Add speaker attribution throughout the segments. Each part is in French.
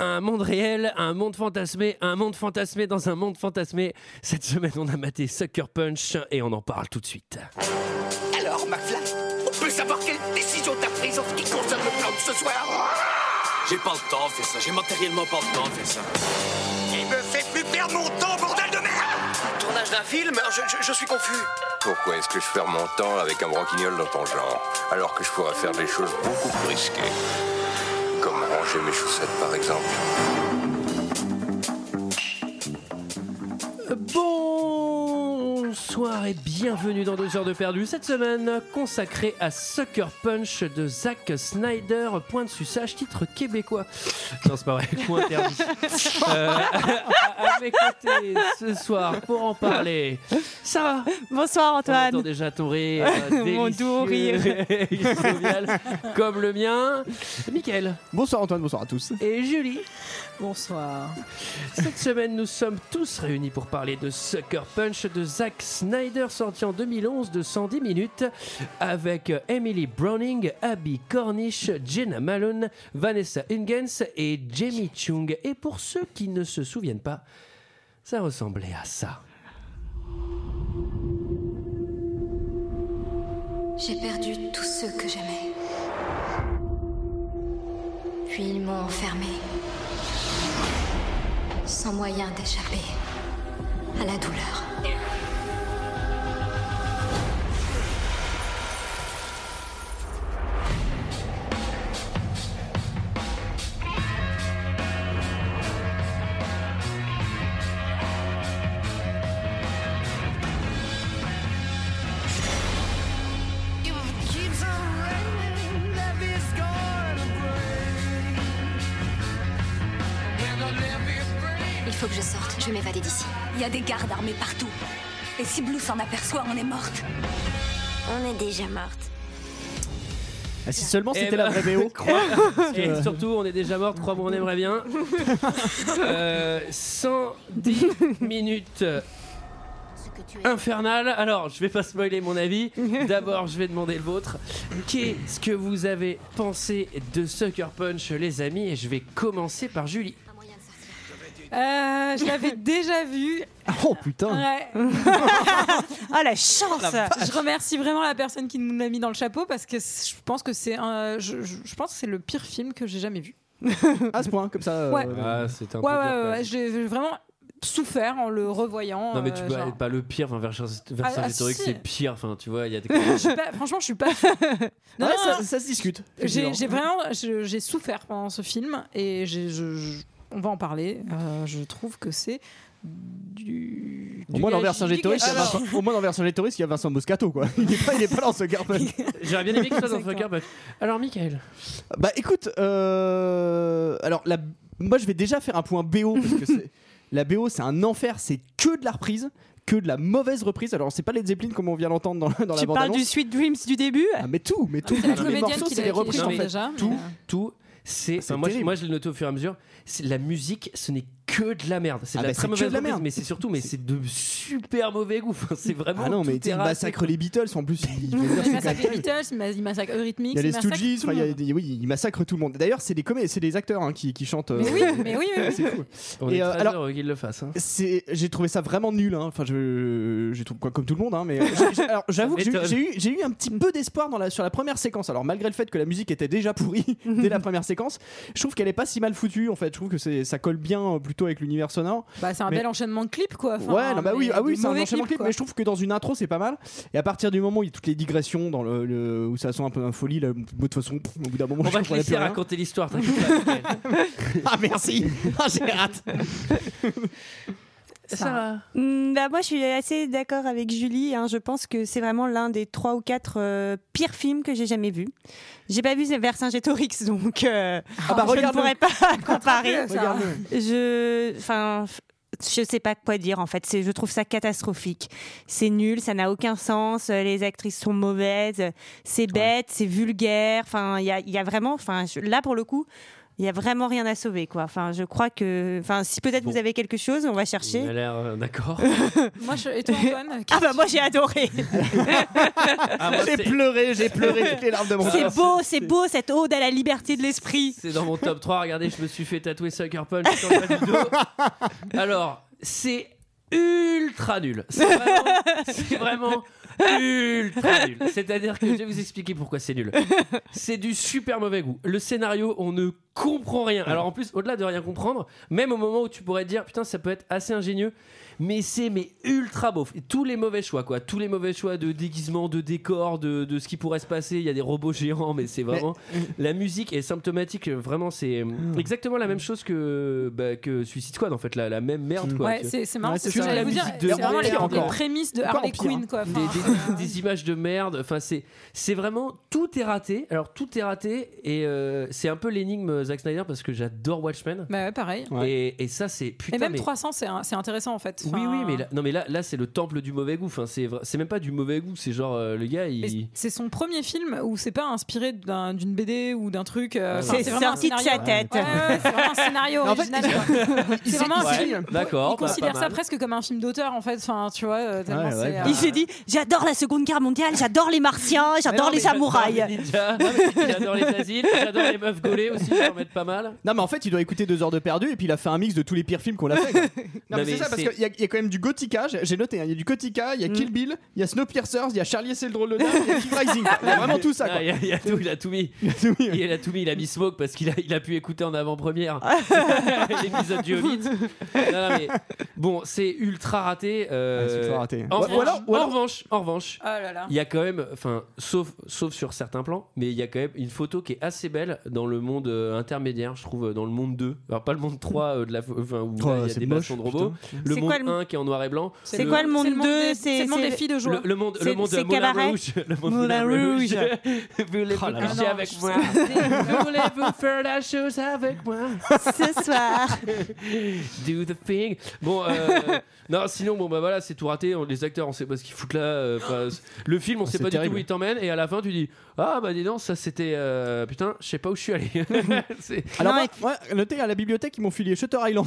Speaker 1: un monde réel, un monde fantasmé, un monde fantasmé dans un monde fantasmé. Cette semaine, on a maté Sucker Punch et on en parle tout de suite.
Speaker 2: Alors, McFly, on peut savoir quelle décision t'as prise en ce qui concerne le plan de ce soir
Speaker 3: J'ai pas le temps de faire ça, j'ai matériellement pas le temps de faire ça.
Speaker 2: Il me fait plus perdre mon temps, bordel de merde
Speaker 4: Tournage d'un film je, je- je suis confus.
Speaker 5: Pourquoi est-ce que je perds mon temps avec un broquignol dans ton genre, alors que je pourrais faire des choses beaucoup plus risquées Comme ranger mes chaussettes, par exemple.
Speaker 1: Bonsoir et bienvenue dans 2 heures de perdu. Cette semaine consacrée à Sucker Punch de Zack Snyder, point de suçage, titre québécois. Non, c'est pas vrai, coup interdit. Euh, à, à mes côtés ce soir pour en parler, Sarah.
Speaker 6: Bonsoir
Speaker 1: On entend
Speaker 6: Antoine.
Speaker 1: déjà ton rire,
Speaker 6: Mon doux
Speaker 1: délicieux et jovial, comme le mien. Michael
Speaker 7: Bonsoir Antoine, bonsoir à tous.
Speaker 1: et Julie.
Speaker 6: Bonsoir.
Speaker 1: Cette semaine, nous sommes tous réunis pour parler de Sucker Punch de Zack Snyder, sorti en 2011 de 110 minutes, avec Emily Browning, Abby Cornish, Jenna Malone, Vanessa Ingens et Jamie Chung. Et pour ceux qui ne se souviennent pas, ça ressemblait à ça.
Speaker 8: J'ai perdu tous ceux que j'aimais. Puis ils m'ont enfermé. Sans moyen d'échapper à la douleur. Il faut que je sorte, je vais m'évader d'ici.
Speaker 9: Il y a des gardes armés partout. Et si Blue s'en aperçoit, on est morte.
Speaker 8: On est déjà morte.
Speaker 7: Ah, si seulement
Speaker 1: Eh
Speaker 7: c'était
Speaker 1: ben,
Speaker 7: la vraie BO.
Speaker 1: Et surtout, on est déjà mort, crois-moi, on aimerait bien. Euh, 110 minutes infernales. Alors, je vais pas spoiler mon avis. D'abord, je vais demander le vôtre. Qu'est-ce que vous avez pensé de Sucker Punch, les amis Et je vais commencer par Julie.
Speaker 8: Un moyen de sortir.
Speaker 6: Euh, je l'avais déjà vu.
Speaker 7: Oh putain.
Speaker 6: Ouais. ah la chance Je remercie vraiment la personne qui nous l'a mis dans le chapeau parce que c- je pense que c'est un, je, je- je pense que c'est le pire film que j'ai jamais vu.
Speaker 7: À ce point, comme ça. euh,
Speaker 6: Ouais.
Speaker 1: Ah, c'est un
Speaker 6: Ouais, ouais, ouais, ouais, j'ai vraiment souffert en le revoyant.
Speaker 1: Non mais tu
Speaker 6: euh,
Speaker 1: peux
Speaker 6: genre.
Speaker 1: être pas le pire, enfin vers
Speaker 6: Ah, ah,
Speaker 1: historique
Speaker 6: si.
Speaker 1: c'est pire, enfin tu vois il y a des
Speaker 6: Je suis pas- franchement, je suis pas. Non,
Speaker 7: ouais,
Speaker 6: non,
Speaker 7: ça,
Speaker 6: non.
Speaker 7: ça se discute.
Speaker 6: J'ai
Speaker 7: effectivement.
Speaker 6: j'ai vraiment je- j'ai souffert pendant ce film et j'ai- je- je- on va en parler. Euh, je trouve que c'est du.
Speaker 7: Au moins, dans Version
Speaker 6: du
Speaker 7: Gétoris, il y a
Speaker 6: gâchis.
Speaker 7: Vincent- au moins dans Version Gétoris, il y a Vincent Moscato quoi. Il est pas, il est pas dans ce garden.
Speaker 1: j'aurais bien aimé que ce soit dans Sucker
Speaker 6: Exactement.
Speaker 1: Punch. Alors Michael,
Speaker 7: Bah écoute, euh, alors la, moi je vais déjà faire un point BO parce que c'est- la BO c'est un enfer, c'est que de la reprise, que de la mauvaise reprise. Alors c'est pas les Zeppelin comme on vient l'entendre dans, la- dans la bande annonce.
Speaker 6: Sweet Dreams du début
Speaker 7: mais tout, mais tout,
Speaker 6: C'est la
Speaker 7: tous les
Speaker 6: comédienne
Speaker 7: morceaux
Speaker 6: qui l'a-
Speaker 7: c'est des
Speaker 6: qui l'a
Speaker 7: reprises
Speaker 6: fait
Speaker 7: en fait.
Speaker 6: déjà.
Speaker 7: Tout,
Speaker 1: tout c'est
Speaker 7: Ah, C'est
Speaker 1: enfin, moi, je-
Speaker 7: terrible.
Speaker 1: moi je le note au fur et à mesure c'est la musique ce n'est que de la merde c'est de
Speaker 7: Ah
Speaker 1: la
Speaker 7: bah, c'est
Speaker 1: très
Speaker 7: que
Speaker 1: mauvaise
Speaker 7: de la
Speaker 1: reprise,
Speaker 7: merde.
Speaker 1: mais c'est surtout mais c'est de super mauvais goût Enfin, c'est vraiment
Speaker 7: Ah non, mais
Speaker 1: tout
Speaker 7: tu sais,
Speaker 1: est
Speaker 7: ils
Speaker 1: raté.
Speaker 7: massacrent les Beatles en plus. ils- ils-
Speaker 6: Il
Speaker 7: c'est quand
Speaker 6: massacre
Speaker 7: même
Speaker 6: les Beatles, il mas- il massacre Eurythmics,
Speaker 7: Il y a les
Speaker 6: massacre
Speaker 7: Stooges,
Speaker 6: tout
Speaker 7: enfin,
Speaker 6: le
Speaker 7: il y a
Speaker 6: monde.
Speaker 7: des- oui, ils massacrent tout le monde. D'ailleurs, c'est des comé- c'est des acteurs hein, qui, qui chantent. euh,
Speaker 6: Mais oui, mais oui, oui, oui.
Speaker 7: c'est fou.
Speaker 1: on
Speaker 7: Et,
Speaker 1: est
Speaker 7: euh,
Speaker 1: très
Speaker 7: alors-
Speaker 1: heureux qu'il le fasse hein.
Speaker 7: C'est- J'ai trouvé ça vraiment nul. hein. Enfin, je, j'ai trouvé quoi comme tout le monde, hein, mais euh, j'ai- j'ai- alors j'avoue que j'ai eu-
Speaker 1: m'étonne.
Speaker 7: j'ai eu, j'ai eu un petit peu d'espoir dans la, sur la première séquence. Alors malgré le fait que la musique était déjà pourrie dès la première séquence, je trouve qu'elle est pas si mal foutue. En fait, je trouve que c'est- ça colle bien euh, plutôt avec l'univers sonore.
Speaker 6: Bah, c'est un
Speaker 7: Mais-
Speaker 6: bel enchaînement de clips quoi. Enfin,
Speaker 7: ouais, non, bah
Speaker 6: mais
Speaker 7: oui, ah oui,
Speaker 6: de
Speaker 7: c'est un
Speaker 6: mauvais
Speaker 7: enchaînement clip,
Speaker 6: clips,
Speaker 7: mais je trouve que dans une intro, c'est pas mal. Et à partir du moment où il y a toutes les digressions dans le, le- où ça sent un peu un folie, là, de toute façon, pff, au bout d'un moment,
Speaker 1: on va
Speaker 7: je
Speaker 1: te
Speaker 7: comprenais plus
Speaker 1: laisser
Speaker 7: rien.
Speaker 1: raconter l'histoire t'inquiète pas, Michael.
Speaker 7: Ah merci, ah j'ai hâte.
Speaker 6: quoi.
Speaker 1: Sarah
Speaker 10: Hmm, bah, moi, je suis assez d'accord avec Julie. hein. Je pense que c'est vraiment l'un des trois ou quatre euh, pires films que j'ai jamais vus. J'ai pas vu Vercingétorix, donc euh,
Speaker 7: Ah bah
Speaker 10: je ne
Speaker 7: regarde-le.
Speaker 10: pourrais pas comparer.
Speaker 6: Attrape-le, Sarah.
Speaker 10: Je, enfin, f- je sais pas quoi dire en fait. C'est, je trouve ça catastrophique. C'est nul, ça n'a aucun sens. euh, Les actrices sont mauvaises. euh, C'est bête, c'est vulgaire. Enfin, il y a, il y a vraiment, enfin, je- là pour le coup. Il y a vraiment rien à sauver, quoi. Enfin, je crois que, enfin, si peut-être
Speaker 1: Bon.
Speaker 10: vous avez quelque chose, on va
Speaker 1: On a
Speaker 10: chercher.
Speaker 1: l'air euh, d'accord.
Speaker 6: Moi, je... et toi, Antoine
Speaker 10: Ah bah moi j'ai adoré.
Speaker 7: j'ai pleuré, j'ai pleuré toutes les larmes de mon
Speaker 10: C'est beau, c'est beau cette ode à la liberté de l'esprit.
Speaker 1: C'est dans mon top 3. Regardez, je me suis fait tatouer Sucker Punch sur le bas du dos. Alors, c'est ultra nul. C'est vraiment, c'est vraiment ultra nul. C'est-à-dire que je vais vous expliquer pourquoi c'est nul. C'est du super mauvais goût. Le scénario, on ne comprend rien. Alors en plus, au-delà de rien comprendre, même au moment où tu pourrais te dire putain, ça peut être assez ingénieux, mais c'est mais ultra beau. Tous les mauvais choix, quoi. Tous les mauvais choix de déguisement, de décor, de, de ce qui pourrait se passer. Il y a des robots géants, mais c'est vraiment. La musique est symptomatique. Vraiment, c'est exactement la même chose que, bah, que Suicide Squad, en fait. La, la même merde, quoi.
Speaker 6: Ouais,
Speaker 1: Tu-
Speaker 6: c'est c'est marrant
Speaker 7: Ouais,
Speaker 6: parce
Speaker 7: c'est
Speaker 6: que
Speaker 7: ça.
Speaker 6: j'allais
Speaker 7: La
Speaker 6: vous dire,
Speaker 1: musique de
Speaker 6: c'est vraiment
Speaker 1: Harley
Speaker 6: les,
Speaker 1: Quinn,
Speaker 6: les
Speaker 1: encore.
Speaker 6: prémices de
Speaker 7: Encore
Speaker 6: Harley
Speaker 7: pire, hein.
Speaker 6: Quinn quoi.
Speaker 1: des,
Speaker 6: Enfin,
Speaker 1: des- des images de merde. Enfin, c'est c'est vraiment tout est raté. Alors tout est raté et euh, c'est un peu l'énigme euh, Zack Snyder parce que j'adore Watchmen
Speaker 6: Bah ouais, pareil.
Speaker 7: Ouais.
Speaker 1: et, et ça c'est putain
Speaker 6: et même
Speaker 1: mais-
Speaker 6: 300, c'est un- c'est intéressant en fait.
Speaker 1: Oui
Speaker 6: Enfin,
Speaker 1: oui mais là, non mais là là c'est le temple du mauvais goût. Enfin c'est vra- c'est même pas du mauvais goût. C'est genre euh, le gars
Speaker 6: mais
Speaker 1: il
Speaker 6: c'est- C'est son premier film où c'est pas inspiré d'un- d'une BD ou d'un truc. euh,
Speaker 1: Ouais.
Speaker 6: enfin,
Speaker 10: C'est
Speaker 6: vraiment un
Speaker 10: sorti de sa
Speaker 6: scénario.
Speaker 10: tête.
Speaker 6: Ouais, ouais, ouais, c'est vraiment un scénario
Speaker 7: Mais en fait,
Speaker 6: original. quoi. C'est vraiment un
Speaker 7: Ouais.
Speaker 6: film.
Speaker 1: d'accord.
Speaker 6: Il
Speaker 1: bah,
Speaker 6: considère
Speaker 1: pas
Speaker 6: ça
Speaker 1: mal.
Speaker 6: presque comme un film d'auteur en fait. Enfin, tu vois, euh, tellement
Speaker 7: Ouais, ouais,
Speaker 6: c'est,
Speaker 7: bah.
Speaker 6: euh,
Speaker 10: Il s'est dit j'adore la Seconde Guerre mondiale, j'adore les martiens,
Speaker 1: Mais non,
Speaker 10: j'adore les
Speaker 1: mais j'adore
Speaker 10: samouraïs.
Speaker 1: les ninjas, J'adore les asiles. J'adore les meufs gaulées aussi. J'en mettre pas mal.
Speaker 7: Non, mais en fait, il doit écouter deux heures de perdu et puis il a fait un mix de tous les pires films qu'on l'a fait. quoi. non, mais
Speaker 1: mais
Speaker 7: c'est ça parce
Speaker 1: c'est-
Speaker 7: qu'il y, a- il y a quand même du Gothica, j'ai j'ai noté, hein, il y a du Gothica, il y a Kill Bill, il y a Snowpiercer, il y a Charlie et c'est le drôle de dame, il y a King Rising. quoi. Il y a vraiment tout ça
Speaker 1: Ah,
Speaker 7: quoi.
Speaker 1: il, a, il a tout, il a tout mis.
Speaker 7: Oui, Oh, oui.
Speaker 1: Il a tout mis, il a mis Smoke parce qu'il a, il a pu écouter en avant-première l'épisode du Hobbit. Non, non, mais bon, c'est ultra raté. euh,
Speaker 7: Ouais, c'est ultra raté.
Speaker 1: En,
Speaker 7: Ou
Speaker 1: revanche,
Speaker 7: alors- ou alors-
Speaker 1: en revanche, en revanche,
Speaker 6: Oh là là.
Speaker 1: il y a quand même, enfin, sauf, sauf sur certains plans, mais il y a quand même une photo qui est assez belle dans le monde euh, intermédiaire, je trouve, euh, dans le monde 2. Alors, pas le monde 3 euh, de la, enfin, où là, il y a des bâtons de robots. Le
Speaker 10: C'est
Speaker 1: monde
Speaker 10: quoi le-
Speaker 1: 1 qui est en noir et blanc.
Speaker 10: C'est quoi le monde
Speaker 6: C'est
Speaker 10: 2
Speaker 6: des- C'est le monde des filles de joie.
Speaker 1: Le, le monde, le
Speaker 10: C'est-
Speaker 1: monde
Speaker 10: c'est
Speaker 1: Moulin
Speaker 10: cabaret
Speaker 1: Rouge. Le monde
Speaker 10: Moulin
Speaker 1: Moulin
Speaker 10: Rouge.
Speaker 1: Voulez-vous
Speaker 7: Oh là là.
Speaker 1: coucher
Speaker 6: Ah non,
Speaker 1: avec
Speaker 6: je
Speaker 1: moi Voulez-vous faire la chose avec moi
Speaker 10: Ce soir.
Speaker 1: Do the thing. Bon, euh, non, sinon, bon, bah voilà, c'est tout raté. On- Les acteurs, on sait pas ce qu'ils foutent là. euh, enfin, c- le film, on
Speaker 7: Ah,
Speaker 1: sait
Speaker 7: c'est
Speaker 1: pas du tout
Speaker 7: terrible.
Speaker 1: où il t'emmène. Et à la fin, tu dis Ah, bah dis donc, ça c'était. euh, putain, je sais pas où je suis allé. C'est-
Speaker 7: Alors,
Speaker 10: Non,
Speaker 7: moi, ouais, noté à la bibliothèque, ils m'ont filé Shutter Island.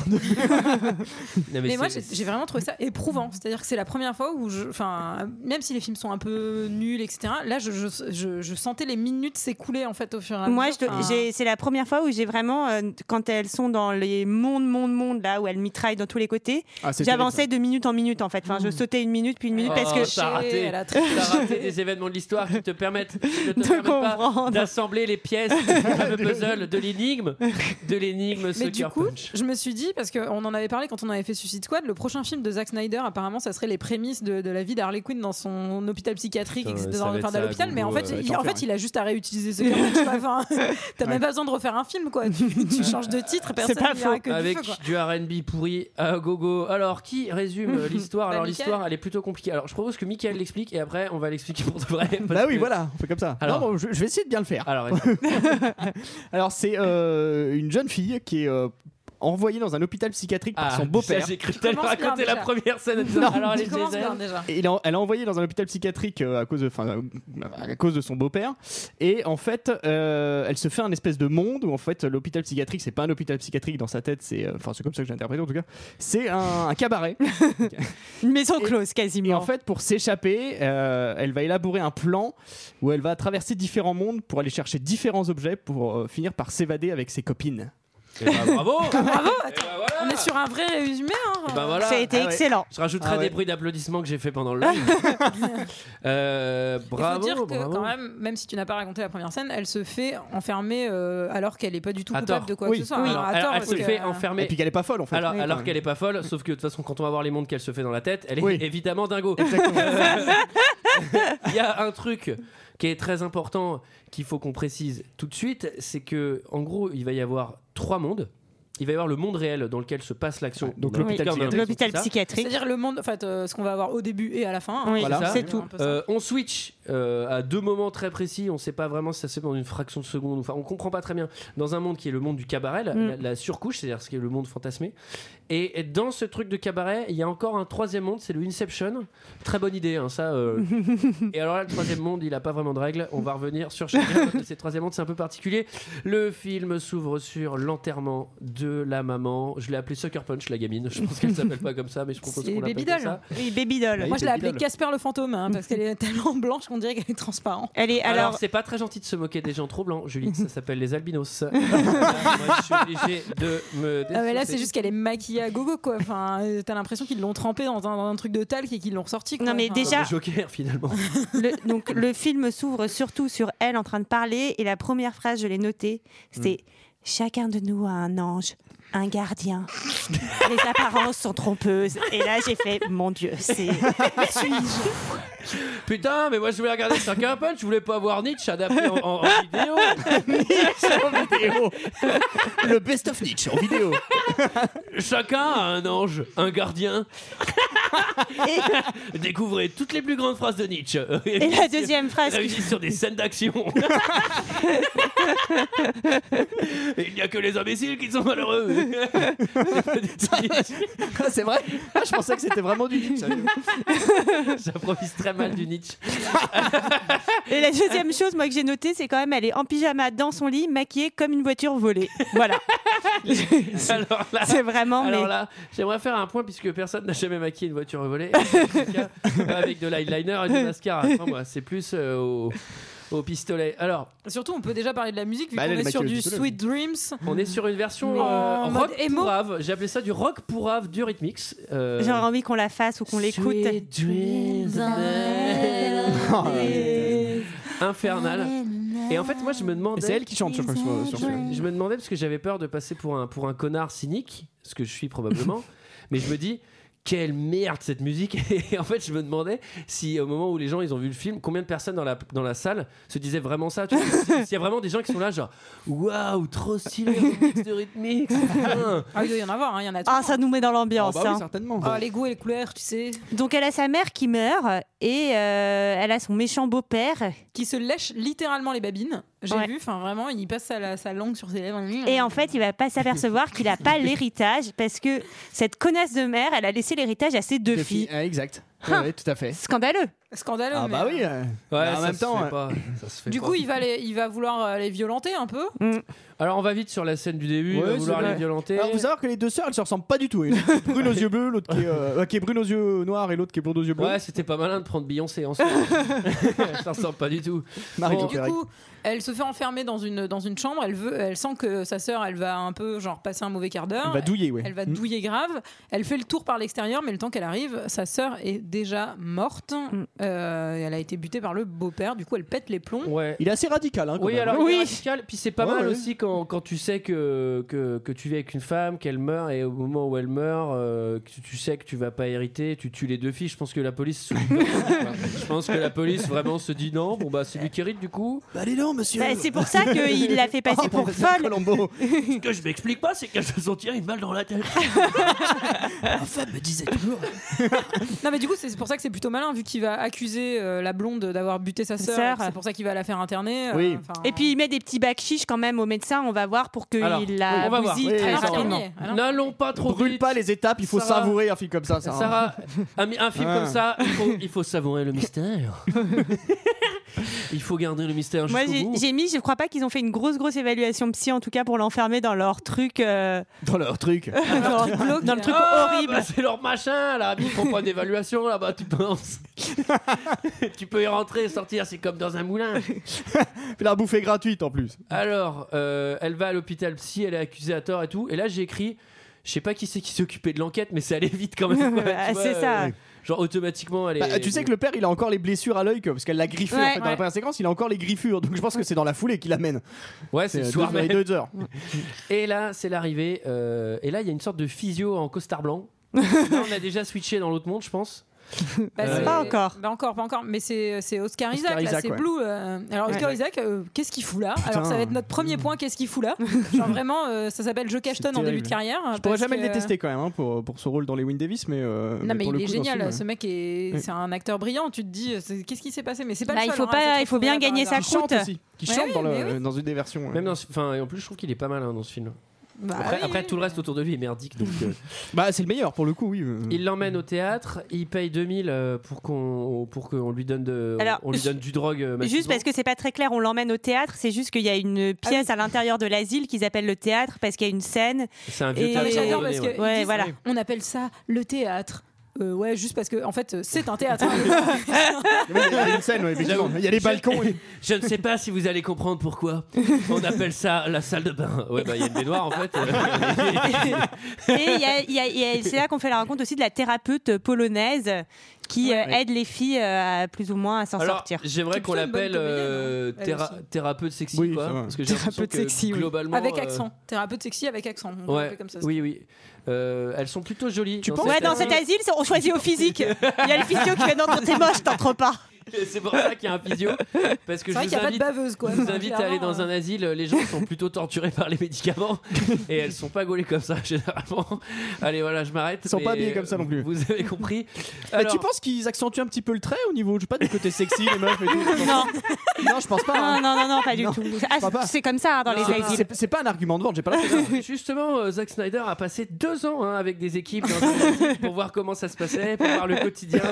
Speaker 1: non,
Speaker 6: Mais moi,
Speaker 1: c'est-
Speaker 6: j'ai j'ai vraiment trouvé ça éprouvant. C'est-à-dire que c'est la première fois où, je, enfin, même si les films sont un peu nuls, etc. Là, je, je, je- je sentais les minutes s'écouler en fait au fur et à mesure.
Speaker 10: Moi, je dois-
Speaker 6: Enfin,
Speaker 10: j'ai- c'est la première fois où j'ai vraiment, euh, quand elles sont dans les mondes, mondes, mondes, là où elles mitraillent dans tous les côtés,
Speaker 7: Ah, Hmm. c'est
Speaker 10: j'avançais de minute en minute en fait. Enfin, je sautais une minute puis une minute
Speaker 1: Oh,
Speaker 10: parce
Speaker 7: Ah.
Speaker 10: que
Speaker 1: t'as raté.
Speaker 6: Elle a triché.
Speaker 1: T'as raté des événements de l'histoire qui te permettent, qui ne te
Speaker 10: De
Speaker 1: permettent pas
Speaker 10: comprendre.
Speaker 1: d'assembler les pièces du fameux puzzle de l'énigme, de l'énigme
Speaker 6: Mais du
Speaker 1: Sucker
Speaker 6: coup,
Speaker 1: Punch.
Speaker 6: je me suis dit, parce qu'on en avait parlé quand on avait fait Suicide Squad, le prochain film de Zack Snyder, apparemment, ça serait les prémices de, de la vie d'Harley Quinn dans son hôpital psychiatrique,
Speaker 1: Putain,
Speaker 6: etc.,
Speaker 1: ça
Speaker 6: dans
Speaker 1: va être
Speaker 6: enfin,
Speaker 1: ça,
Speaker 6: dans l'hôpital.
Speaker 1: Gongo,
Speaker 6: Mais en fait,
Speaker 1: euh,
Speaker 6: il, en fait, il a juste à réutiliser ce film. tu vois, enfin, T'as même pas besoin de refaire un film, quoi. Tu, tu changes de titre, personne
Speaker 10: pas
Speaker 6: n'y verra
Speaker 10: faux.
Speaker 6: que du
Speaker 1: Avec
Speaker 6: feu, quoi.
Speaker 1: du R&B pourri à gogo. Alors, qui résume euh, l'histoire
Speaker 6: Bah,
Speaker 1: Alors,
Speaker 6: Mickaël.
Speaker 1: l'histoire, elle est plutôt compliquée. Alors, je propose que Michael l'explique et après, on va l'expliquer pour de vrai. parce
Speaker 7: Bah oui,
Speaker 1: que-
Speaker 7: voilà, on fait comme ça.
Speaker 1: Alors-
Speaker 7: non, bon, je, je vais essayer de bien le faire.
Speaker 1: Alors,
Speaker 7: Alors, c'est euh, une jeune fille qui est euh, envoyée dans un hôpital psychiatrique par son beau-père.
Speaker 1: J'ai cru ah, tellement
Speaker 6: commences bien,
Speaker 1: raconter la
Speaker 6: déjà.
Speaker 1: première scène. Alors, elle
Speaker 6: Tu
Speaker 1: est
Speaker 6: commences
Speaker 1: désert.
Speaker 6: bien, déjà.
Speaker 7: Et il a- elle est envoyée dans un hôpital psychiatrique euh, à cause de, enfin, euh, à cause de son beau-père. Et en fait, euh, elle se fait un espèce de monde où en fait l'hôpital psychiatrique, c'est pas un hôpital psychiatrique dans sa tête, c'est, euh, enfin, c'est comme ça que j'ai interprété en tout cas. C'est un, un cabaret.
Speaker 10: une maison
Speaker 7: Et-
Speaker 10: close
Speaker 7: Et
Speaker 10: quasiment.
Speaker 7: en fait, pour s'échapper, euh, elle va élaborer un plan où elle va traverser différents mondes pour aller chercher différents objets pour euh, finir par s'évader avec ses copines.
Speaker 1: Eh ben, bravo
Speaker 6: Bravo,
Speaker 1: Eh ben, voilà.
Speaker 6: on est sur un vrai résumé. hein.
Speaker 1: Eh ben, voilà.
Speaker 10: ça a été
Speaker 7: Ah ouais.
Speaker 10: excellent.
Speaker 1: Je rajouterai
Speaker 7: Ah ouais.
Speaker 1: des bruits d'applaudissements que j'ai fait pendant le live. Euh,
Speaker 6: Il faut
Speaker 1: bravo,
Speaker 6: dire que
Speaker 1: bravo.
Speaker 6: quand même, même si tu n'as pas raconté la première scène, elle se fait enfermer euh, alors qu'elle n'est pas du tout
Speaker 1: À
Speaker 6: coupable
Speaker 1: tort.
Speaker 6: de quoi
Speaker 7: Oui.
Speaker 6: que ce soit.
Speaker 1: Oui.
Speaker 6: Alors, à
Speaker 1: elle,
Speaker 6: tort,
Speaker 1: elle
Speaker 6: parce
Speaker 1: se
Speaker 6: que- euh,
Speaker 1: fait
Speaker 7: Et
Speaker 1: enfermer.
Speaker 7: puis qu'elle est pas folle en fait.
Speaker 1: Alors,
Speaker 10: Oui,
Speaker 1: alors
Speaker 10: quand
Speaker 1: qu'elle est pas folle, sauf que de toute façon, quand on va voir les mondes qu'elle se fait dans la tête, elle est
Speaker 7: Oui.
Speaker 1: évidemment dingo. Il y a un truc qui est très important qu'il faut qu'on précise tout de suite, c'est que en gros, il va y avoir trois mondes. il va y avoir le monde réel dans lequel se passe l'action.
Speaker 7: donc
Speaker 1: On a un
Speaker 7: l'hôpital
Speaker 1: hôpital
Speaker 7: psychiatrique.
Speaker 1: psychiatrique,
Speaker 10: L'hôpital
Speaker 1: tout ça.
Speaker 10: psychiatrique.
Speaker 6: C'est-à-dire le monde, en fait, euh, ce qu'on va avoir au début et à la fin. hein.
Speaker 10: Oui,
Speaker 1: Voilà.
Speaker 6: C'est un
Speaker 10: c'est tout.
Speaker 6: peu ça.
Speaker 1: Euh, on switch euh, à deux moments très précis. On ne sait pas vraiment si ça se fait dans une fraction de seconde. Enfin, on comprend pas très bien. Dans un monde qui est le monde du cabaret, la,
Speaker 10: Mm.
Speaker 1: la- la surcouche, c'est-à-dire ce qui est le monde fantasmé. Et, et dans ce truc de cabaret, il y a encore un troisième monde, c'est le Inception. Très bonne idée, hein, ça. euh. et alors là, le troisième monde, il a pas vraiment de règles. On va revenir sur chacun de ces troisième mondes. C'est un peu particulier. Le film s'ouvre sur l'enterrement de la maman. Je l'ai appelé Sucker Punch, la gamine. Je pense qu'elle s'appelle pas comme ça, mais je propose
Speaker 6: C'est
Speaker 1: qu'on l'appelle
Speaker 6: Baby
Speaker 1: comme
Speaker 6: Doll.
Speaker 1: ça.
Speaker 10: Oui, Baby Doll.
Speaker 6: Moi, je l'ai appelée
Speaker 7: Doll.
Speaker 6: Casper le fantôme hein, parce qu'elle est tellement blanche qu'on dirait qu'elle est transparente.
Speaker 10: Elle est
Speaker 1: Alors,
Speaker 10: alors.
Speaker 1: c'est pas très gentil de se moquer des gens trop blancs, Julie. Ça s'appelle les albinos. Moi, je suis obligé de me.
Speaker 6: Ah, mais là, c'est
Speaker 1: dessouder.
Speaker 6: juste qu'elle est maquillée à gogo quoi. Enfin, euh, t'as l'impression qu'ils l'ont trempée dans un, dans un truc de talc et qu'ils l'ont ressorti. quoi.
Speaker 10: Non, mais
Speaker 6: Enfin,
Speaker 10: déjà-
Speaker 1: Le Joker finalement.
Speaker 10: le- donc le film s'ouvre surtout sur elle en train de parler et la première phrase, je l'ai notée, c'est
Speaker 7: Hmm.
Speaker 10: Chacun de nous a un ange, un gardien. Les apparences sont trompeuses. Et là, j'ai fait Mon Dieu, c'est.
Speaker 1: Putain, mais moi je voulais regarder Sucker Punch, je voulais pas voir Nietzsche adapté en, en- en vidéo.
Speaker 7: Le best of Nietzsche en vidéo.
Speaker 1: Chacun a un ange, un gardien. Découvrez toutes les plus grandes phrases de Nietzsche.
Speaker 10: Et la deuxième phrase. que-
Speaker 1: Réunis sur des scènes d'action. Il n'y a que les imbéciles qui sont malheureux.
Speaker 7: Ah, c'est vrai Ah, Je pensais que c'était vraiment du Nietzsche.
Speaker 1: J'improvise très mal du Nietzsche.
Speaker 10: Et la deuxième chose, moi, que j'ai notée, c'est quand même, elle est en pyjama dans son lit, maquillée comme une voiture volée. Voilà.
Speaker 1: Alors là,
Speaker 10: C'est vraiment.
Speaker 1: Alors
Speaker 10: mais-
Speaker 1: là, j'aimerais faire un point puisque personne n'a jamais maquillé une voiture volée, En tout cas, pas avec de l'eyeliner et du mascara. Enfin, moi, c'est plus euh, au, au pistolet. Alors,
Speaker 6: Surtout, on peut déjà parler de la musique vu
Speaker 7: Bah, elle,
Speaker 6: qu'on
Speaker 7: elle
Speaker 6: est sur
Speaker 7: maquille
Speaker 6: du
Speaker 7: au pistolet.
Speaker 6: Sweet Dreams.
Speaker 1: on est sur une version
Speaker 6: Mais
Speaker 1: euh,
Speaker 6: en mode
Speaker 1: rock
Speaker 6: emo.
Speaker 1: pourrave. J'ai appelé ça du rock pourrave du Rhythmix. Euh,
Speaker 10: J'aurais envie qu'on la fasse ou qu'on l'écoute.
Speaker 1: Sweet dreams infernal. Et en fait, moi, je me demandais.
Speaker 7: C'est elle qui chante sur sur- sur-
Speaker 1: Je me demandais parce que j'avais peur de passer pour un, pour un connard cynique, ce que je suis probablement, mais je me dis quelle merde cette musique et en fait je me demandais si au moment où les gens ils ont vu le film combien de personnes dans la, dans la salle se disaient vraiment ça tu vois, s'il s'il y a vraiment des gens qui sont là genre waouh trop stylé le mix de rythmique putain.
Speaker 6: Ah, il doit y en avoir, hein, il y en a tout.
Speaker 10: Ah, ça nous met dans
Speaker 7: Ah
Speaker 10: l'ambiance.
Speaker 7: bah oui,
Speaker 10: hein.
Speaker 7: certainement.
Speaker 6: Ah, les goûts et les couleurs, tu sais,
Speaker 10: Donc, elle a sa mère qui meurt et euh, elle a son méchant beau-père.
Speaker 6: qui se lèchent littéralement les babines. J'ai
Speaker 10: Ouais.
Speaker 6: vu, enfin vraiment, il passe sa, la- sa langue sur ses lèvres.
Speaker 10: Et en fait, il va pas s'apercevoir qu'il a pas l'héritage parce que cette connasse de mère, elle a laissé l'héritage à ses deux
Speaker 7: Deux
Speaker 10: filles.
Speaker 7: Ah, exact.
Speaker 10: Hein.
Speaker 7: Oui, tout à fait.
Speaker 10: Scandaleux.
Speaker 6: Scandaleux.
Speaker 7: Ah
Speaker 6: mais-
Speaker 7: bah oui. euh. Mais en
Speaker 1: ça
Speaker 7: même
Speaker 1: se
Speaker 7: temps,
Speaker 1: fait
Speaker 7: euh,
Speaker 1: pas, ça se fait
Speaker 6: Du
Speaker 1: pas.
Speaker 6: coup, il va, les, il va vouloir euh, les violenter un peu.
Speaker 1: alors on va vite sur la scène du début
Speaker 7: Ouais,
Speaker 1: on va
Speaker 7: c'est
Speaker 1: vouloir les
Speaker 7: vrai.
Speaker 1: violenter
Speaker 7: Alors, faut savoir que les deux sœurs, elles se ressemblent pas du tout. Il y en a une qui est brune aux yeux bleus, l'autre qui, est, euh, qui est brune aux yeux noirs et l'autre qui est blonde aux yeux bleus.
Speaker 1: ouais c'était pas malin de prendre Beyoncé ensemble ça ressemble pas du tout
Speaker 7: Marie
Speaker 1: Bon,
Speaker 7: Jo
Speaker 6: Du
Speaker 7: Perret.
Speaker 6: coup, elle se fait enfermer dans une, dans une chambre. Elle, veut, elle sent que sa sœur, elle va un peu genre passer un mauvais quart
Speaker 7: Elle
Speaker 6: d'heure.
Speaker 7: va douiller, Mm. ouais.
Speaker 6: Elle va douiller grave. Elle fait le tour par l'extérieur, mais le temps qu'elle arrive, sa sœur est déjà morte.
Speaker 7: Mm.
Speaker 6: Euh, elle a été butée par le beau-père. Du coup, elle pète les plombs.
Speaker 1: ouais
Speaker 7: Il est assez radical, hein, quand
Speaker 1: Oui,
Speaker 7: même.
Speaker 1: alors
Speaker 10: Oui.
Speaker 1: oui. radical. Puis c'est pas
Speaker 7: Ouais,
Speaker 1: mal
Speaker 7: ouais.
Speaker 1: aussi quand, quand tu sais que, que, que tu vis avec une femme, qu'elle meurt, et au moment où elle meurt, euh, que tu- tu sais que tu vas pas hériter, tu tues les deux filles. Je pense que la police. se- je pense que la police vraiment se dit non, bon bah c'est lui qui hérite du coup.
Speaker 7: Bah, allez donc, monsieur.
Speaker 10: Bah, c'est pour ça qu'il l'a fait passer
Speaker 7: Oh,
Speaker 10: pour
Speaker 7: professeur
Speaker 10: folle.
Speaker 7: Colombo.
Speaker 1: Ce que je m'explique pas, c'est qu'elle se sentir une balle dans la tête.
Speaker 3: Ma femme me disait toujours.
Speaker 6: Non, mais du coup, c'est pour ça que c'est plutôt malin, vu qu'il va accuser euh, la blonde d'avoir buté sa
Speaker 10: Sœur.
Speaker 6: sœur. C'est pour ça qu'il va la faire interner. euh,
Speaker 7: Oui.
Speaker 6: enfin,
Speaker 10: Et puis il met des petits bacs chiches quand même au médecin, on va voir pour qu'il
Speaker 1: Alors, oui,
Speaker 10: la
Speaker 1: on va voir.
Speaker 10: bousille
Speaker 7: Oui,
Speaker 10: très
Speaker 6: Alain
Speaker 7: alors,
Speaker 10: rapidement.
Speaker 6: Carnier, Alain
Speaker 1: N'allons pas hein. trop
Speaker 7: Brûle
Speaker 1: vite.
Speaker 7: pas les étapes, il faut
Speaker 1: Sarah.
Speaker 7: savourer un film comme ça. hein. Sarah.
Speaker 1: Sarah, un, un film
Speaker 7: Ouais.
Speaker 1: comme ça, il faut, il faut savourer le mystère. il faut garder le mystère
Speaker 10: Moi
Speaker 1: jusqu'au
Speaker 10: j'ai-
Speaker 1: bout.
Speaker 10: j'ai mis, je crois pas qu'ils ont fait une grosse grosse évaluation psy en tout cas pour l'enfermer dans leur truc, euh,
Speaker 7: Dans leur truc.
Speaker 10: dans, dans le truc
Speaker 1: Ah,
Speaker 10: horrible.
Speaker 1: bah, c'est leur machin là, ils font pas d'évaluation là-bas, tu penses Tu peux y rentrer et sortir, c'est comme dans un moulin.
Speaker 7: Puis la bouffe est gratuite en plus.
Speaker 1: Alors, euh, elle va à l'hôpital psy, elle est accusée à tort et tout. Et là, j'ai écrit, je sais pas qui c'est qui s'occupait de l'enquête, mais c'est allé vite quand même. quoi, tu
Speaker 10: Ah,
Speaker 1: vois,
Speaker 10: c'est ça.
Speaker 1: euh, genre automatiquement, elle est.
Speaker 7: Bah, tu sais que le père, il a encore les blessures à l'œil, que- parce qu'elle l'a griffé
Speaker 10: Ouais.
Speaker 7: en fait, dans
Speaker 10: Ouais.
Speaker 7: la première séquence, il a encore les griffures. Donc je pense que c'est dans la foulée qu'il l'amène.
Speaker 1: ouais, c'est
Speaker 7: C'est
Speaker 1: le
Speaker 7: deux
Speaker 1: soir
Speaker 7: heures et
Speaker 1: même.
Speaker 7: deux heures.
Speaker 1: Et là, c'est l'arrivée. euh, et là, il y a une sorte de physio en costard blanc. là, on a déjà switché dans l'autre monde, je pense.
Speaker 6: Bah,
Speaker 1: Euh,
Speaker 6: c'est-
Speaker 10: Pas encore.
Speaker 6: Bah, encore, pas encore. Mais c'est c'est Oscar Isaac,
Speaker 1: Oscar
Speaker 6: là,
Speaker 1: Isaac,
Speaker 6: c'est
Speaker 1: ouais.
Speaker 6: Blue. euh, alors,
Speaker 1: Ouais.
Speaker 6: Oscar Isaac, euh, qu'est-ce qu'il fout là Alors, ça
Speaker 7: Putain.
Speaker 6: va être notre premier point, qu'est-ce qu'il fout là Genre, vraiment, euh, ça s'appelle Joe Cashton en
Speaker 7: terrible.
Speaker 6: début de carrière. euh,
Speaker 7: Je pourrais jamais le détester quand même hein, pour, pour ce rôle dans les Win Davis, mais. euh,
Speaker 6: Non, mais,
Speaker 7: pour le
Speaker 6: il est
Speaker 7: coup, dans
Speaker 6: génial,
Speaker 7: film,
Speaker 6: ce mec est
Speaker 7: Ouais.
Speaker 6: c'est un acteur brillant. Tu te dis, euh, c'est- qu'est-ce qui s'est passé Mais c'est pas
Speaker 10: Bah,
Speaker 6: le
Speaker 10: il
Speaker 6: seul,
Speaker 10: faut
Speaker 6: hein,
Speaker 10: pas-
Speaker 6: à s'être
Speaker 10: il faut bien
Speaker 6: retrouvé
Speaker 10: gagner
Speaker 6: par
Speaker 10: sa
Speaker 6: hasard.
Speaker 7: Qui chante
Speaker 10: Coûte.
Speaker 7: aussi, qui
Speaker 6: Ouais,
Speaker 7: chante dans,
Speaker 6: mais
Speaker 7: le- dans une des versions. ouais.
Speaker 1: Même dans ce- enfin, et en plus, je trouve qu'il est pas mal hein, dans ce film.
Speaker 6: Bah
Speaker 1: Après,
Speaker 6: oui.
Speaker 1: après, tout le reste autour de lui est merdique. Donc, euh,
Speaker 7: Bah, c'est le meilleur pour le coup, oui. euh.
Speaker 1: il l'emmène au théâtre, il paye 2000 euh, pour qu'on pour qu'on lui donne de,
Speaker 10: Alors,
Speaker 1: on lui donne du drogue. euh,
Speaker 10: Juste
Speaker 1: massivement.
Speaker 10: parce que c'est pas très clair, on l'emmène au théâtre, c'est juste qu'il y a une
Speaker 1: Ah
Speaker 10: pièce à l'intérieur de l'asile qu'ils appellent le théâtre parce qu'il y a une scène.
Speaker 1: c'est un vieux
Speaker 10: et-
Speaker 6: Ah, mais
Speaker 1: théâtre
Speaker 6: j'adore
Speaker 1: abandonné,
Speaker 6: parce
Speaker 1: ouais.
Speaker 6: que ils
Speaker 10: Ouais,
Speaker 6: disent,
Speaker 10: voilà.
Speaker 6: on appelle ça le théâtre. Euh, ouais, juste parce que en fait, euh, c'est un théâtre.
Speaker 7: Il y a une scène, ouais, effectivement. Il y a les balcons. et-
Speaker 1: Je ne sais pas si vous allez comprendre pourquoi on appelle ça la salle de bain. Ouais, bah il y a une baignoire en fait.
Speaker 10: Et il y a- il y a- il y a- c'est là qu'on fait la rencontre aussi de la thérapeute polonaise qui euh, aide les filles euh, à plus ou moins à s'en
Speaker 1: Alors,
Speaker 10: sortir.
Speaker 1: j'aimerais
Speaker 6: C'est
Speaker 1: qu'on
Speaker 6: plutôt une bonne
Speaker 1: l'appelle euh,
Speaker 6: comédienne, hein, elle
Speaker 1: théra-
Speaker 6: aussi.
Speaker 1: thérapeute sexy,
Speaker 7: Oui,
Speaker 1: quoi,
Speaker 7: ça va.
Speaker 1: parce que j'ai l'impression
Speaker 3: Thérapeute
Speaker 1: que
Speaker 3: sexy, oui.
Speaker 1: globalement
Speaker 6: avec
Speaker 1: euh,
Speaker 6: accent. Thérapeute sexy avec accent. On
Speaker 1: Ouais,
Speaker 6: fait comme ça.
Speaker 1: oui, oui. Euh, elles sont plutôt jolies.
Speaker 7: Tu
Speaker 1: dans
Speaker 7: penses-
Speaker 10: Ouais,
Speaker 1: cette
Speaker 10: dans cet
Speaker 1: asile.
Speaker 10: asile, on choisit au physique. Il y a le physio qui fait non, non, t'es moche, t'en trop pas.
Speaker 1: C'est pour ça qu'il y a un physio. Parce que
Speaker 6: C'est
Speaker 1: je
Speaker 6: vrai
Speaker 1: vous
Speaker 6: qu'il n'y a pas de
Speaker 1: invite,
Speaker 6: baveuse quoi. euh.
Speaker 1: je vous invite à aller dans un asile. Les gens sont plutôt torturés par les médicaments et elles sont pas gaulées comme ça généralement. Allez, voilà, je m'arrête.
Speaker 7: Elles sont
Speaker 1: mais
Speaker 7: pas habillées comme ça non plus.
Speaker 1: Vous avez compris.
Speaker 7: Bah,
Speaker 1: Alors,
Speaker 7: tu penses qu'ils accentuent un petit peu le trait au niveau, je sais pas, du côté sexy, les meufs et tout je pense-
Speaker 10: Non,
Speaker 7: Non, je pense pas. hein.
Speaker 10: non, non, non, non, pas du
Speaker 7: Non,
Speaker 10: tout. Ah,
Speaker 7: crois pas.
Speaker 10: c'est comme ça hein, dans les
Speaker 1: Non,
Speaker 7: C'est-
Speaker 10: asiles.
Speaker 7: C'est c'est pas un argument de vente, j'ai pas l'impression.
Speaker 1: Justement, euh, Zack Snyder a passé deux ans hein, avec des équipes dans un asile pour voir comment ça se passait, pour voir le quotidien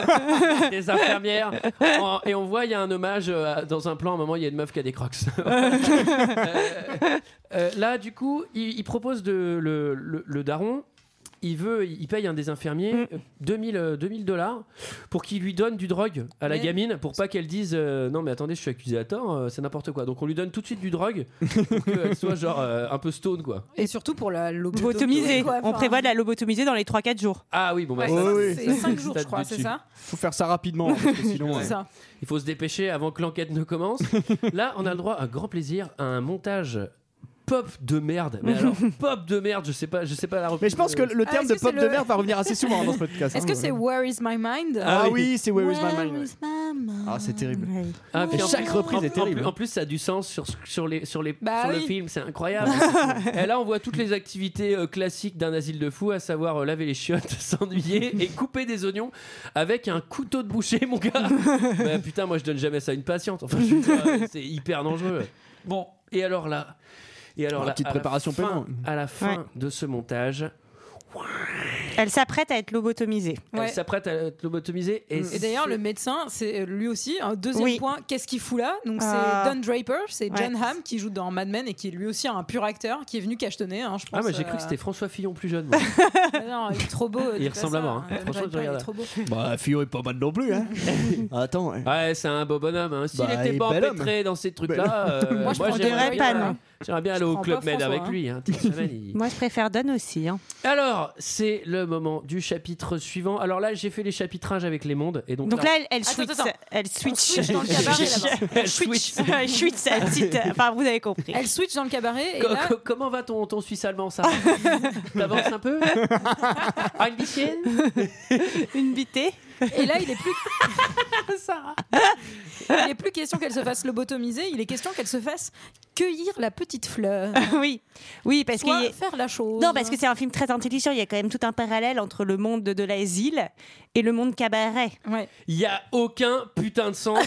Speaker 1: des infirmières. En- et on voit, il y a un hommage euh, à- dans un plan. À un moment, il y a une meuf qui a des crocs. Euh, euh, là, du coup, il, il propose de, le, le- le daron. Il veut, il paye un des infirmiers euh, 2000 euh, 2000 dollars pour qu'il lui donne du drogue à la
Speaker 6: Mais-
Speaker 1: gamine pour pas qu'elle dise euh, non mais attendez je suis accusé à tort euh, c'est n'importe quoi donc on lui donne tout de suite du drogue pour qu'elle soit genre euh, un peu stone quoi
Speaker 6: Et surtout pour la
Speaker 10: Lobotomisée.
Speaker 6: lobotomisée.
Speaker 10: On prévoit de la lobotomiser dans les 3-4 jours.
Speaker 1: Ah oui, bon, bah,
Speaker 6: Ouais,
Speaker 1: ça, ça,
Speaker 7: Ouais, ouais.
Speaker 1: ça,
Speaker 6: c'est
Speaker 1: ça,
Speaker 6: 5
Speaker 1: ça
Speaker 6: jours,
Speaker 1: date
Speaker 6: je crois,
Speaker 1: dessus.
Speaker 6: c'est ça
Speaker 7: Faut faire ça rapidement, hein, parce que sinon.
Speaker 6: C'est
Speaker 7: ouais.
Speaker 6: ça.
Speaker 1: Il faut se dépêcher avant que l'enquête ne commence. Là, on a le droit, à grand plaisir, à un montage pop de merde. Mais alors, pop de merde, je sais pas, je sais pas la reprise.
Speaker 7: Mais je pense que le
Speaker 6: Ah,
Speaker 7: terme
Speaker 6: est-ce
Speaker 7: de
Speaker 6: que
Speaker 7: pop
Speaker 6: c'est
Speaker 7: de
Speaker 6: le-
Speaker 7: merde va revenir assez souvent dans ce podcast.
Speaker 6: Est-ce
Speaker 7: hein,
Speaker 6: que
Speaker 7: ouais.
Speaker 6: c'est Where is my mind
Speaker 7: Ah oui, c'est Where is my mind. ouais. Ah, c'est terrible.
Speaker 1: Ah, puis
Speaker 7: Et
Speaker 1: en-
Speaker 7: chaque reprise
Speaker 1: en-
Speaker 7: est
Speaker 1: en
Speaker 7: terrible.
Speaker 1: plus- En plus, ça a du sens sur, sur, les, sur, les,
Speaker 6: Bah
Speaker 1: sur le
Speaker 6: oui.
Speaker 1: film, c'est incroyable. et là, on voit toutes les activités euh, classiques d'un asile de fous, à savoir euh, laver les chiottes, s'ennuyer et couper des oignons avec un couteau de boucher, mon gars. Bah, putain, moi, je donne jamais ça à une patiente. Enfin, je veux dire, euh, c'est hyper dangereux. Bon, et alors là et alors
Speaker 7: Ah,
Speaker 1: là,
Speaker 7: petite
Speaker 1: à la
Speaker 7: préparation
Speaker 1: fin-
Speaker 7: paiement.
Speaker 1: À la fin
Speaker 10: Ouais.
Speaker 1: de ce montage,
Speaker 10: Elle s'apprête à être lobotomisée.
Speaker 1: elle s'apprête à être lobotomisée. Et,
Speaker 6: Et d'ailleurs, le médecin, c'est euh, lui aussi. Un deuxième
Speaker 10: Oui.
Speaker 6: point, qu'est-ce qu'il fout là Donc,
Speaker 10: Ah.
Speaker 6: c'est Don Draper, c'est
Speaker 10: Ouais.
Speaker 6: John Hamm qui joue dans Mad Men et qui est lui aussi un pur acteur qui est venu cachetonner. Hein, je pense,
Speaker 1: Ah, mais j'ai cru que c'était François Fillon plus jeune. moi.
Speaker 6: Ah non, il est trop beau. dis pas
Speaker 1: ressemble à
Speaker 6: ça,
Speaker 1: mort, hein.
Speaker 6: euh, Don
Speaker 1: Franchement, je
Speaker 6: Draper, il est
Speaker 1: regarde.
Speaker 6: trop beau.
Speaker 7: Bah, Fio est pas mal non plus, hein. Attends. ouais.
Speaker 1: ouais, c'est un beau bonhomme. Hein. S'il
Speaker 7: Bah,
Speaker 1: était
Speaker 7: il est
Speaker 1: pas
Speaker 7: bel
Speaker 1: empêtré dans ces trucs-là, euh,
Speaker 6: Moi, je prends
Speaker 1: j'aimerais
Speaker 10: Devrait
Speaker 1: bien-
Speaker 10: pas, non.
Speaker 1: J'aimerais bien aller au
Speaker 6: prends
Speaker 1: Club
Speaker 6: pas
Speaker 1: Med
Speaker 6: François,
Speaker 1: avec
Speaker 6: hein.
Speaker 1: lui. hein. Toute semaine, il-
Speaker 10: Moi, je préfère Donne aussi. hein.
Speaker 1: Alors, c'est le moment du chapitre suivant. Alors là, j'ai fait les chapitrages avec les mondes. Et donc,
Speaker 10: Donc là, elle, elle
Speaker 6: Attends,
Speaker 10: switch.
Speaker 6: attends, attends.
Speaker 10: Elle
Speaker 6: On
Speaker 10: switch.
Speaker 6: switch dans le cabaret là-bas.
Speaker 1: elle switch.
Speaker 10: switch. switch sa petite- Enfin, vous avez compris.
Speaker 6: Elle switch dans le cabaret et
Speaker 1: Co-
Speaker 6: là,
Speaker 1: co- comment va ton, ton suisse allemand ça T'avances un peu Ein bisschen
Speaker 10: Une bitée.
Speaker 6: et là, il est plus. Il est plus question qu'elle se fasse lobotomiser. Il est question qu'elle se fasse cueillir la petite fleur.
Speaker 10: oui. Oui, parce qu'il
Speaker 6: Soit
Speaker 10: y a-
Speaker 6: faire la chose.
Speaker 10: Non, parce que c'est un film très intelligent. Il y a quand même tout un parallèle entre le monde de l'asile et le monde cabaret.
Speaker 6: Ouais.
Speaker 1: Il n'y a aucun putain de sens.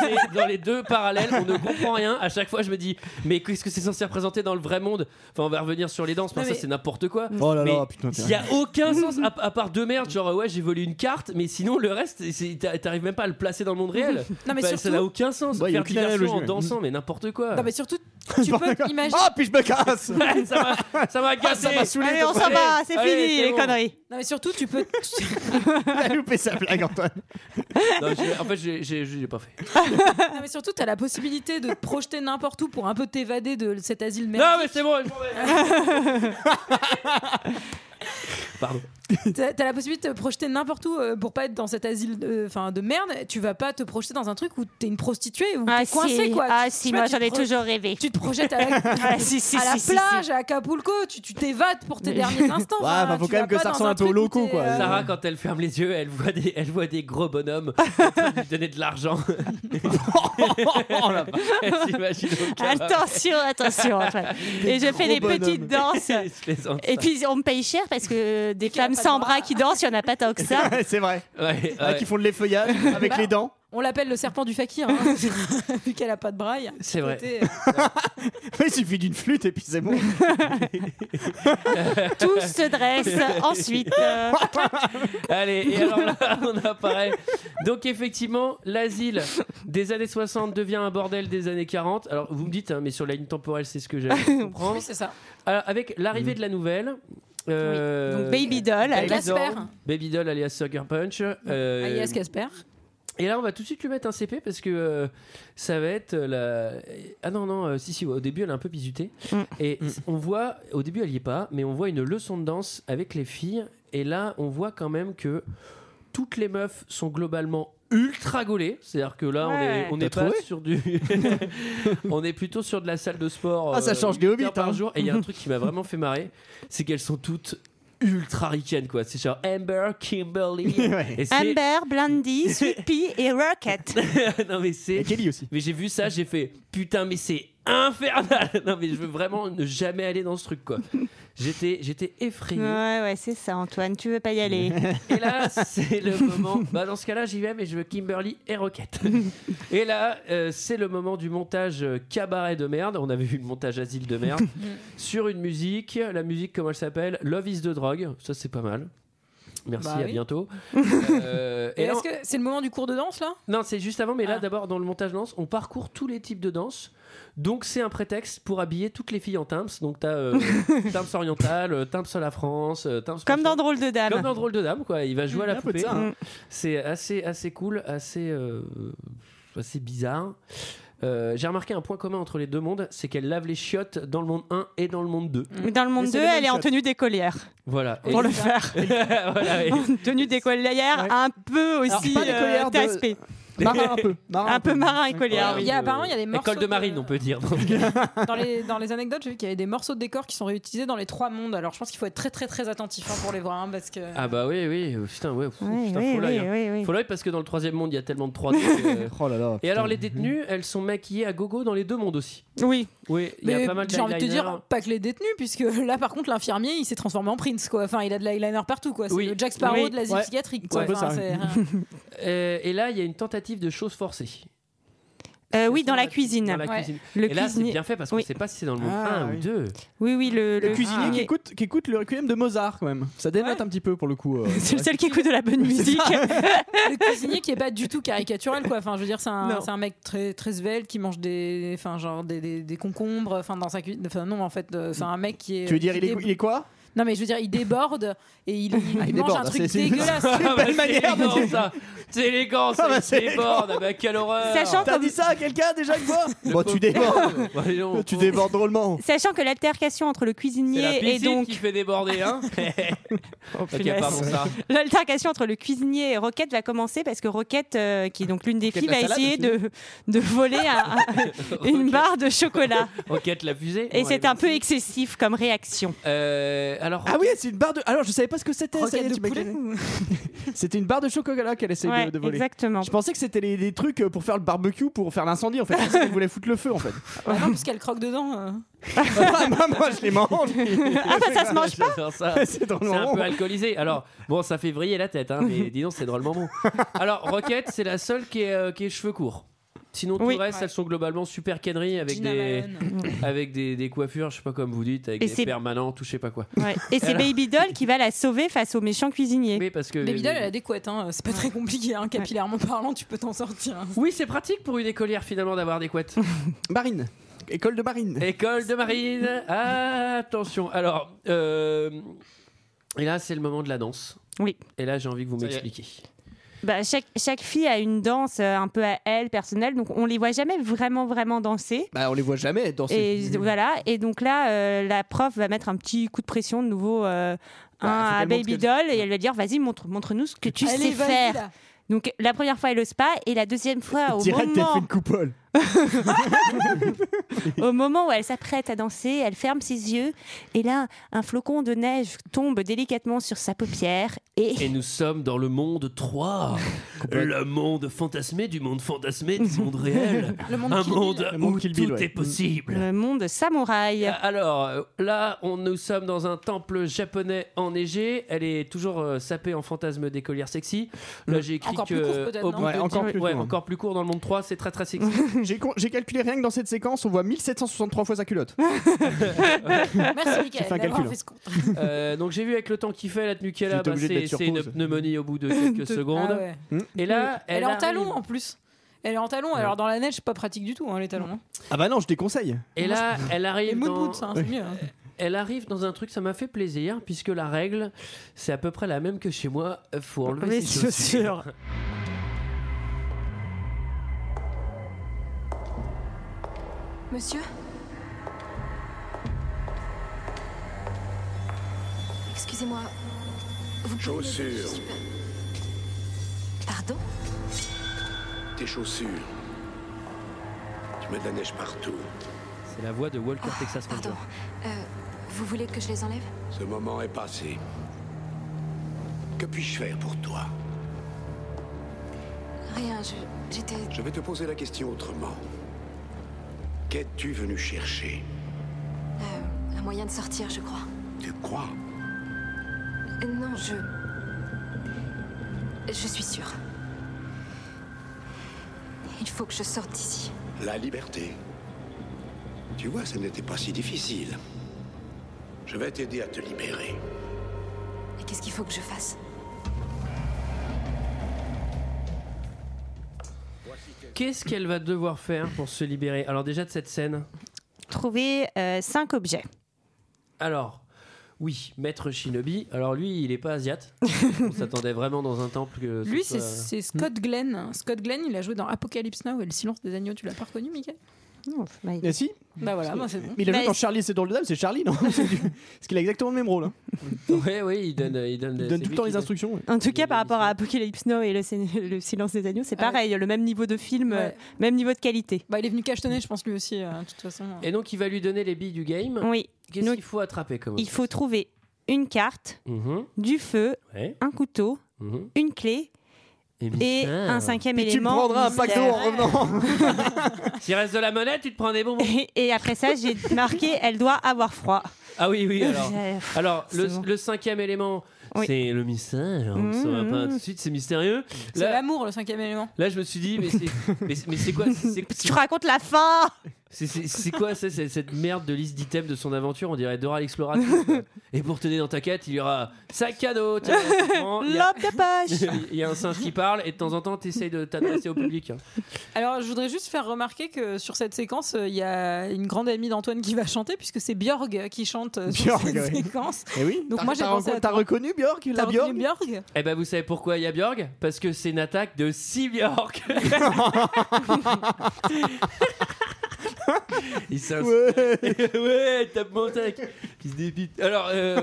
Speaker 1: C'est dans les deux parallèles, on ne comprend rien. À chaque fois, je me dis, mais qu'est-ce que c'est censé représenter dans le vrai monde Enfin, on va revenir sur les danses, mais
Speaker 6: Non,
Speaker 1: ça,
Speaker 6: mais-
Speaker 1: c'est n'importe quoi.
Speaker 7: Oh là
Speaker 1: Mais
Speaker 7: là, putain.
Speaker 1: Il n'y a aucun sens, à, à part deux merdes, genre, ouais, j'ai volé une carte, mais sinon, le reste, c'est- t'a- t'arrives même pas à le placer dans le monde réel. Bah,
Speaker 6: Non, mais
Speaker 1: Enfin, ça
Speaker 6: surtout-
Speaker 1: n'a aucun sens.
Speaker 7: Ouais, Bah, y a
Speaker 1: Faire
Speaker 7: aucune
Speaker 1: diversion en
Speaker 7: analogie, ouais.
Speaker 1: dansant, mais n'importe quoi.
Speaker 6: Non, mais surtout, tu peux imaginer.
Speaker 7: Ah, puis je me casse
Speaker 1: Ouais, ça m'a- ça m'a gâté.
Speaker 7: Ah,
Speaker 6: Eh,
Speaker 7: Ça m'a saoulé.
Speaker 10: Allez, on s'en
Speaker 1: Allez,
Speaker 10: va. C'est
Speaker 1: allez,
Speaker 10: fini,
Speaker 1: c'est
Speaker 10: les
Speaker 1: bon.
Speaker 10: conneries.
Speaker 6: Non, mais surtout, tu peux.
Speaker 7: Il a loupé sa blague, Antoine.
Speaker 1: Non, j'ai- en fait, j'ai- j'ai j'ai pas fait.
Speaker 6: Non, mais surtout, t'as la possibilité de te projeter n'importe où pour un peu t'évader de cet asile
Speaker 1: Non,
Speaker 6: merdique.
Speaker 1: mais c'est bon, je m'en vais. Pardon.
Speaker 10: Euh.
Speaker 6: T'as t'as la possibilité de te projeter n'importe où euh, pour pas être dans cet asile de, enfin, de merde. Tu vas pas te projeter dans un truc où t'es une prostituée ou
Speaker 10: Ah
Speaker 6: t'es coincée
Speaker 10: si,
Speaker 6: quoi.
Speaker 10: ah
Speaker 6: Tu-
Speaker 10: si,
Speaker 6: tu vois,
Speaker 10: moi
Speaker 6: tu
Speaker 10: j'en
Speaker 6: te
Speaker 10: ai
Speaker 6: pro-
Speaker 10: toujours rêvé.
Speaker 6: Tu te projettes à la,
Speaker 10: Ah, si, si,
Speaker 6: à la
Speaker 10: si, si,
Speaker 6: plage, à Acapulco, tu tu t'évades pour tes derniers instants.
Speaker 7: Ouais,
Speaker 6: enfin,
Speaker 7: bah, faut
Speaker 6: tu
Speaker 7: quand même
Speaker 6: vas
Speaker 7: que
Speaker 6: pas
Speaker 7: ça
Speaker 6: dans
Speaker 7: ressemble un peu
Speaker 6: truc
Speaker 7: au
Speaker 6: où
Speaker 7: loco,
Speaker 6: t'es,
Speaker 7: quoi.
Speaker 6: euh,
Speaker 1: Sarah, quand elle ferme les yeux, elle voit des, elle voit des gros bonhommes en train de lui donner de l'argent. Elle s'imagine au cavale.
Speaker 10: Attention, attention. Antoine. Et je
Speaker 7: gros
Speaker 10: fais des
Speaker 7: bonhommes.
Speaker 10: petites danses.
Speaker 1: Je plaisante.
Speaker 10: Et puis on me paye cher parce que des
Speaker 6: qu'il y a
Speaker 10: femmes
Speaker 6: pas de
Speaker 10: sans
Speaker 6: bras.
Speaker 10: bras qui dansent, il n'y en a pas tant que ça.
Speaker 7: c'est vrai.
Speaker 1: Ouais,
Speaker 7: Ah,
Speaker 1: ouais.
Speaker 7: qui font de l'effeuillage avec les dents.
Speaker 6: On l'appelle le serpent du fakir, hein, vu qu'elle a pas de bras. il y a un
Speaker 1: C'est vrai.
Speaker 6: côté, euh,
Speaker 7: Il suffit d'une flûte et puis c'est bon.
Speaker 10: Tout se dresse. Ensuite, euh,
Speaker 1: Allez, et alors là, on apparaît. Donc, effectivement, l'asile des années 60 devient un bordel des années 40. Alors, vous me dites, hein, mais sur la ligne temporelle, c'est ce que j'allais comprendre.
Speaker 6: oui, c'est ça.
Speaker 1: Alors, avec l'arrivée de la nouvelle. euh,
Speaker 10: donc Baby Doll.
Speaker 1: Baby
Speaker 6: Casper.
Speaker 1: Doll, Baby Doll alias Sucker Punch. euh,
Speaker 6: Alias Casper.
Speaker 1: et là, on va tout de suite lui mettre un CP parce que euh, ça va être euh, la. Ah non, non, euh, si, si, au début, elle est un peu bisutée.
Speaker 7: Mm.
Speaker 1: Et on voit, au début, elle y est pas, mais on voit une leçon de danse avec les filles. Et là, on voit quand même que toutes les meufs sont globalement ultra gaulées. C'est-à-dire que là,
Speaker 10: Ouais.
Speaker 1: on est, on est
Speaker 7: T'as
Speaker 1: pas
Speaker 7: trouvé
Speaker 1: sur du. on est plutôt sur de la salle de sport.
Speaker 7: Ah, ça change
Speaker 1: huit
Speaker 7: des hobbits,
Speaker 1: heures par
Speaker 7: hein.
Speaker 1: jour. Et il y a un truc qui m'a vraiment fait marrer, c'est qu'elles sont toutes ultra ricaines, quoi. C'est genre Amber, Kimberly.
Speaker 7: Ouais.
Speaker 1: Et c'est-
Speaker 10: Amber, Blondie, Sweet Pea et Rocket.
Speaker 1: non, mais
Speaker 7: Et
Speaker 1: c'est.
Speaker 7: Kelly aussi.
Speaker 1: Mais j'ai vu ça, j'ai fait putain, mais c'est infernal. Non, mais je veux vraiment ne jamais aller dans ce truc, quoi. J'étais, j'étais effrayé.
Speaker 6: Ah.
Speaker 10: Ouais, ouais, c'est ça, Antoine. Tu veux pas y aller
Speaker 1: Et là, c'est le moment. Bah, dans ce cas-là, j'y vais, mais je veux Kimberly et Rocket. Et là, euh, c'est le moment du montage euh, cabaret de merde. On avait vu le montage asile de merde
Speaker 6: Mm.
Speaker 1: sur une musique. La musique, comment elle s'appelle Love is the drug. Ça, c'est pas mal. Merci,
Speaker 6: Bah
Speaker 1: à
Speaker 6: oui.
Speaker 1: bientôt. Euh,
Speaker 6: Et
Speaker 1: là,
Speaker 6: Est-ce que c'est le moment du cours de danse là
Speaker 1: Non, c'est juste avant, mais là,
Speaker 6: Ah.
Speaker 1: d'abord, dans le montage danse, on parcourt tous les types de danse. Donc, c'est un prétexte pour habiller toutes les filles en timps. Donc, t'as euh, timps oriental, euh, timps à la France, euh, timps.
Speaker 10: Comme dans Drôle de Dame.
Speaker 1: Comme dans Drôle de Dame, quoi. Il va jouer à
Speaker 7: Il y
Speaker 1: la
Speaker 7: a un peu de
Speaker 1: poupée.
Speaker 7: ça, hein.
Speaker 1: C'est assez, assez cool, assez, euh, assez bizarre. Euh, J'ai remarqué un point commun entre les deux mondes, c'est qu'elles lavent les chiottes dans le monde 1 et dans le monde 2.
Speaker 10: Mais Dans le monde
Speaker 7: Mais
Speaker 10: 2,
Speaker 7: c'est les
Speaker 10: elle est en
Speaker 7: one-shots.
Speaker 10: tenue d'écolière.
Speaker 1: Voilà.
Speaker 10: Pour le
Speaker 1: Et-
Speaker 10: faire.
Speaker 1: Voilà, et-
Speaker 10: En tenue d'écolière,
Speaker 7: Ouais.
Speaker 10: un peu
Speaker 7: Alors,
Speaker 10: aussi
Speaker 7: pas d'écolière
Speaker 10: euh,
Speaker 7: de- Ah,
Speaker 10: TSP.
Speaker 7: Marin un peu. Marin
Speaker 10: Un peu marin écolière,
Speaker 1: Voilà.
Speaker 6: Il
Speaker 10: oui.
Speaker 6: y a
Speaker 1: Euh,
Speaker 6: apparemment il y a des morceaux.
Speaker 1: École de marine, on peut dire.
Speaker 6: Dans les, dans les anecdotes, j'ai vu qu'il y avait des morceaux de décor qui sont réutilisés dans les trois mondes. Alors je pense qu'il faut être très très très attentif hein, pour les voir hein, parce que.
Speaker 1: ah bah oui, oui, euh, putain, ouais, pff,
Speaker 10: Oui,
Speaker 1: putain,
Speaker 10: oui,
Speaker 1: faut l'œil,
Speaker 10: oui,
Speaker 1: hein.
Speaker 10: oui, oui.
Speaker 1: Faut l'œil parce que dans le troisième monde, il y a tellement de 3D. que-
Speaker 7: Oh là là.
Speaker 1: Et alors les détenues, elles sont maquillées à gogo dans les deux mondes aussi.
Speaker 10: Oui,
Speaker 1: Oui, il y a
Speaker 6: Mais
Speaker 1: pas mal
Speaker 6: j'ai envie de te dire,
Speaker 1: d'eyeliner.
Speaker 6: pas que les détenus, puisque là par contre l'infirmier il s'est transformé en prince quoi. Enfin il a de l'eyeliner partout quoi. C'est
Speaker 1: Oui.
Speaker 6: le Jack Sparrow
Speaker 1: Oui.
Speaker 6: de l'asile
Speaker 7: Ouais.
Speaker 6: psychiatrique quoi.
Speaker 7: C'est un peu
Speaker 6: Enfin,
Speaker 7: ça,
Speaker 6: c'est-
Speaker 1: Euh, et là, il y a une tentative de chose forcée.
Speaker 10: Euh, oui, dans la cuisine.
Speaker 1: Dans la
Speaker 6: Ouais.
Speaker 1: cuisine.
Speaker 10: Le
Speaker 1: et là, c'est
Speaker 10: cuisinier-
Speaker 1: bien fait parce qu'on ne
Speaker 10: oui.
Speaker 1: sait pas si c'est dans le monde
Speaker 7: Ah,
Speaker 1: 1
Speaker 7: oui.
Speaker 1: ou 2.
Speaker 10: Oui, oui, le,
Speaker 7: Le cuisinier
Speaker 10: ah,
Speaker 7: qui,
Speaker 10: oui.
Speaker 7: écoute, qui écoute le requiem de Mozart quand même. Ça dénote un petit peu pour le coup. euh.
Speaker 10: C'est le seul qui écoute de la bonne musique.
Speaker 6: le cuisinier qui est pas du tout caricaturel quoi enfin je veux dire c'est un,
Speaker 10: Non.
Speaker 6: c'est un mec très très svelte qui mange des enfin genre des, des, des concombres enfin dans sa cuisine enfin non en fait euh, c'est un mec qui est
Speaker 7: Tu veux dire,
Speaker 6: qui
Speaker 7: il est,
Speaker 6: dé-
Speaker 7: il est quoi
Speaker 6: non mais je veux dire il déborde et il, il
Speaker 7: il
Speaker 6: mange
Speaker 7: déborde,
Speaker 6: un truc
Speaker 7: c'est- c'est-
Speaker 6: dégueulasse
Speaker 1: Ah, bah,
Speaker 7: belle manière de
Speaker 1: élégant,
Speaker 7: dire.
Speaker 1: ça C'est élégant, ça
Speaker 7: Ah, bah,
Speaker 1: C'est
Speaker 7: c'est
Speaker 1: déborde Ah, bah, quelle horreur
Speaker 10: Sachant
Speaker 7: T'as
Speaker 10: comme-
Speaker 7: dit ça à quelqu'un déjà une fois Bon, tu débordes.
Speaker 1: débordes
Speaker 7: tu débordes drôlement.
Speaker 10: Sachant que l'altercation entre le
Speaker 1: C'est la
Speaker 10: cuisinier et
Speaker 1: piscine
Speaker 10: donc
Speaker 1: qui fait déborder, hein Ok,
Speaker 10: punaise.
Speaker 1: pardon, ça.
Speaker 10: l'altercation entre le cuisinier et Roquette va commencer parce que Roquette, euh, qui est donc l'une des
Speaker 7: Roquette
Speaker 10: filles,
Speaker 7: la
Speaker 10: va
Speaker 7: salade,
Speaker 10: essayer
Speaker 7: tu
Speaker 10: de, de voler un- un- une barre de chocolat.
Speaker 1: Roquette la fusée.
Speaker 10: Et
Speaker 1: Bon,
Speaker 10: c'est
Speaker 1: allez,
Speaker 10: un peu excessif comme réaction.
Speaker 1: euh, Alors,
Speaker 7: Ah oui, c'est une barre de. Alors, je savais pas ce que c'était. ça y
Speaker 6: Roquette
Speaker 7: est,
Speaker 6: de
Speaker 7: tu m'as
Speaker 6: poulet
Speaker 7: gagné. C'était une barre de chocolat qu'elle essayait
Speaker 10: Ouais,
Speaker 7: de, de voler.
Speaker 10: exactement.
Speaker 7: Je pensais que c'était les, les trucs euh, pour faire le barbecue, pour faire l'incendie en fait. Je pensais qu'elle voulait foutre le feu en fait.
Speaker 6: Ah non parce qu'elle croque dedans euh.
Speaker 7: Ah, bah, moi, je les mange.
Speaker 10: Ah bah ça se mange pas
Speaker 1: j'adore ça.
Speaker 7: c'est
Speaker 1: C'est
Speaker 7: drôlement
Speaker 1: un peu
Speaker 7: bon.
Speaker 1: alcoolisé. Alors, bon, ça fait vriller la tête, hein, mais dis donc, c'est drôlement bon. Alors, Rocket, c'est la seule qui est, euh, qui est cheveux courts. Sinon, tout
Speaker 10: Oui.
Speaker 1: le reste, elles sont globalement super canneries avec,
Speaker 6: Gina
Speaker 1: des,
Speaker 6: Malone.
Speaker 1: avec des, des coiffures, je sais pas comme vous dites, avec
Speaker 10: Et
Speaker 1: des
Speaker 10: c'est-
Speaker 1: permanents, tout je sais pas quoi.
Speaker 10: Ouais. Et c'est Baby Doll qui va la sauver face au méchant cuisinier.
Speaker 1: Oui, parce que.
Speaker 6: Baby Doll elle a des couettes hein. c'est pas très compliqué hein. capillairement parlant tu peux t'en sortir
Speaker 1: Oui, c'est pratique pour une écolière finalement d'avoir des couettes.
Speaker 7: Marine. École de marine.
Speaker 1: École de marine, attention. Alors, euh, et là, c'est le moment de la danse.
Speaker 10: Oui.
Speaker 1: Et là, j'ai envie que vous
Speaker 7: Ça y est.
Speaker 1: m'expliquiez.
Speaker 10: bah, chaque, chaque fille a une danse euh, un peu à elle, personnelle, donc on les voit jamais vraiment, vraiment danser.
Speaker 7: Bah, on les voit jamais danser.
Speaker 10: Et voilà, et donc là, euh, la prof va mettre un petit coup de pression de nouveau euh,
Speaker 7: Bah,
Speaker 10: un
Speaker 7: faut
Speaker 10: à
Speaker 7: qu'elle montre
Speaker 10: Baby
Speaker 7: qu'elle-
Speaker 10: Doll et elle va dire vas-y, montre- montre-nous ce que tu
Speaker 6: Allez,
Speaker 10: sais
Speaker 6: vas-y,
Speaker 10: faire.
Speaker 6: là.
Speaker 10: Donc la première fois, elle le spa et la deuxième fois, au
Speaker 7: Direct, elle fait
Speaker 10: moment,
Speaker 7: une coupole.
Speaker 10: au moment où elle s'apprête à danser, elle ferme ses yeux et là, un flocon de neige tombe délicatement sur sa paupière et...
Speaker 1: Et nous sommes dans le monde 3. le monde fantasmé du monde fantasmé du monde réel.
Speaker 6: Le monde
Speaker 1: Un
Speaker 6: Kill Bill.
Speaker 1: monde
Speaker 7: Le monde
Speaker 1: où
Speaker 7: Kill
Speaker 1: tout
Speaker 7: Bill, ouais.
Speaker 1: est possible.
Speaker 10: Le monde samouraï.
Speaker 7: Ah.
Speaker 1: Alors euh, là, on, nous sommes dans un temple japonais enneigé. Elle est toujours euh, sapée en fantasme d'écolière sexy. Là, j'ai écrit
Speaker 6: Encore
Speaker 1: que
Speaker 6: plus court, peut-être,
Speaker 1: au
Speaker 6: non
Speaker 1: bout
Speaker 7: Ouais,
Speaker 1: de
Speaker 7: encore
Speaker 1: dix-
Speaker 7: plus
Speaker 1: ouais,
Speaker 7: court.
Speaker 1: encore plus court dans le monde 3, c'est très très sexy.
Speaker 7: J'ai con- j'ai calculé rien que dans cette séquence, on voit 1763 fois sa culotte.
Speaker 6: Merci,
Speaker 7: fait un
Speaker 6: Michael.
Speaker 7: calcul.
Speaker 6: fait ce compte.
Speaker 1: Euh, donc j'ai vu avec le temps qu'il fait la Nutella,
Speaker 7: J'étais
Speaker 1: bah,
Speaker 7: obligé
Speaker 1: c'est
Speaker 7: de mettre sur
Speaker 1: c'est une
Speaker 7: pause.
Speaker 1: pneumonie au bout de quelques secondes.
Speaker 6: Ah ouais.
Speaker 1: Et là,
Speaker 6: Elle,
Speaker 1: elle,
Speaker 6: est en
Speaker 1: arrive.
Speaker 6: talons en plus. Elle est en talons. Alors dans la neige, c'est pas pratique du tout hein, les talons. hein.
Speaker 7: Ah bah non, je déconseille.
Speaker 1: Et là, elle
Speaker 6: Et
Speaker 1: arrive
Speaker 6: mood
Speaker 1: dans,
Speaker 6: boots, hein, c'est mieux. hein.
Speaker 1: elle arrive dans un truc, ça m'a fait plaisir, puisque la règle, c'est à peu près la même que chez moi. Euh, Faut enlever
Speaker 10: Les
Speaker 1: ses chaussures.
Speaker 9: Monsieur Excusez-moi. Vous pouvez m'aider, je
Speaker 5: Chaussures.
Speaker 9: suis pas- Pardon
Speaker 5: Tes chaussures. Tu mets de la neige partout.
Speaker 1: C'est la voix de Walker Texas
Speaker 9: Pardon.
Speaker 1: Ranger.
Speaker 9: Euh, vous voulez que je les enlève
Speaker 5: Ce moment est passé. Que puis-je faire pour toi
Speaker 9: Rien, je- j'étais...
Speaker 5: Je vais te poser la question autrement. Qu'es-tu venu chercher
Speaker 9: euh, un moyen de sortir, je crois.
Speaker 5: Tu crois
Speaker 9: Euh, Non, je... Je suis sûre. Il faut que je sorte d'ici.
Speaker 5: La liberté. Tu vois, ce n'était pas si difficile. Je vais t'aider à te libérer.
Speaker 9: Et qu'est-ce qu'il faut que je fasse
Speaker 1: Qu'est-ce qu'elle va devoir faire pour se libérer Alors déjà de cette scène.
Speaker 10: Trouver euh, cinq objets.
Speaker 1: Alors. Oui, maître Shinobi. Alors lui, il est pas asiate. On s'attendait vraiment dans un temple que. ce
Speaker 6: Lui, c'est
Speaker 1: soit-
Speaker 6: c'est Scott Glenn. Scott Glenn, il a joué dans Apocalypse Now et Le Silence des Agneaux. Tu l'as pas reconnu, Michael Oh,
Speaker 10: Non, bah, il-
Speaker 7: Mais Eh si,
Speaker 1: Mmh.
Speaker 6: Bah voilà, moi c'est bon.
Speaker 7: mais il a
Speaker 10: Bah,
Speaker 7: joué dans
Speaker 10: c'est-
Speaker 7: Charlie, c'est dans le dame, c'est Charlie, non C'est du- Parce qu'il a exactement le même rôle. hein.
Speaker 1: Ouais, ouais, il donne, il donne,
Speaker 7: Il
Speaker 1: c'est lui
Speaker 7: donne tout le temps
Speaker 1: qui
Speaker 7: les
Speaker 1: donne-
Speaker 7: instructions. ouais.
Speaker 10: En tout cas,
Speaker 1: Désolé,
Speaker 10: par rapport à Apocalypse Now et le, Seigne- le Silence des Agneaux, c'est
Speaker 6: Ah ouais.
Speaker 10: pareil, le même niveau de film,
Speaker 6: Ouais.
Speaker 10: euh, même niveau de qualité.
Speaker 6: Bah, il est venu cachetonner, je pense, lui aussi, euh, de toute façon.
Speaker 1: Et donc, il va lui donner les billes du game.
Speaker 10: Oui,
Speaker 1: Qu'est-ce
Speaker 10: Donc,
Speaker 1: qu'il faut attraper comme
Speaker 10: il faut trouver une carte,
Speaker 1: Mhm,
Speaker 10: du feu,
Speaker 1: ouais,
Speaker 10: un couteau,
Speaker 1: mhm.
Speaker 10: une clé et
Speaker 1: mystère.
Speaker 10: un cinquième
Speaker 7: Puis tu me
Speaker 10: élément.
Speaker 7: prendras un pack d'eau en
Speaker 10: mystère.
Speaker 7: revenant.
Speaker 1: S'il reste de la monnaie, tu te prends des bonbons.
Speaker 10: Et, et après ça, j'ai marqué elle doit avoir froid.
Speaker 1: Ah oui, oui, alors.
Speaker 10: Euh,
Speaker 1: Alors, le,
Speaker 10: C'est bon.
Speaker 1: le cinquième élément,
Speaker 10: Oui.
Speaker 1: c'est le mystère. On ne
Speaker 10: Mmh,
Speaker 1: saura pas
Speaker 10: mmh.
Speaker 1: tout de suite, c'est mystérieux.
Speaker 6: C'est
Speaker 1: Là,
Speaker 6: l'amour, le cinquième élément.
Speaker 1: là, je me suis dit, mais c'est, mais, mais c'est quoi c'est, c'est-
Speaker 10: Tu racontes la fin
Speaker 1: c'est- c'est- c'est quoi ça, c'est- cette merde de liste d'items de son aventure On dirait Dora l'exploratrice. Et pour tenir dans ta quête, il y aura sac cadeau. tiens, prends. Il y a-
Speaker 10: L'homme de poche
Speaker 1: il y a un singe qui parle et de temps en temps, tu essayes de t'adresser au public. hein.
Speaker 6: Alors, je voudrais juste faire remarquer que sur cette séquence, euh, il y a une grande amie d'Antoine qui va chanter, puisque c'est Björg qui chante euh, sur
Speaker 7: Björg,
Speaker 6: cette
Speaker 7: oui.
Speaker 6: séquence.
Speaker 7: Et oui.
Speaker 6: Eh Donc
Speaker 7: T'as-
Speaker 6: moi, j'ai
Speaker 7: t'as
Speaker 6: pensé
Speaker 7: reco-
Speaker 6: à
Speaker 7: T'as
Speaker 6: toi.
Speaker 7: reconnu Björk
Speaker 6: T'as
Speaker 7: La
Speaker 6: reconnu
Speaker 7: Björk
Speaker 6: Björg
Speaker 1: Eh ben vous savez pourquoi il y a Björk Parce que c'est une attaque de 6 Björk Il s'est ins-
Speaker 7: Ouais.
Speaker 1: ouais, tape mon tac Il se dépite. Alors euh,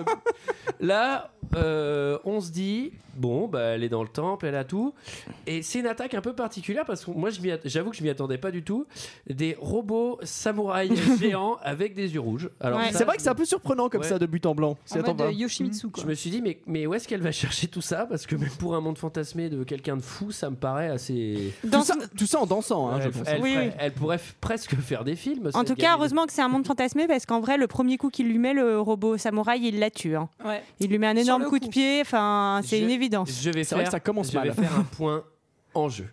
Speaker 1: là, euh, on se dit, bon, bah, elle est dans le temple, elle a tout. Et c'est une attaque un peu particulière parce que moi, je m'y att- j'avoue que je m'y attendais pas du tout. Des robots samouraïs géants avec des yeux rouges. Alors
Speaker 10: Ouais.
Speaker 1: ça,
Speaker 7: C'est vrai que c'est un
Speaker 1: je-
Speaker 7: peu surprenant comme
Speaker 1: Ouais.
Speaker 7: ça de but en blanc. C'est
Speaker 6: En
Speaker 7: attends
Speaker 6: mode
Speaker 7: pas.
Speaker 6: euh, Yoshimitsu, quoi.
Speaker 1: je me suis dit, mais, mais où est-ce qu'elle va chercher tout ça Parce que même pour un monde fantasmé de quelqu'un de fou, ça me paraît assez.
Speaker 7: Tout
Speaker 10: Dans-
Speaker 7: ça, tout ça en dansant, hein, je
Speaker 1: elle,
Speaker 7: pense.
Speaker 1: elle
Speaker 10: Ah, Oui,
Speaker 1: ferait-
Speaker 10: oui.
Speaker 1: elle pourrait f- presque faire des films.
Speaker 10: En
Speaker 1: cette
Speaker 10: tout
Speaker 1: gamine.
Speaker 10: cas, heureusement que c'est un monde fantasmé parce qu'en vrai, le premier coup qu'il lui met, le robot samouraï, il la tue. hein.
Speaker 6: Ouais.
Speaker 10: Il lui met un
Speaker 6: Sur
Speaker 10: énorme
Speaker 6: le
Speaker 10: coup de
Speaker 6: coup.
Speaker 10: pied, enfin, c'est
Speaker 1: Je-
Speaker 10: une évidence.
Speaker 1: Je vais
Speaker 7: C'est vrai
Speaker 1: faire,
Speaker 7: que ça commence
Speaker 1: je vais
Speaker 7: mal.
Speaker 1: faire un point en jeu.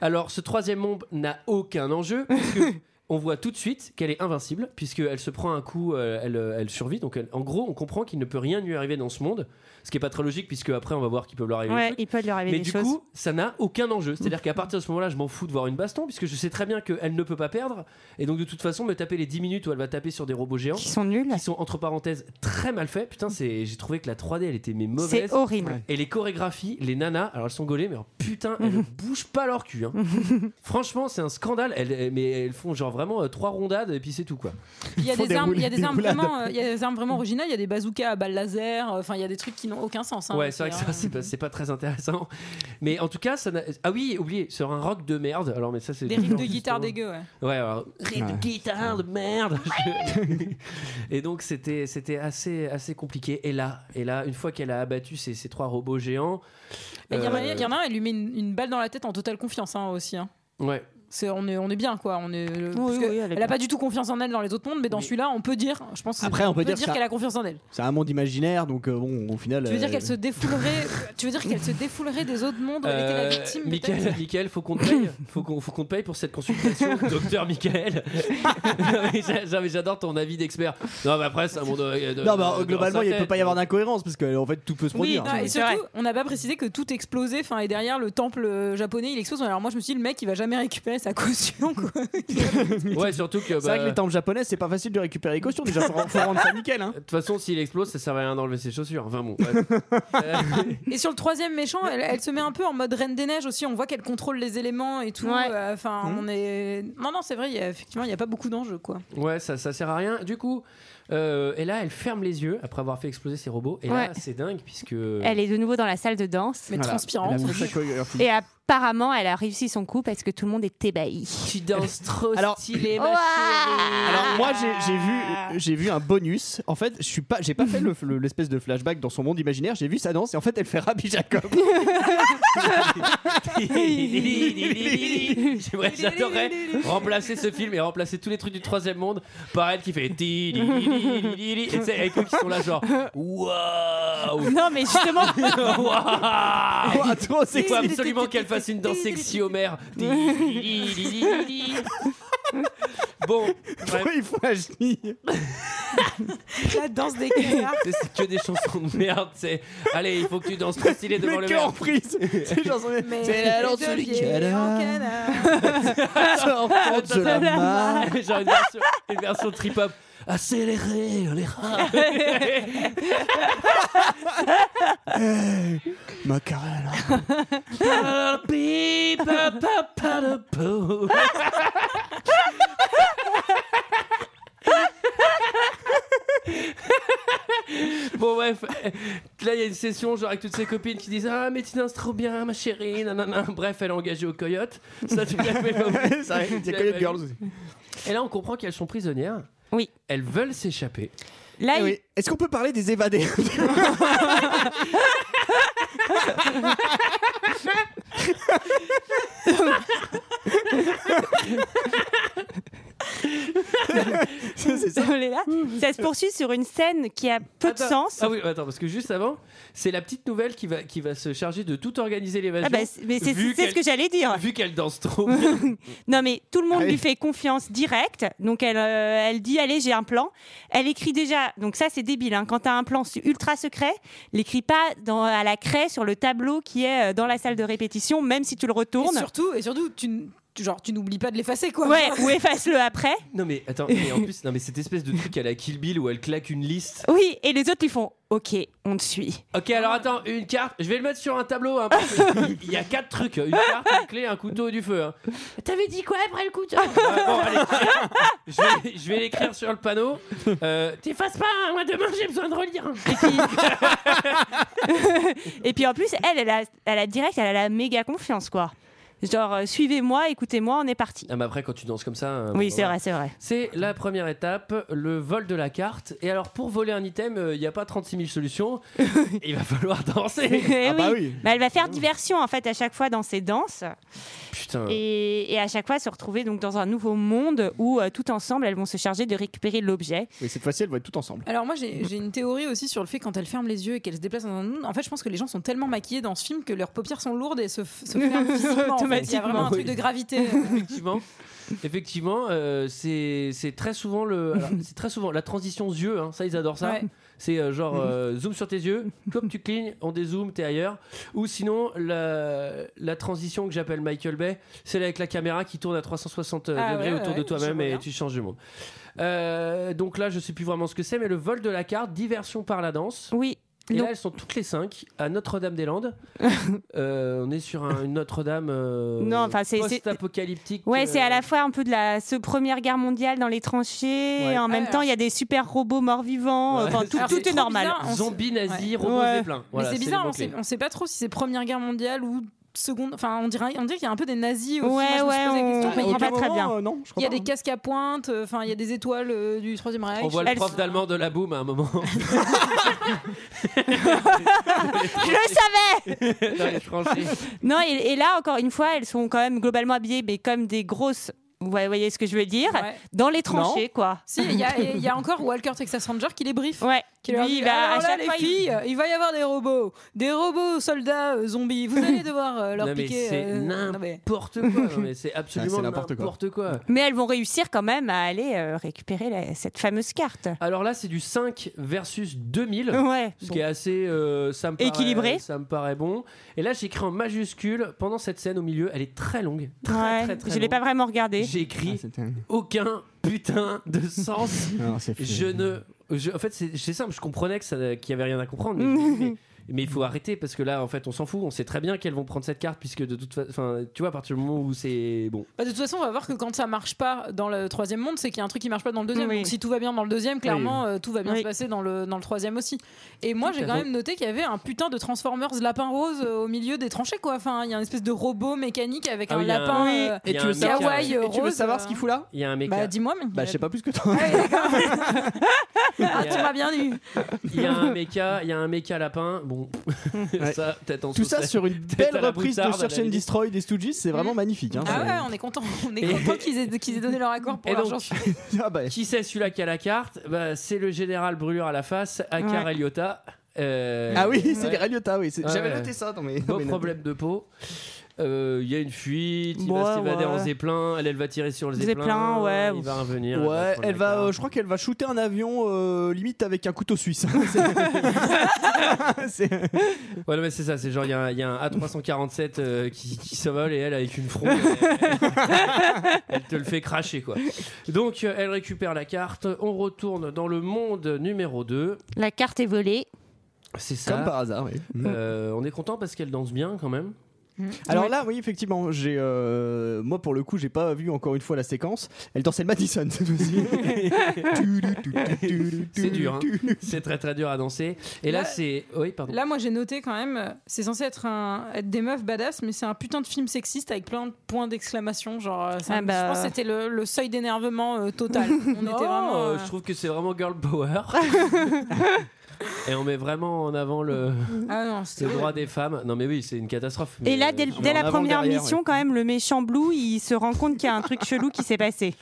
Speaker 1: Alors, ce troisième monde n'a aucun enjeu. parce que on voit tout de suite qu'elle est invincible, puisqu'elle se prend un coup, euh, elle, euh, elle survit. Donc, elle- en gros, on comprend qu'il ne peut rien lui arriver dans ce monde, ce qui est pas très logique, puisque après, on va voir qu'il peut leur arriver. des
Speaker 10: Ouais,
Speaker 1: trucs.
Speaker 10: il peut lui arriver
Speaker 1: Mais
Speaker 10: des
Speaker 1: du
Speaker 10: choses.
Speaker 1: coup, ça n'a aucun enjeu. C'est-à-dire qu'à partir de ce moment-là, je m'en fous de voir une baston, puisque je sais très bien qu'elle ne peut pas perdre. Et donc, de toute façon, me taper les 10 minutes où elle va taper sur des robots géants. Qui
Speaker 10: sont nuls.
Speaker 1: Qui sont, entre parenthèses, très mal faits. Putain, c'est- j'ai trouvé que la 3D, elle était mais mauvaise.
Speaker 10: C'est horrible.
Speaker 1: Et les chorégraphies, les nanas, alors elles sont gaulées, mais alors, putain, elles ne bougent pas leur cul. hein. Franchement, c'est un scandale. Elles, elles- mais elles font genre vraiment euh, trois rondades et puis c'est tout, quoi.
Speaker 6: Il y a
Speaker 1: Ils font
Speaker 6: des,
Speaker 1: des
Speaker 6: armes, il y a
Speaker 1: roulades.
Speaker 6: des armes
Speaker 1: Des roulades.
Speaker 6: vraiment, euh, il y a des armes vraiment originales. Il y a des bazookas à balles laser. euh, Enfin, il y a des trucs qui n'ont aucun sens. hein.
Speaker 1: ouais, c'est vrai que ça,
Speaker 6: euh,
Speaker 1: c'est pas, c'est pas très intéressant. Mais en tout cas, ça n'a- Ah oui, oubliez, sur un rock de merde. Alors, mais ça, c'est.
Speaker 6: des riffs de guitare dégueu. Ouais.
Speaker 1: Ouais, alors, riff de
Speaker 6: Ouais.
Speaker 1: guitare de merde. Je- et donc c'était c'était assez assez compliqué. Et là et là une fois qu'elle a abattu ces, ces trois robots géants,
Speaker 6: Mais Il y en a-
Speaker 1: euh,
Speaker 6: il y en a un, il lui met une, une balle dans la tête en totale confiance hein, aussi. hein.
Speaker 1: ouais.
Speaker 6: C'est- on, est, on est bien quoi. On est, euh, parce que
Speaker 10: oui, elle est
Speaker 6: elle n'a
Speaker 10: bien.
Speaker 6: pas du tout confiance en elle dans les autres mondes, mais dans celui-là, on peut dire, je pense,
Speaker 7: Après, on peut dire
Speaker 6: dire,
Speaker 7: ça-
Speaker 6: qu'elle a confiance en elle.
Speaker 7: C'est un monde imaginaire, donc euh, bon, au final.
Speaker 6: Tu veux dire
Speaker 7: euh,
Speaker 6: qu'elle se défoulerait Tu veux dire qu'elle se défoulerait des autres mondes où elle était la
Speaker 1: Euh,
Speaker 6: victime
Speaker 1: Michael,
Speaker 6: peut-être
Speaker 1: Michael, faut qu'on te paye, faut qu'on, faut qu'on te paye pour cette consultation, docteur Michael. Non, mais j'a- j'a- mais J'adore ton avis d'expert. Non, mais après c'est un monde. euh, de-
Speaker 7: Non, bah,
Speaker 1: de- de- dans
Speaker 7: globalement,
Speaker 1: sa
Speaker 7: il peut
Speaker 1: tête. euh.
Speaker 7: pas y avoir d'incohérence parce que en fait, tout peut se
Speaker 6: Oui,
Speaker 7: produire.
Speaker 6: non, et surtout, on n'a pas précisé que tout explosait. Enfin, et derrière le temple euh, japonais, il explose. Alors moi, je me suis dit, le mec, il va jamais récupérer sa caution. quoi.
Speaker 1: Ouais, surtout que. bah,
Speaker 7: C'est vrai que les temples japonais, c'est pas facile de récupérer les cautions. Déjà, faut, faut rendre ça nickel. Hein.
Speaker 1: De toute façon, s'il explose, ça sert à rien d'enlever ses chaussures. Enfin bon. Euh, ouais.
Speaker 6: Et sur le troisième méchant, elle, elle se met un peu en mode reine des neiges aussi. On voit qu'elle contrôle les éléments et tout. Euh, Enfin,
Speaker 1: Mmh.
Speaker 6: on est. Non, non, c'est vrai. il y a- effectivement, il n'y a pas beaucoup d'enjeux, quoi.
Speaker 1: Ouais, ça, ça sert à rien. Du coup, euh, et là, elle ferme les yeux après avoir fait exploser ses robots. Et
Speaker 10: Ouais.
Speaker 1: là, c'est dingue puisque.
Speaker 10: Elle est de nouveau dans la salle de danse.
Speaker 1: Mais Voilà. transpirante. Elle a fait sa chorégraphie.
Speaker 10: Et apparemment, elle a réussi son coup parce que tout le monde est ébahi.
Speaker 1: Tu danses trop
Speaker 10: Alors...
Speaker 1: stylé, ma
Speaker 10: Ouah
Speaker 7: Alors moi j'ai- j'ai vu j'ai vu un bonus. En fait, je suis pas j'ai pas fait le- le- l'espèce de flashback dans son monde imaginaire, j'ai vu sa danse et en fait elle fait Rabbi Jacob.
Speaker 1: J'aimerais, j'adorerais remplacer ce film et remplacer tous les trucs du troisième monde par elle qui fait. ti, li, li, li, li, li, li. Et tu sais, avec eux qui sont là, genre. Waouh
Speaker 10: Non, mais justement.
Speaker 1: Waouh
Speaker 7: Ouah, trop
Speaker 1: Il faut
Speaker 7: sexy.
Speaker 1: absolument qu'elle fasse une danse sexy Homer. Ti, li, li, li, li, li. Bon, bref.
Speaker 7: il faut la chenille
Speaker 6: La danse des canards.
Speaker 1: Tu sais, C'est que des chansons de merde, c'est. Allez, il faut que tu danses trop stylé devant
Speaker 7: Le
Speaker 1: le
Speaker 7: cœur
Speaker 1: mur.
Speaker 7: en prise. C'est genre son-
Speaker 6: Mais
Speaker 7: C'est la danse
Speaker 6: de
Speaker 7: du
Speaker 6: vieil
Speaker 7: canard.
Speaker 6: en canard.
Speaker 7: Sortant de la main.
Speaker 1: Genre une version, une version trip hop. Accéléré, les rats.
Speaker 7: Macarena.
Speaker 1: Papi, pa, pa, pa, da, pou. Bon bref, euh, là il y a une session genre avec toutes ses copines qui disent ah mais tu danses trop bien ma chérie nanana bref elle est engagée au coyote ça tu l'avais pas vu.
Speaker 7: C'est vrai, il y a
Speaker 1: Tu l'avais
Speaker 7: Coyote
Speaker 1: pas
Speaker 7: Girls
Speaker 1: vu.
Speaker 7: aussi.
Speaker 1: et là on comprend qu'elles sont prisonnières
Speaker 10: oui
Speaker 1: elles veulent s'échapper
Speaker 10: Là,
Speaker 7: Eh oui. Est-ce qu'on peut parler des évadés
Speaker 10: C'est ça. là. Ça se poursuit sur une scène qui a peu de
Speaker 1: Attends.
Speaker 10: sens.
Speaker 1: Ah oui, attends, parce que juste avant, c'est la petite nouvelle qui va, qui va se charger de tout organiser l'évasion.
Speaker 10: Ah bah, c'est- mais c'est-
Speaker 1: vu
Speaker 10: c'est ce
Speaker 1: qu'elle-
Speaker 10: que j'allais dire.
Speaker 1: Vu qu'elle danse trop bien.
Speaker 10: Non, mais tout le monde
Speaker 1: Ah oui.
Speaker 10: lui fait confiance directe. Donc, elle, euh, elle dit Allez, j'ai un plan. Elle écrit déjà. Donc, ça, c'est débile. hein. Quand tu as un plan su- ultra secret, l'écris pas dans, à la craie sur le tableau qui est euh, dans la salle de répétition, même si tu le retournes.
Speaker 6: Et surtout, et surtout, tu, n- tu- genre, tu n'oublies pas de l'effacer, quoi.
Speaker 10: Ouais, ou efface-le après.
Speaker 1: Non, mais attends, mais en plus, non, mais cette espèce de truc à la Kill Bill où elle claque une liste.
Speaker 10: Oui, et les autres, ils font Ok, on te suit.
Speaker 1: Ok, alors attends, une carte, je vais le mettre sur un tableau. hein, parce que Il y a quatre trucs une carte, une clé, un couteau et du feu. hein.
Speaker 11: T'avais dit quoi après le coup de...
Speaker 1: Ah, bon, allez, je vais, je vais l'écrire sur le panneau. Euh,
Speaker 11: T'effaces pas, hein, moi demain j'ai besoin de relire.
Speaker 10: et puis, en plus, elle, elle a, elle a direct, elle a la méga confiance, quoi. Genre, euh, suivez-moi, écoutez-moi, on est parti.
Speaker 1: Ah, mais après, quand tu danses comme ça. hein,
Speaker 10: Oui,
Speaker 1: bon,
Speaker 10: c'est
Speaker 1: voilà.
Speaker 10: vrai, c'est vrai.
Speaker 1: C'est la première étape, le vol de la carte. Et alors, pour voler un item, euh, il n'y a pas 36 000 solutions. il va falloir danser.
Speaker 10: Eh
Speaker 7: Ah bah
Speaker 10: Mais elle va faire diversion en fait à chaque fois dans ses danses
Speaker 1: Putain.
Speaker 10: et, et à chaque fois se retrouver donc dans un nouveau monde où euh, tout ensemble elles vont se charger de récupérer l'objet.
Speaker 7: Mais cette fois-ci, elles vont être toutes ensemble.
Speaker 6: Alors moi j'ai j'ai une théorie aussi sur le fait quand elle ferme les yeux et qu'elle se déplace dans un monde. En fait je pense que les gens sont tellement maquillés dans ce film que leurs paupières sont lourdes et se, f- se ferment physiquement, en fait. Il y a vraiment un truc de gravité.
Speaker 1: Effectivement. Effectivement, euh, c'est c'est très souvent le, alors, c'est très souvent la transition aux yeux. hein, ça, ils adorent ça.
Speaker 6: Ouais. Mhm.
Speaker 1: C'est euh, genre euh, zoom sur tes yeux, comme tu clignes, on dézoome, t'es ailleurs. Ou sinon la, la transition que j'appelle Michael Bay, celle avec la caméra qui tourne à 360
Speaker 6: Ah
Speaker 1: euh, degrés
Speaker 6: ouais,
Speaker 1: autour
Speaker 6: ouais,
Speaker 1: de
Speaker 6: ouais, je
Speaker 1: toi-même
Speaker 6: vois
Speaker 1: et
Speaker 6: bien.
Speaker 1: tu changes de monde. Euh, donc là, je sais plus vraiment ce que c'est, mais le vol de la carte, diversion par la danse.
Speaker 10: Oui.
Speaker 1: Et
Speaker 10: Non.
Speaker 1: là, elles sont toutes les cinq à Notre-Dame-des-Landes. Euh, on est sur un- une Notre-Dame euh,
Speaker 10: Non, enfin, c'est- c'est-
Speaker 1: post-apocalyptique.
Speaker 10: Ouais, c'est à
Speaker 1: euh,
Speaker 10: la fois un peu de la ce Première Guerre mondiale dans les tranchées,
Speaker 1: Ouais.
Speaker 10: et en même
Speaker 6: Ah,
Speaker 10: temps il y a des super robots morts-vivants,
Speaker 1: Ouais.
Speaker 10: enfin tout,
Speaker 1: Alors,
Speaker 10: tout
Speaker 1: c'est
Speaker 10: est
Speaker 1: trop
Speaker 10: normal.
Speaker 6: bizarre, on
Speaker 1: Zombies nazis,
Speaker 6: Ouais.
Speaker 1: robots
Speaker 10: Ouais.
Speaker 1: et plein.
Speaker 6: Mais
Speaker 1: Voilà,
Speaker 6: c'est bizarre,
Speaker 10: hein,
Speaker 1: les
Speaker 6: on sait,
Speaker 1: mots-clés.
Speaker 6: on sait pas trop si c'est Première Guerre mondiale ou seconde. Enfin, on dirait, on dirait qu'il y a un peu des nazis aussi.
Speaker 10: Ouais,
Speaker 6: Moi, je me suis
Speaker 10: ouais,
Speaker 6: posé la question,
Speaker 10: on-
Speaker 6: mais
Speaker 10: on
Speaker 6: il y a
Speaker 10: comprend
Speaker 6: pas
Speaker 10: pas
Speaker 6: très
Speaker 10: bien.
Speaker 6: bien.
Speaker 7: euh, non, je
Speaker 6: Il y a des casques à pointe, euh, enfin, il y a des étoiles euh, du Troisième Reich.
Speaker 1: On voit le prof d'allemand de la boum à un moment.
Speaker 10: Je le savais
Speaker 1: dans les tranchées.
Speaker 10: Non, et, et là, encore une fois, elles sont quand même globalement habillées, mais comme des grosses. Vous voyez- voyez ce que je veux dire
Speaker 6: Ouais.
Speaker 10: Dans les tranchées, quoi.
Speaker 6: Si, il y, a- il y a encore Walker Texas Ranger qui les briefe.
Speaker 10: Ouais,
Speaker 6: Qui leur
Speaker 10: lui,
Speaker 6: dit, Ah,
Speaker 10: il va
Speaker 6: Alors
Speaker 10: à
Speaker 6: là,
Speaker 10: chaque
Speaker 6: les
Speaker 10: fois, il-
Speaker 6: filles, euh, il... va y avoir des robots, des robots soldats euh, zombies. Vous allez devoir euh, leur
Speaker 1: Non, mais
Speaker 6: piquer.
Speaker 1: c'est
Speaker 6: euh, non, mais-
Speaker 1: n'importe quoi. Non, mais c'est
Speaker 10: Ah,
Speaker 1: absolument
Speaker 7: c'est n'importe
Speaker 1: n'importe
Speaker 7: quoi.
Speaker 1: quoi.
Speaker 10: Mais elles vont réussir quand même à aller euh, récupérer la- cette fameuse carte.
Speaker 1: Alors là, c'est du 5 versus 2000.
Speaker 10: Ouais.
Speaker 1: Euh, Ce
Speaker 10: bon.
Speaker 1: qui est assez. euh, ça me paraît-
Speaker 10: Équilibré.
Speaker 1: Ça me paraît bon. Et là, j'ai écrit en majuscule pendant cette scène au milieu. Elle est très longue. Très,
Speaker 10: Ouais,
Speaker 1: très, très
Speaker 10: je l'ai
Speaker 1: longue.
Speaker 10: pas Ah, vraiment regardé.
Speaker 1: J'ai
Speaker 7: Ah,
Speaker 1: écrit aucun putain de sens.
Speaker 7: Ah,
Speaker 1: je ne. je- en fait, c'est c'est simple, je comprenais que ça- qu'il n'y avait rien à comprendre. Mais, je me dis, mais- mais il faut arrêter parce que là, en fait, on s'en fout. On sait très bien qu'elles vont prendre cette carte puisque de toute façon. Enfin, tu vois, à partir du moment où c'est. Bon.
Speaker 6: Bah, de toute façon, on va voir que quand ça marche pas dans le troisième monde, c'est qu'il y a un truc qui marche pas dans le deuxième.
Speaker 10: Oui.
Speaker 6: Donc si tout va bien dans le deuxième, clairement, euh, tout va bien
Speaker 10: Oui.
Speaker 6: se passer dans le, dans le troisième aussi. Et moi,
Speaker 1: Tout
Speaker 6: j'ai
Speaker 1: à
Speaker 6: quand
Speaker 1: fait.
Speaker 6: même noté qu'il y avait un putain de Transformers lapin rose euh, au milieu des tranchées, quoi. Enfin, il y a une espèce de robot mécanique avec
Speaker 1: Ah
Speaker 6: un
Speaker 1: oui, il y a un-
Speaker 6: lapin. euh,
Speaker 1: Il y
Speaker 7: Et
Speaker 1: a
Speaker 7: tu
Speaker 1: un
Speaker 7: veux
Speaker 1: mec
Speaker 7: savoir,
Speaker 1: qui
Speaker 6: kawaii,
Speaker 7: et tu veux
Speaker 6: rose,
Speaker 7: savoir
Speaker 6: euh,
Speaker 7: ce qu'il fout là
Speaker 1: Il y a un mec.
Speaker 6: Bah, dis-moi, mais.
Speaker 7: Bah, je sais pas plus que toi.
Speaker 6: Ah, tu m'as bien eu.
Speaker 1: Il y a un méca, il y a un méca lapin. Bon, ça, peut-être en
Speaker 7: Tout ça
Speaker 1: saucette.
Speaker 7: sur une
Speaker 1: Peut-être
Speaker 7: belle
Speaker 1: à la
Speaker 7: reprise de
Speaker 1: Boutarde, à
Speaker 7: Search
Speaker 1: la
Speaker 7: and
Speaker 1: limite.
Speaker 7: Destroy des Stooges, c'est vraiment magnifique. hein,
Speaker 6: Ah
Speaker 7: c'est-
Speaker 6: ouais, on est content. On est
Speaker 1: Et-
Speaker 6: content qu'ils aient, qu'ils aient donné leur accord pour
Speaker 1: Et
Speaker 6: leur
Speaker 1: donc,
Speaker 6: chanson.
Speaker 7: Ah bah,
Speaker 1: Qui c'est celui-là qui a la carte Bah, C'est le général Brûlure à la face, Akar
Speaker 10: Ouais.
Speaker 1: Eliota. Euh,
Speaker 7: Ah oui, c'est
Speaker 1: ouais.
Speaker 7: les Rayota, oui. c'est-
Speaker 1: Ouais,
Speaker 7: J'avais
Speaker 1: ouais.
Speaker 7: noté ça dans mes. dans
Speaker 1: Beau
Speaker 7: mes notes.
Speaker 1: problème de peau. Euh, Il y a une fuite, il
Speaker 10: Ouais,
Speaker 1: va s'évader
Speaker 10: ouais.
Speaker 1: en zeppelin, elle, elle va tirer sur le zeppelin.
Speaker 10: Zeppelin, ouais.
Speaker 1: Il va revenir. elle va
Speaker 7: Ouais,
Speaker 1: prendre
Speaker 7: elle
Speaker 1: la
Speaker 7: va,
Speaker 1: carte.
Speaker 7: euh, je crois qu'elle va shooter un avion euh, limite avec un couteau suisse. C'est-
Speaker 1: Ouais, non, mais c'est ça, c'est genre, il y, a un- il y a un A347 euh, qui, qui s'envole et elle, avec une fronde, elle, elle- elle te le fait cracher, quoi. Donc, euh, elle récupère la carte, on retourne dans le monde numéro 2.
Speaker 10: La carte est volée.
Speaker 1: C'est ça.
Speaker 7: Comme par hasard, oui.
Speaker 1: Euh, on est content parce qu'elle danse bien quand même.
Speaker 7: Alors là, oui, effectivement, j'ai, euh, moi pour le coup, j'ai pas vu encore une fois la séquence. Elle dansait le Madison cette fois-ci.
Speaker 1: C'est dur, hein. c'est très très dur à danser. Et là,
Speaker 6: Là-
Speaker 1: c'est. Oui, pardon.
Speaker 6: Là, moi, j'ai noté quand même, euh, c'est censé être, un, être des meufs badass, mais c'est un putain de film sexiste avec plein de points d'exclamation. Genre, euh, ça-
Speaker 10: Ah bah.
Speaker 6: je pense que c'était le, le seuil d'énervement euh, total. On
Speaker 1: Non,
Speaker 6: était vraiment.
Speaker 1: euh,
Speaker 6: euh,
Speaker 1: je trouve que c'est vraiment girl power. Et on met vraiment en avant le,
Speaker 6: Ah non, c'était
Speaker 1: le droit des femmes. Non, mais oui, c'est une catastrophe.
Speaker 10: Et
Speaker 1: mais,
Speaker 10: là,
Speaker 1: euh,
Speaker 10: dès,
Speaker 1: genre-
Speaker 10: dès la
Speaker 7: avant,
Speaker 10: première
Speaker 7: derrière,
Speaker 10: mission,
Speaker 7: ouais.
Speaker 10: quand même, le méchant Blue, il se rend compte qu'il y a un truc chelou qui s'est passé.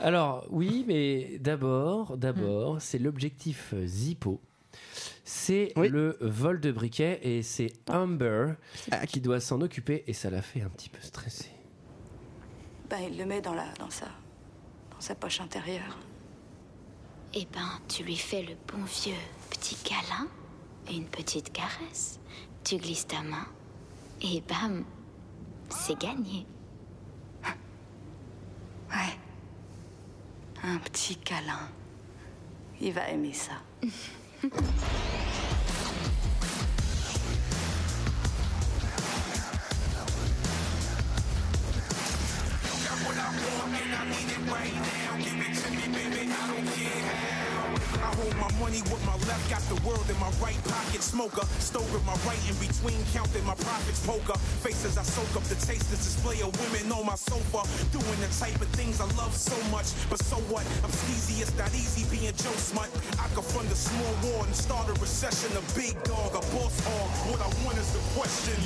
Speaker 1: Alors, oui, mais d'abord,
Speaker 10: Mm.
Speaker 1: d'abord, c'est l'objectif euh, Zippo. C'est
Speaker 7: Oui.
Speaker 1: le vol de briquet et c'est
Speaker 10: Ah.
Speaker 1: Amber qui doit s'en occuper et ça la fait un petit peu stresser.
Speaker 9: Ben, il le met dans, la, dans, sa, dans sa poche intérieure.
Speaker 8: Eh ben, tu lui fais le bon vieux petit câlin et une petite caresse. Tu glisses ta main et bam, c'est gagné.
Speaker 9: Ouais. Un petit câlin. Il va aimer ça.
Speaker 12: I hold my money with my left, got the world in my right pocket. Smoker, stove with my right in between, counting my profits. Poker, faces I soak up, the tasteless display of women on my sofa. Doing the type of things I love so much, but so what? I'm sleazy, it's not easy being Joe Smut. I could fund a small war and start a recession. A big dog, a boss hog. What I want is the question.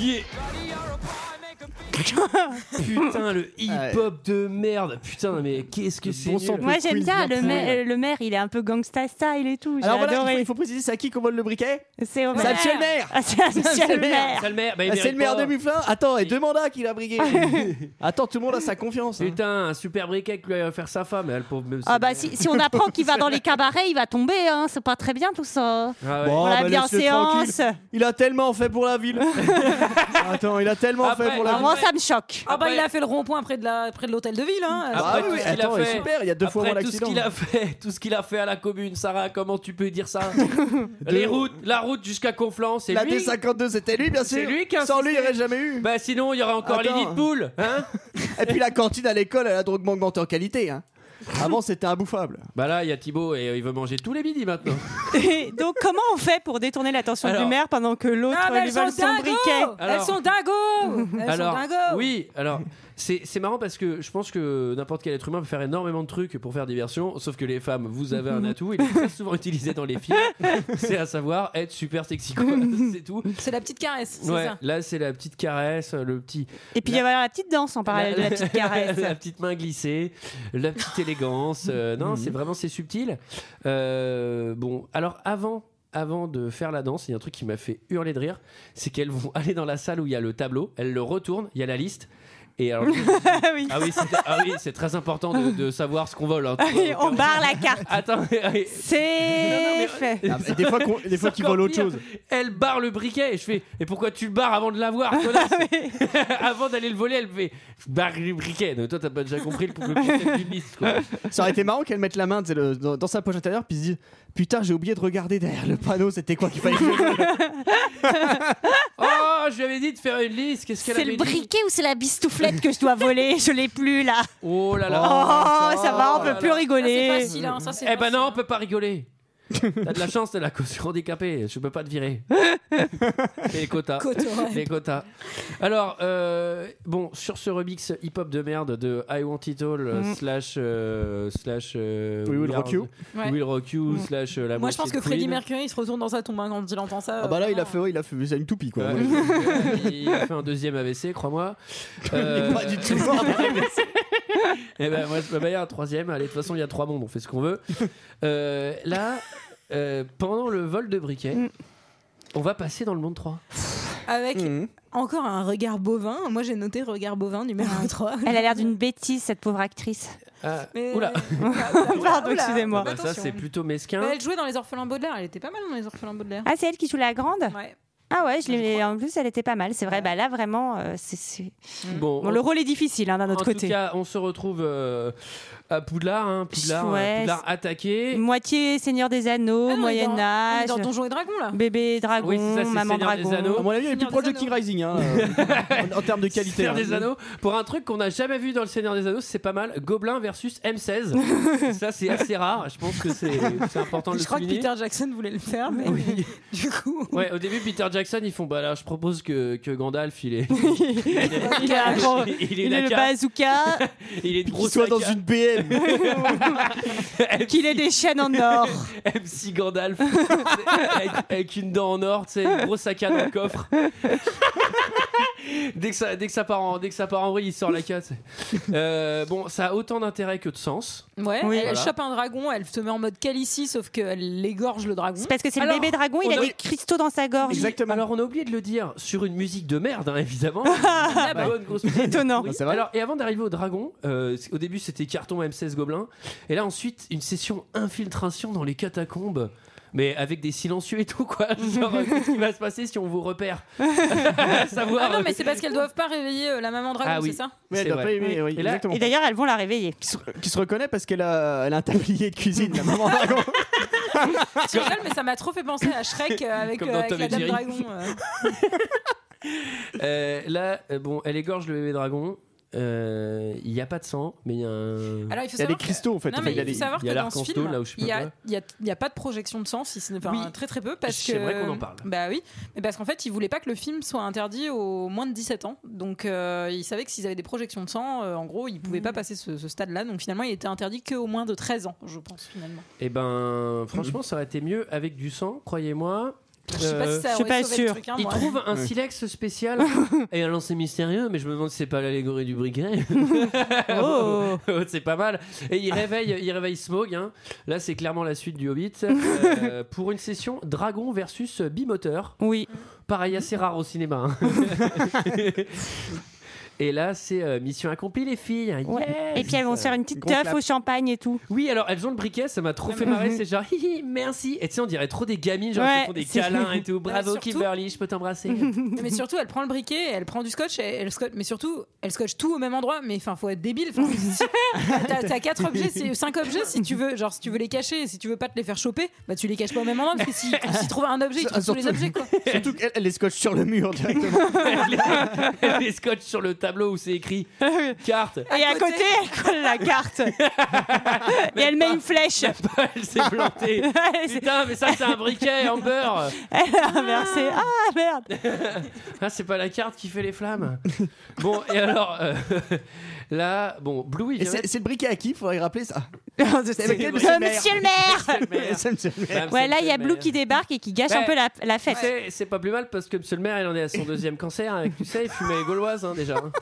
Speaker 1: Putain, le hip-hop de merde. Putain, mais qu'est-ce que c'est
Speaker 7: bon
Speaker 1: nul.
Speaker 7: sang
Speaker 10: Moi j'aime bien le, maire, le maire, il est un peu gangsta style et tout.
Speaker 7: Alors
Speaker 10: j'ai
Speaker 7: voilà,
Speaker 10: adoré.
Speaker 7: il faut, il faut préciser c'est à qui qu'on vole le briquet
Speaker 10: C'est au
Speaker 7: C'est à
Speaker 10: maire.
Speaker 7: monsieur le maire
Speaker 10: Ah, c'est à monsieur
Speaker 7: C'est à
Speaker 10: le maire.
Speaker 1: C'est le maire, bah, il
Speaker 7: Ah, c'est le
Speaker 1: mérite
Speaker 7: maire
Speaker 1: pas.
Speaker 7: de Mufflin Attends, et deux mandats qu'il a brigué Attends, tout le monde a sa confiance. hein.
Speaker 1: Putain, un super briquet que lui a faire sa femme, elle pauvre. même
Speaker 10: Ah bah si, si on apprend qu'il va dans les cabarets, il va tomber, hein. c'est pas très bien tout ça.
Speaker 1: Ah ouais.
Speaker 10: Bon,
Speaker 7: Oh,
Speaker 10: la
Speaker 7: bah, laisse-le
Speaker 10: bienséance.
Speaker 7: tranquille. Il a tellement fait pour la ville. Attends, il a tellement fait pour la
Speaker 10: Alors,
Speaker 7: ville.
Speaker 10: Moi ça me choque.
Speaker 6: Ah bah il a fait le rond-point près de la près de l'hôtel de ville hein.
Speaker 1: Après
Speaker 7: Ah
Speaker 1: tout
Speaker 7: oui,
Speaker 1: ce qu'il
Speaker 7: attends,
Speaker 1: a
Speaker 7: il est
Speaker 1: fait,
Speaker 7: super, il y a deux fois
Speaker 1: après
Speaker 7: moins
Speaker 1: tout ce
Speaker 7: l'accident.
Speaker 1: qu'il a fait, tout ce qu'il a fait à la commune, Sarah, comment tu peux dire ça Les routes, la route jusqu'à Conflans, c'est
Speaker 7: La
Speaker 1: lui.
Speaker 7: D52, c'était lui, bien sûr.
Speaker 1: C'est lui qui a
Speaker 7: Sans lui, il n'y
Speaker 1: insisté.
Speaker 7: aurait jamais eu.
Speaker 1: Bah sinon, il y aurait encore les
Speaker 7: Attends.
Speaker 1: nids de poules, hein
Speaker 7: Et puis la cantine à l'école, elle a donc augmenté en qualité. hein. Avant, c'était imbouffable.
Speaker 1: Bah là, il y a Thibaut et euh, il veut manger tous les midis maintenant.
Speaker 10: Et donc comment on fait pour détourner l'attention
Speaker 1: Alors-
Speaker 10: du maire pendant que l'autre
Speaker 6: Ah, mais
Speaker 10: lui
Speaker 6: elles
Speaker 10: vole
Speaker 6: sont
Speaker 10: son briquet
Speaker 6: dingos Elles
Speaker 1: Alors-
Speaker 6: sont dingos Elles
Speaker 1: alors,
Speaker 6: sont dingos
Speaker 1: oui, alors c'est c'est marrant parce que je pense que n'importe quel être humain peut faire énormément de trucs pour faire diversion, sauf que les femmes, vous avez un atout, il est très souvent utilisé dans les films, c'est à savoir être super sexy, quoi. c'est tout.
Speaker 6: C'est la petite caresse, c'est
Speaker 1: Ouais,
Speaker 6: ça.
Speaker 1: là c'est la petite caresse, le petit.
Speaker 10: Et puis il va y avoir la petite danse en parallèle de la petite caresse.
Speaker 1: la petite main glissée, la petite élégance. euh,
Speaker 10: Mhm.
Speaker 1: non, c'est vraiment c'est subtil. Euh, bon, alors avant. Avant de faire la danse, il y a un truc qui m'a fait hurler de rire, c'est qu'elles vont aller dans la salle où il y a le tableau, elles le retournent, il y a la liste, et alors
Speaker 10: Ah oui.
Speaker 1: ah oui, c'est ah oui, c'est très important de, de savoir ce qu'on vole. hein.
Speaker 10: Et on barre la carte.
Speaker 1: Attends, et-
Speaker 10: C'est fait.
Speaker 7: Ah, mais des fois, qu'on- des fois
Speaker 1: C'est
Speaker 7: qu'ils
Speaker 1: encore
Speaker 7: volent autre
Speaker 1: pire.
Speaker 7: chose.
Speaker 1: Elle barre le briquet et je fais Et pourquoi tu le barres avant de l'avoir connasse
Speaker 7: Ah
Speaker 1: Avant d'aller le voler, elle fait Je barre le briquet. Donc, toi, t'as pas déjà compris le le concept d'une liste. quoi.
Speaker 7: Ça aurait été marrant qu'elle mette la main tu sais, le- dans, dans sa poche intérieure puis se dise Putain, j'ai oublié de regarder derrière le panneau, c'était quoi qu'il fallait que je-
Speaker 1: Oh, je lui avais dit de faire une liste. Qu'est-ce qu'elle
Speaker 10: C'est
Speaker 1: avait
Speaker 10: le
Speaker 1: dit
Speaker 10: briquet ou c'est la bistouflette que je dois voler Je l'ai plus là.
Speaker 1: Oh là
Speaker 10: Oh,
Speaker 1: là.
Speaker 10: ça va, on peut plus
Speaker 6: Ah, c'est
Speaker 10: rigoler.
Speaker 6: facile, hein, ça c'est
Speaker 1: eh ben
Speaker 6: facile.
Speaker 1: non, on peut pas rigoler. T'as de la chance, t'es la caution handicapée. Je peux pas te virer. Les quotas.
Speaker 6: Cotorep.
Speaker 1: Les quotas. Alors, euh, bon, sur ce remix hip-hop de merde de I Want It All euh,
Speaker 7: Mm.
Speaker 1: slash. euh, slash euh,
Speaker 7: We Will
Speaker 1: Are-
Speaker 7: Rock You. Mm.
Speaker 1: We Will Rock You slash euh, la
Speaker 6: Moi je pense
Speaker 1: moitié
Speaker 6: que
Speaker 1: de Queen.
Speaker 6: Freddie Mercury il se retourne dans sa tombe hein, quand il entend ça.
Speaker 7: Ah bah là, il a
Speaker 6: vraiment.
Speaker 7: fait, ouais, il a fait c'est une toupie quoi.
Speaker 1: Ouais,
Speaker 7: Ouais.
Speaker 1: euh, il a fait un deuxième AVC, crois-moi. Euh,
Speaker 7: Pas du tout. Mmh. Ouais,
Speaker 1: Eh ben, moi, je me mets un troisième. Allez, de toute façon, il y a trois mondes, on fait ce qu'on veut. Euh, là, euh, pendant le vol de briquet,
Speaker 6: Mm.
Speaker 1: on va passer dans le monde 3. Mm.
Speaker 6: Avec encore un regard bovin. Moi j'ai noté regard bovin numéro 3.
Speaker 10: Elle a l'air d'une bêtise, cette pauvre actrice.
Speaker 1: Ah,
Speaker 6: Mais-
Speaker 1: Oula
Speaker 10: Pardon, excusez-moi.
Speaker 1: Bah, Ça,
Speaker 6: attention.
Speaker 1: c'est plutôt
Speaker 6: Mais
Speaker 1: mesquin.
Speaker 6: elle jouait dans les orphelins Baudelaire, elle était pas mal dans les orphelins Baudelaire.
Speaker 10: Ah, c'est elle qui joue la grande
Speaker 6: Ouais.
Speaker 10: Ah ouais, je l'ai- en plus, elle était pas mal. C'est vrai, bah là, vraiment, euh, c'est- c'est.
Speaker 1: Bon,
Speaker 10: Bon, le rôle est difficile hein, d'un
Speaker 1: en
Speaker 10: autre côté.
Speaker 1: tout cas, on se retrouve euh, à Poudlard. hein, Poudlard, hein,
Speaker 10: Ouais,
Speaker 1: Poudlard attaqué.
Speaker 10: Moitié Seigneur des Anneaux,
Speaker 6: Ah, non, on est dans- on est
Speaker 10: Moyen-Âge,
Speaker 6: Dans Donjons et Dragons là.
Speaker 10: bébé dragon,
Speaker 1: Oui, c'est ça, c'est
Speaker 10: maman
Speaker 1: Seigneur des
Speaker 10: dragon.
Speaker 1: Anneaux.
Speaker 7: À mon avis, elle est plus
Speaker 6: Seigneur
Speaker 7: proche
Speaker 6: des
Speaker 7: de King
Speaker 6: Anneaux.
Speaker 7: Rising hein, euh, en, en termes de qualité.
Speaker 1: Seigneur
Speaker 7: hein.
Speaker 1: des Anneaux pour un truc qu'on n'a jamais vu dans le Seigneur des Anneaux, c'est pas mal. Gobelin versus M16. ça, c'est assez rare. Je pense que c'est c'est important de
Speaker 6: Je
Speaker 1: le
Speaker 6: crois que
Speaker 1: souligner.
Speaker 6: Peter Jackson voulait le faire, mais du coup.
Speaker 1: Ouais, au début, Peter Jackson, ils font bah là, je propose que, que Gandalf, il est.
Speaker 10: Il a un grand-
Speaker 1: il, est
Speaker 10: Il est le
Speaker 1: laca,
Speaker 10: bazooka,
Speaker 1: il est de
Speaker 7: Qu'il
Speaker 1: grosse
Speaker 7: soit dans
Speaker 1: laca.
Speaker 7: une BM.
Speaker 10: qu'il ait des chaînes en or.
Speaker 1: MC Gandalf avec, avec une dent en or, tu sais, un gros sac à dans le coffre. dès, que ça, dès, que ça part en, dès que ça part en vrille, il sort la casse. Euh, bon, ça a autant d'intérêt que de sens.
Speaker 6: Ouais,
Speaker 10: Oui.
Speaker 6: elle
Speaker 1: Voilà.
Speaker 6: chope un dragon, elle se met en mode calicie, sauf qu'elle égorge le dragon.
Speaker 10: C'est parce que c'est le
Speaker 1: Alors,
Speaker 10: bébé dragon, il
Speaker 1: on
Speaker 10: a
Speaker 1: a-
Speaker 10: des cristaux dans sa gorge.
Speaker 7: Exactement.
Speaker 1: Alors, on a oublié de le dire sur une musique de merde, hein, évidemment.
Speaker 6: Ah bah,
Speaker 1: Bonne grosse musique.
Speaker 10: Étonnant.
Speaker 1: Oui.
Speaker 7: Ça va.
Speaker 1: Alors, et avant d'arriver au dragon, euh, c- au début c'était carton M16 Gobelin, et là ensuite une session infiltration dans les catacombes. Mais avec des silencieux et tout, quoi. Genre, euh, qu'est-ce qui va se passer si on vous repère À savoir.
Speaker 6: Ah non, mais c'est parce qu'elles doivent pas réveiller euh, la maman dragon,
Speaker 1: Ah oui.
Speaker 6: c'est ça
Speaker 7: Mais elle
Speaker 1: C'est
Speaker 7: doit
Speaker 1: vrai.
Speaker 7: pas aimer, oui,
Speaker 1: Et là-
Speaker 7: exactement.
Speaker 10: Et d'ailleurs, elles vont la réveiller.
Speaker 7: Qui se, qui se reconnaît parce qu'elle a, elle a un tablier de cuisine, la maman dragon.
Speaker 6: Tu rigoles, mais ça m'a trop fait penser à Shrek euh, avec,
Speaker 1: Comme
Speaker 6: euh,
Speaker 1: dans
Speaker 6: avec
Speaker 1: Tom
Speaker 6: la
Speaker 1: et
Speaker 6: dame
Speaker 1: Jerry.
Speaker 6: dragon. euh.
Speaker 1: Euh, là, euh, bon, elle égorge le bébé dragon. Euh, Il n'y a pas de sang, mais il y a un.
Speaker 6: Alors il faut
Speaker 7: Il y a des
Speaker 6: savoir. que-
Speaker 7: cristaux en fait.
Speaker 6: Non,
Speaker 7: Enfin,
Speaker 6: mais
Speaker 7: il y a
Speaker 6: il
Speaker 7: des-
Speaker 6: faut savoir
Speaker 1: il y a
Speaker 6: que dans ce
Speaker 1: l'arc-en-ciel,
Speaker 6: film,
Speaker 1: là où je sais
Speaker 6: il y
Speaker 1: pas
Speaker 6: a,
Speaker 1: quoi.
Speaker 6: il y a- il y a pas de projection de sang, si ce n'est pas
Speaker 1: Oui.
Speaker 6: très très peu, parce que.
Speaker 1: C'est vrai qu'on en parle.
Speaker 6: Bah oui, mais parce qu'en fait, ils voulaient pas que le film soit interdit aux moins de 17 ans. Donc euh, ils savaient que s'ils avaient des projections de sang, euh, en gros, ils
Speaker 1: Mm.
Speaker 6: pouvaient pas passer ce, ce stade-là. Donc finalement, il était interdit qu'aux moins de 13 ans, je pense finalement.
Speaker 1: Eh ben, franchement, ça aurait été mieux avec du sang, croyez-moi.
Speaker 6: Je sais pas si ça
Speaker 10: je suis
Speaker 6: aurait
Speaker 10: pas
Speaker 6: sauvé
Speaker 10: sûre.
Speaker 6: le truc, hein,
Speaker 1: Il
Speaker 6: moi.
Speaker 1: trouve un silex spécial et un lancer mystérieux, mais je me demande si c'est pas l'allégorie du briquet.
Speaker 10: Oh.
Speaker 1: c'est pas mal. Et il réveille, il réveille Smog. hein. Là, c'est clairement la suite du Hobbit euh, pour une session Dragon versus bimoteur.
Speaker 10: Oui.
Speaker 1: Pareil, assez rare au cinéma. hein. Et là, c'est euh, mission accomplie, les filles.
Speaker 10: Ouais.
Speaker 1: Yes.
Speaker 10: Et puis elles vont se faire une petite
Speaker 1: Gros
Speaker 10: teuf
Speaker 1: clap.
Speaker 10: au champagne et tout.
Speaker 1: Oui, alors elles ont le briquet, ça m'a trop fait marrer. C'est genre, hi, hi, merci. Et tu sais, on dirait trop des gamines, genre,
Speaker 6: Ouais,
Speaker 1: qui font des
Speaker 6: c'est-
Speaker 1: câlins et tout.
Speaker 6: Ouais,
Speaker 1: Bravo,
Speaker 6: surtout-
Speaker 1: Kimberly, je peux t'embrasser.
Speaker 6: mais surtout, elle prend le briquet, elle prend du scotch, et elle scotche- mais surtout, elle scotche tout au même endroit. Mais enfin, faut être débile. Enfin, si- T'as t'as quatre objets, si- cinq objets si tu veux, genre si tu veux les cacher, et si tu veux pas te les faire choper, bah tu les caches pas au même endroit parce que si s'ils trouvent un objet, ils trouvent tous les objets quoi.
Speaker 7: Surtout qu'elle elle les scotche sur le mur directement.
Speaker 1: Elle les scotche sur le tableau où c'est écrit carte.
Speaker 10: Et à côté, elle colle la carte. et elle met une flèche.
Speaker 1: Elle s'est plantée. Putain, mais ça, c'est un briquet en beurre.
Speaker 10: Elle a inversé. Ah merde.
Speaker 1: Ah, c'est pas la carte qui fait les flammes. Bon, et alors, euh, là, bon, Blue, il
Speaker 7: Et
Speaker 1: vient.
Speaker 7: c'est c'est le briquet à qui Faudrait rappeler ça.
Speaker 10: Euh, Monsieur le maire.
Speaker 7: C'est monsieur le maire.
Speaker 1: Bah,
Speaker 10: Ouais, là il y a Blue qui débarque et qui gâche un
Speaker 1: Ouais.
Speaker 10: peu la, la
Speaker 1: Tu
Speaker 10: fête.
Speaker 1: sais, c'est pas plus mal parce que monsieur le maire, il en est à son deuxième cancer. hein, tu sais, il fumait les gauloises hein, déjà. hein.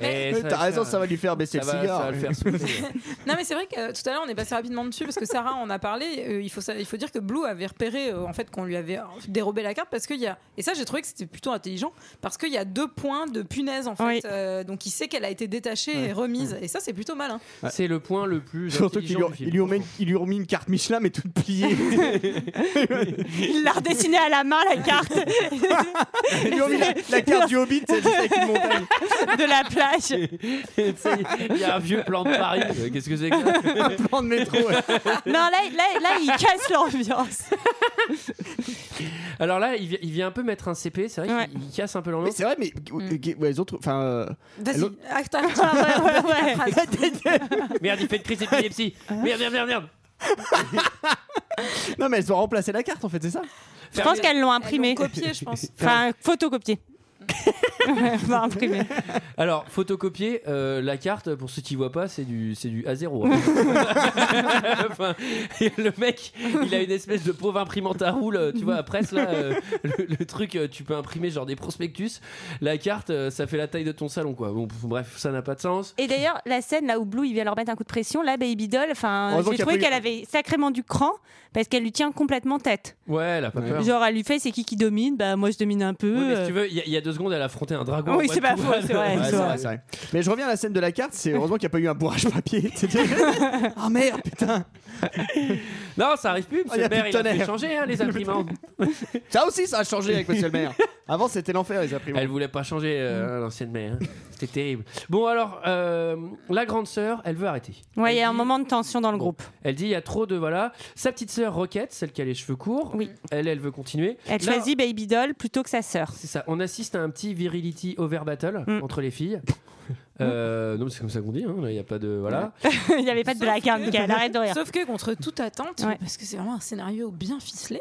Speaker 1: Et
Speaker 7: T'as
Speaker 1: va
Speaker 7: raison,
Speaker 1: faire-
Speaker 7: ça va lui faire baisser
Speaker 1: ça
Speaker 7: le
Speaker 1: va-
Speaker 7: cigare.
Speaker 1: ça va le faire souffler.
Speaker 6: Non mais c'est vrai que euh, tout à l'heure on est passé rapidement dessus parce que Sarah en a parlé. Euh, il faut sa- il faut dire que Blue avait repéré euh, en fait qu'on lui avait euh, dérobé la carte parce qu'il y a et ça j'ai trouvé que c'était plutôt intelligent parce qu'il y a deux points de punaise en fait. Euh, donc il sait qu'elle a été détachée et remise et ça c'est plutôt hein. malin.
Speaker 1: C'est le point le plus.
Speaker 7: Surtout qu'ils lui,
Speaker 1: intelligent
Speaker 7: ont-
Speaker 1: du film.
Speaker 7: ils lui ont mis- ils lui ont mis une carte Michelin, mais toute pliée.
Speaker 10: Il l'a redessinée à la main la carte.
Speaker 7: Ils lui ont mis la, la carte du Hobbit, c'est juste avec une montagne.
Speaker 10: de la plage.
Speaker 1: Tu sais, Il y a un vieux plan de Paris. Euh, Qu'est-ce que c'est que ça
Speaker 7: Un plan de métro.
Speaker 10: Non, là, là, là il casse l'ambiance.
Speaker 1: Alors là, il, vi- il vient un peu mettre un CP. C'est vrai qu'il il casse un peu
Speaker 7: Mais
Speaker 1: l'ambiance.
Speaker 7: c'est vrai, mais
Speaker 10: Hmm.
Speaker 7: ok, ouais, les autres, enfin, euh,
Speaker 6: Vas-y.
Speaker 7: l'autre-
Speaker 6: Ah, t'as-
Speaker 10: ouais, ouais, ouais.
Speaker 1: Merde, il fait une crise d'épilepsie. Merde, merde, merde, merde.
Speaker 7: non mais elles ont remplacé la carte en fait, c'est ça.
Speaker 10: Je pense qu'elles
Speaker 6: Elles
Speaker 10: l'ont
Speaker 6: l'ont
Speaker 10: imprimée.
Speaker 6: copié je pense.
Speaker 10: Enfin, photocopiée. Pas imprimée.
Speaker 1: Alors, photocopier euh, la carte, pour ceux qui voient pas, c'est du, c'est du A0. hein. Enfin, le mec, il a une espèce de pauvre imprimante à roule, euh, tu vois, à presse, là, euh, le, le truc, euh, tu peux imprimer genre des prospectus. La carte, euh, ça fait la taille de ton salon, quoi. Bon, pff, bref, ça n'a pas de sens.
Speaker 10: Et d'ailleurs, la scène là où Blue il vient leur mettre un coup de pression, là, Baby Doll, enfin,
Speaker 7: Heureusement
Speaker 10: j'ai
Speaker 7: qu'il y a
Speaker 10: trouvé
Speaker 7: pas eu-
Speaker 10: qu'elle avait sacrément du cran parce qu'elle lui tient complètement tête.
Speaker 1: Ouais, elle a pas peur.
Speaker 10: Genre, elle lui fait c'est qui qui domine Bah, moi je domine un peu.
Speaker 1: Ah. Ouais, mais si
Speaker 10: euh.
Speaker 1: tu veux, il y, a- il y a deux secondes, elle a affronté un dragon.
Speaker 10: Oui,
Speaker 1: Ouais,
Speaker 10: c'est pas
Speaker 1: tout
Speaker 10: faux,
Speaker 1: va,
Speaker 10: c'est vrai,
Speaker 1: ouais,
Speaker 10: c'est
Speaker 7: Ouais, c'est vrai, c'est vrai. Mais je reviens à la scène de la carte, c'est heureusement qu'il n'y a pas eu un bourrage papier. Ah merde, putain.
Speaker 1: Non, ça arrive plus, monsieur
Speaker 7: Oh, y a
Speaker 1: le maire,
Speaker 7: plus
Speaker 1: il
Speaker 7: de
Speaker 1: a fait
Speaker 7: tonnerre.
Speaker 1: changer hein, les imprimantes.
Speaker 7: Ça aussi, ça a changé avec Monsieur le Maire. Avant, c'était l'enfer les imprimantes.
Speaker 1: Elle voulait pas changer
Speaker 7: Mm.
Speaker 1: euh, l'ancienne mère. hein. C'était terrible. Bon, alors, euh, la grande sœur, elle veut arrêter.
Speaker 10: Ouais, il y a un moment de tension dans le
Speaker 1: Bon.
Speaker 10: groupe.
Speaker 1: Elle dit il y a trop de. Voilà. Sa petite sœur Roquette, celle qui a les cheveux courts,
Speaker 10: Oui.
Speaker 1: elle, elle veut continuer.
Speaker 10: Elle
Speaker 1: Là,
Speaker 10: choisit Baby Doll plutôt que sa sœur.
Speaker 1: C'est ça. On assiste à un petit virility over battle
Speaker 10: Mm.
Speaker 1: entre les filles. Euh, non, mais c'est comme ça qu'on dit. hein, là, Il n'y a pas de. Voilà.
Speaker 10: il n'y avait pas de blague, hein, Michael, arrête de rire.
Speaker 6: Sauf que contre toute attente,
Speaker 10: Ouais.
Speaker 6: parce que c'est vraiment un scénario bien ficelé,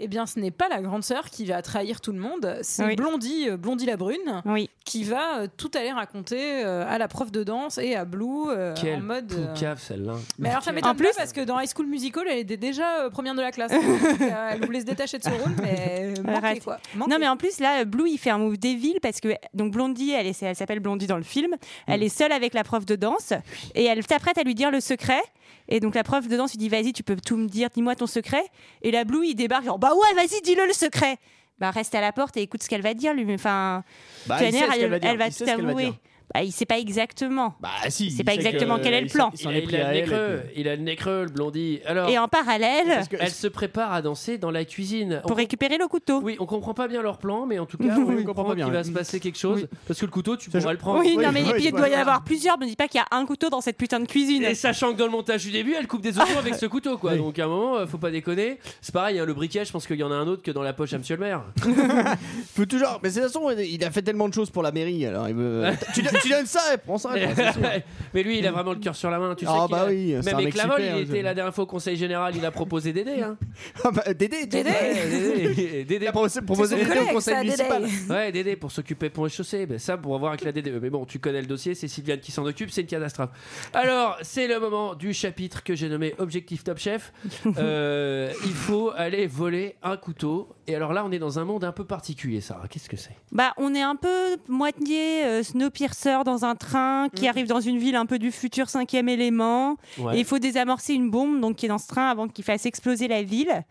Speaker 6: eh bien ce n'est pas la grande sœur qui va trahir tout le monde, c'est
Speaker 10: Oui.
Speaker 6: Blondie, euh, Blondie la brune,
Speaker 10: Oui,
Speaker 6: qui va euh, tout aller raconter euh, à la prof de danse et à Blue euh, en
Speaker 1: Quelle
Speaker 6: mode. euh,
Speaker 1: poucave, celle-là.
Speaker 6: Mais alors ça
Speaker 10: En
Speaker 6: m'étonne
Speaker 10: plus-
Speaker 6: plus parce que dans High School Musical, elle était déjà euh, première de la classe. Donc, euh, elle voulait se détacher de ce rôle, mais euh, manqué,
Speaker 10: Arrête.
Speaker 6: quoi.
Speaker 10: Non mais en plus là, Blue il fait un move dévile parce que donc Blondie, elle, est- elle s'appelle Blondie dans le film,
Speaker 7: Mm.
Speaker 10: elle est seule avec la prof de danse et elle s'apprête à lui dire le secret. Et donc la prof de danse lui dit vas-y tu peux tout me dire, dis-moi ton secret. Et la Blue il débarque genre bah ouais vas-y dis-le le secret. Bah reste à la porte et écoute ce qu'elle va dire lui. Mais enfin,
Speaker 7: Bah,
Speaker 10: de
Speaker 7: il
Speaker 10: toute
Speaker 7: sait
Speaker 10: manière,
Speaker 7: ce qu'elle
Speaker 10: elle,
Speaker 7: va dire,
Speaker 10: elle va
Speaker 7: il sait
Speaker 10: tout
Speaker 7: ce qu'elle va
Speaker 10: avouer.
Speaker 7: dire.
Speaker 10: Bah il sait pas exactement.
Speaker 7: Bah si.
Speaker 10: C'est
Speaker 7: il
Speaker 10: pas
Speaker 7: sait
Speaker 10: exactement
Speaker 7: que-
Speaker 10: quel est le
Speaker 7: il
Speaker 10: plan.
Speaker 7: s'en- Il
Speaker 1: Il
Speaker 7: s'en
Speaker 1: a,
Speaker 7: est
Speaker 1: il
Speaker 7: pris
Speaker 1: a
Speaker 7: à
Speaker 1: le nez
Speaker 7: elle.
Speaker 1: creux,
Speaker 7: et puis-
Speaker 1: il a le nez creux, le blondie. Alors,
Speaker 10: Et en parallèle,
Speaker 7: Parce que-
Speaker 1: elle se prépare à danser dans la cuisine. On
Speaker 10: pour récupérer le couteau.
Speaker 1: Oui, on comprend pas bien leur plan, mais en tout cas,
Speaker 7: Oui,
Speaker 1: on
Speaker 7: on
Speaker 1: comprend,
Speaker 7: comprend pas bien,
Speaker 1: qu'il va
Speaker 7: ouais.
Speaker 1: se passer quelque chose. Parce que le couteau, tu pourras
Speaker 7: je-
Speaker 1: le prendre.
Speaker 10: Oui,
Speaker 7: Oui,
Speaker 10: non mais
Speaker 7: oui,
Speaker 10: et puis
Speaker 7: oui,
Speaker 10: il doit y
Speaker 7: voilà.
Speaker 10: avoir plusieurs. Ne dis pas qu'il y a un couteau dans cette putain de cuisine.
Speaker 1: Et sachant que dans le montage du début, elle coupe des
Speaker 10: Ah.
Speaker 1: oignons avec ce couteau, quoi.
Speaker 7: Oui.
Speaker 1: Donc à un moment, euh, faut pas déconner. C'est pareil, hein, le briquet, je pense qu'il y en a un autre que dans la poche à Monsieur le Maire.
Speaker 7: Faut toujours. Mais de toute façon, il a fait tellement de choses pour la mairie. Alors, il veut- tu, dois- tu donnes ça, et prends ça. quoi, Ah, bah, c'est sûr.
Speaker 1: Mais lui, il a vraiment le cœur sur la main. Tu sais
Speaker 7: Ah,
Speaker 1: qu'il
Speaker 7: bah
Speaker 1: a-
Speaker 7: oui, c'est
Speaker 1: Même
Speaker 7: un
Speaker 1: avec
Speaker 7: mec
Speaker 1: Lavol,
Speaker 7: super,
Speaker 1: il
Speaker 7: hein,
Speaker 1: était
Speaker 7: je-
Speaker 1: la dernière fois au Conseil Général, il a proposé d'aider. Hein. Eh,
Speaker 7: Ah bah, Dédé,
Speaker 1: Dédé Dédé, Dédé.
Speaker 7: proposé C'est son Dédé au collègue, conseil ça, Dédé. municipal.
Speaker 1: Ouais, Dédé pour s'occuper pour les chaussées. Ben, ça, pour avoir avec la DDE. Mais bon, tu connais le dossier, c'est Sylviane qui s'en occupe, c'est une catastrophe. Alors, c'est le moment du chapitre que j'ai nommé Objectif Top Chef. Euh, il faut aller voler un couteau. Et alors là, on est dans un monde un peu particulier, Sarah. Qu'est-ce que c'est
Speaker 10: Bah, on est un peu moitié euh, Snowpiercer dans un train qui arrive dans une ville un peu du futur cinquième élément.
Speaker 1: Mhm. Ouais.
Speaker 10: Et il faut désamorcer une bombe donc qui est dans ce train avant qu'il fasse exploser la ville.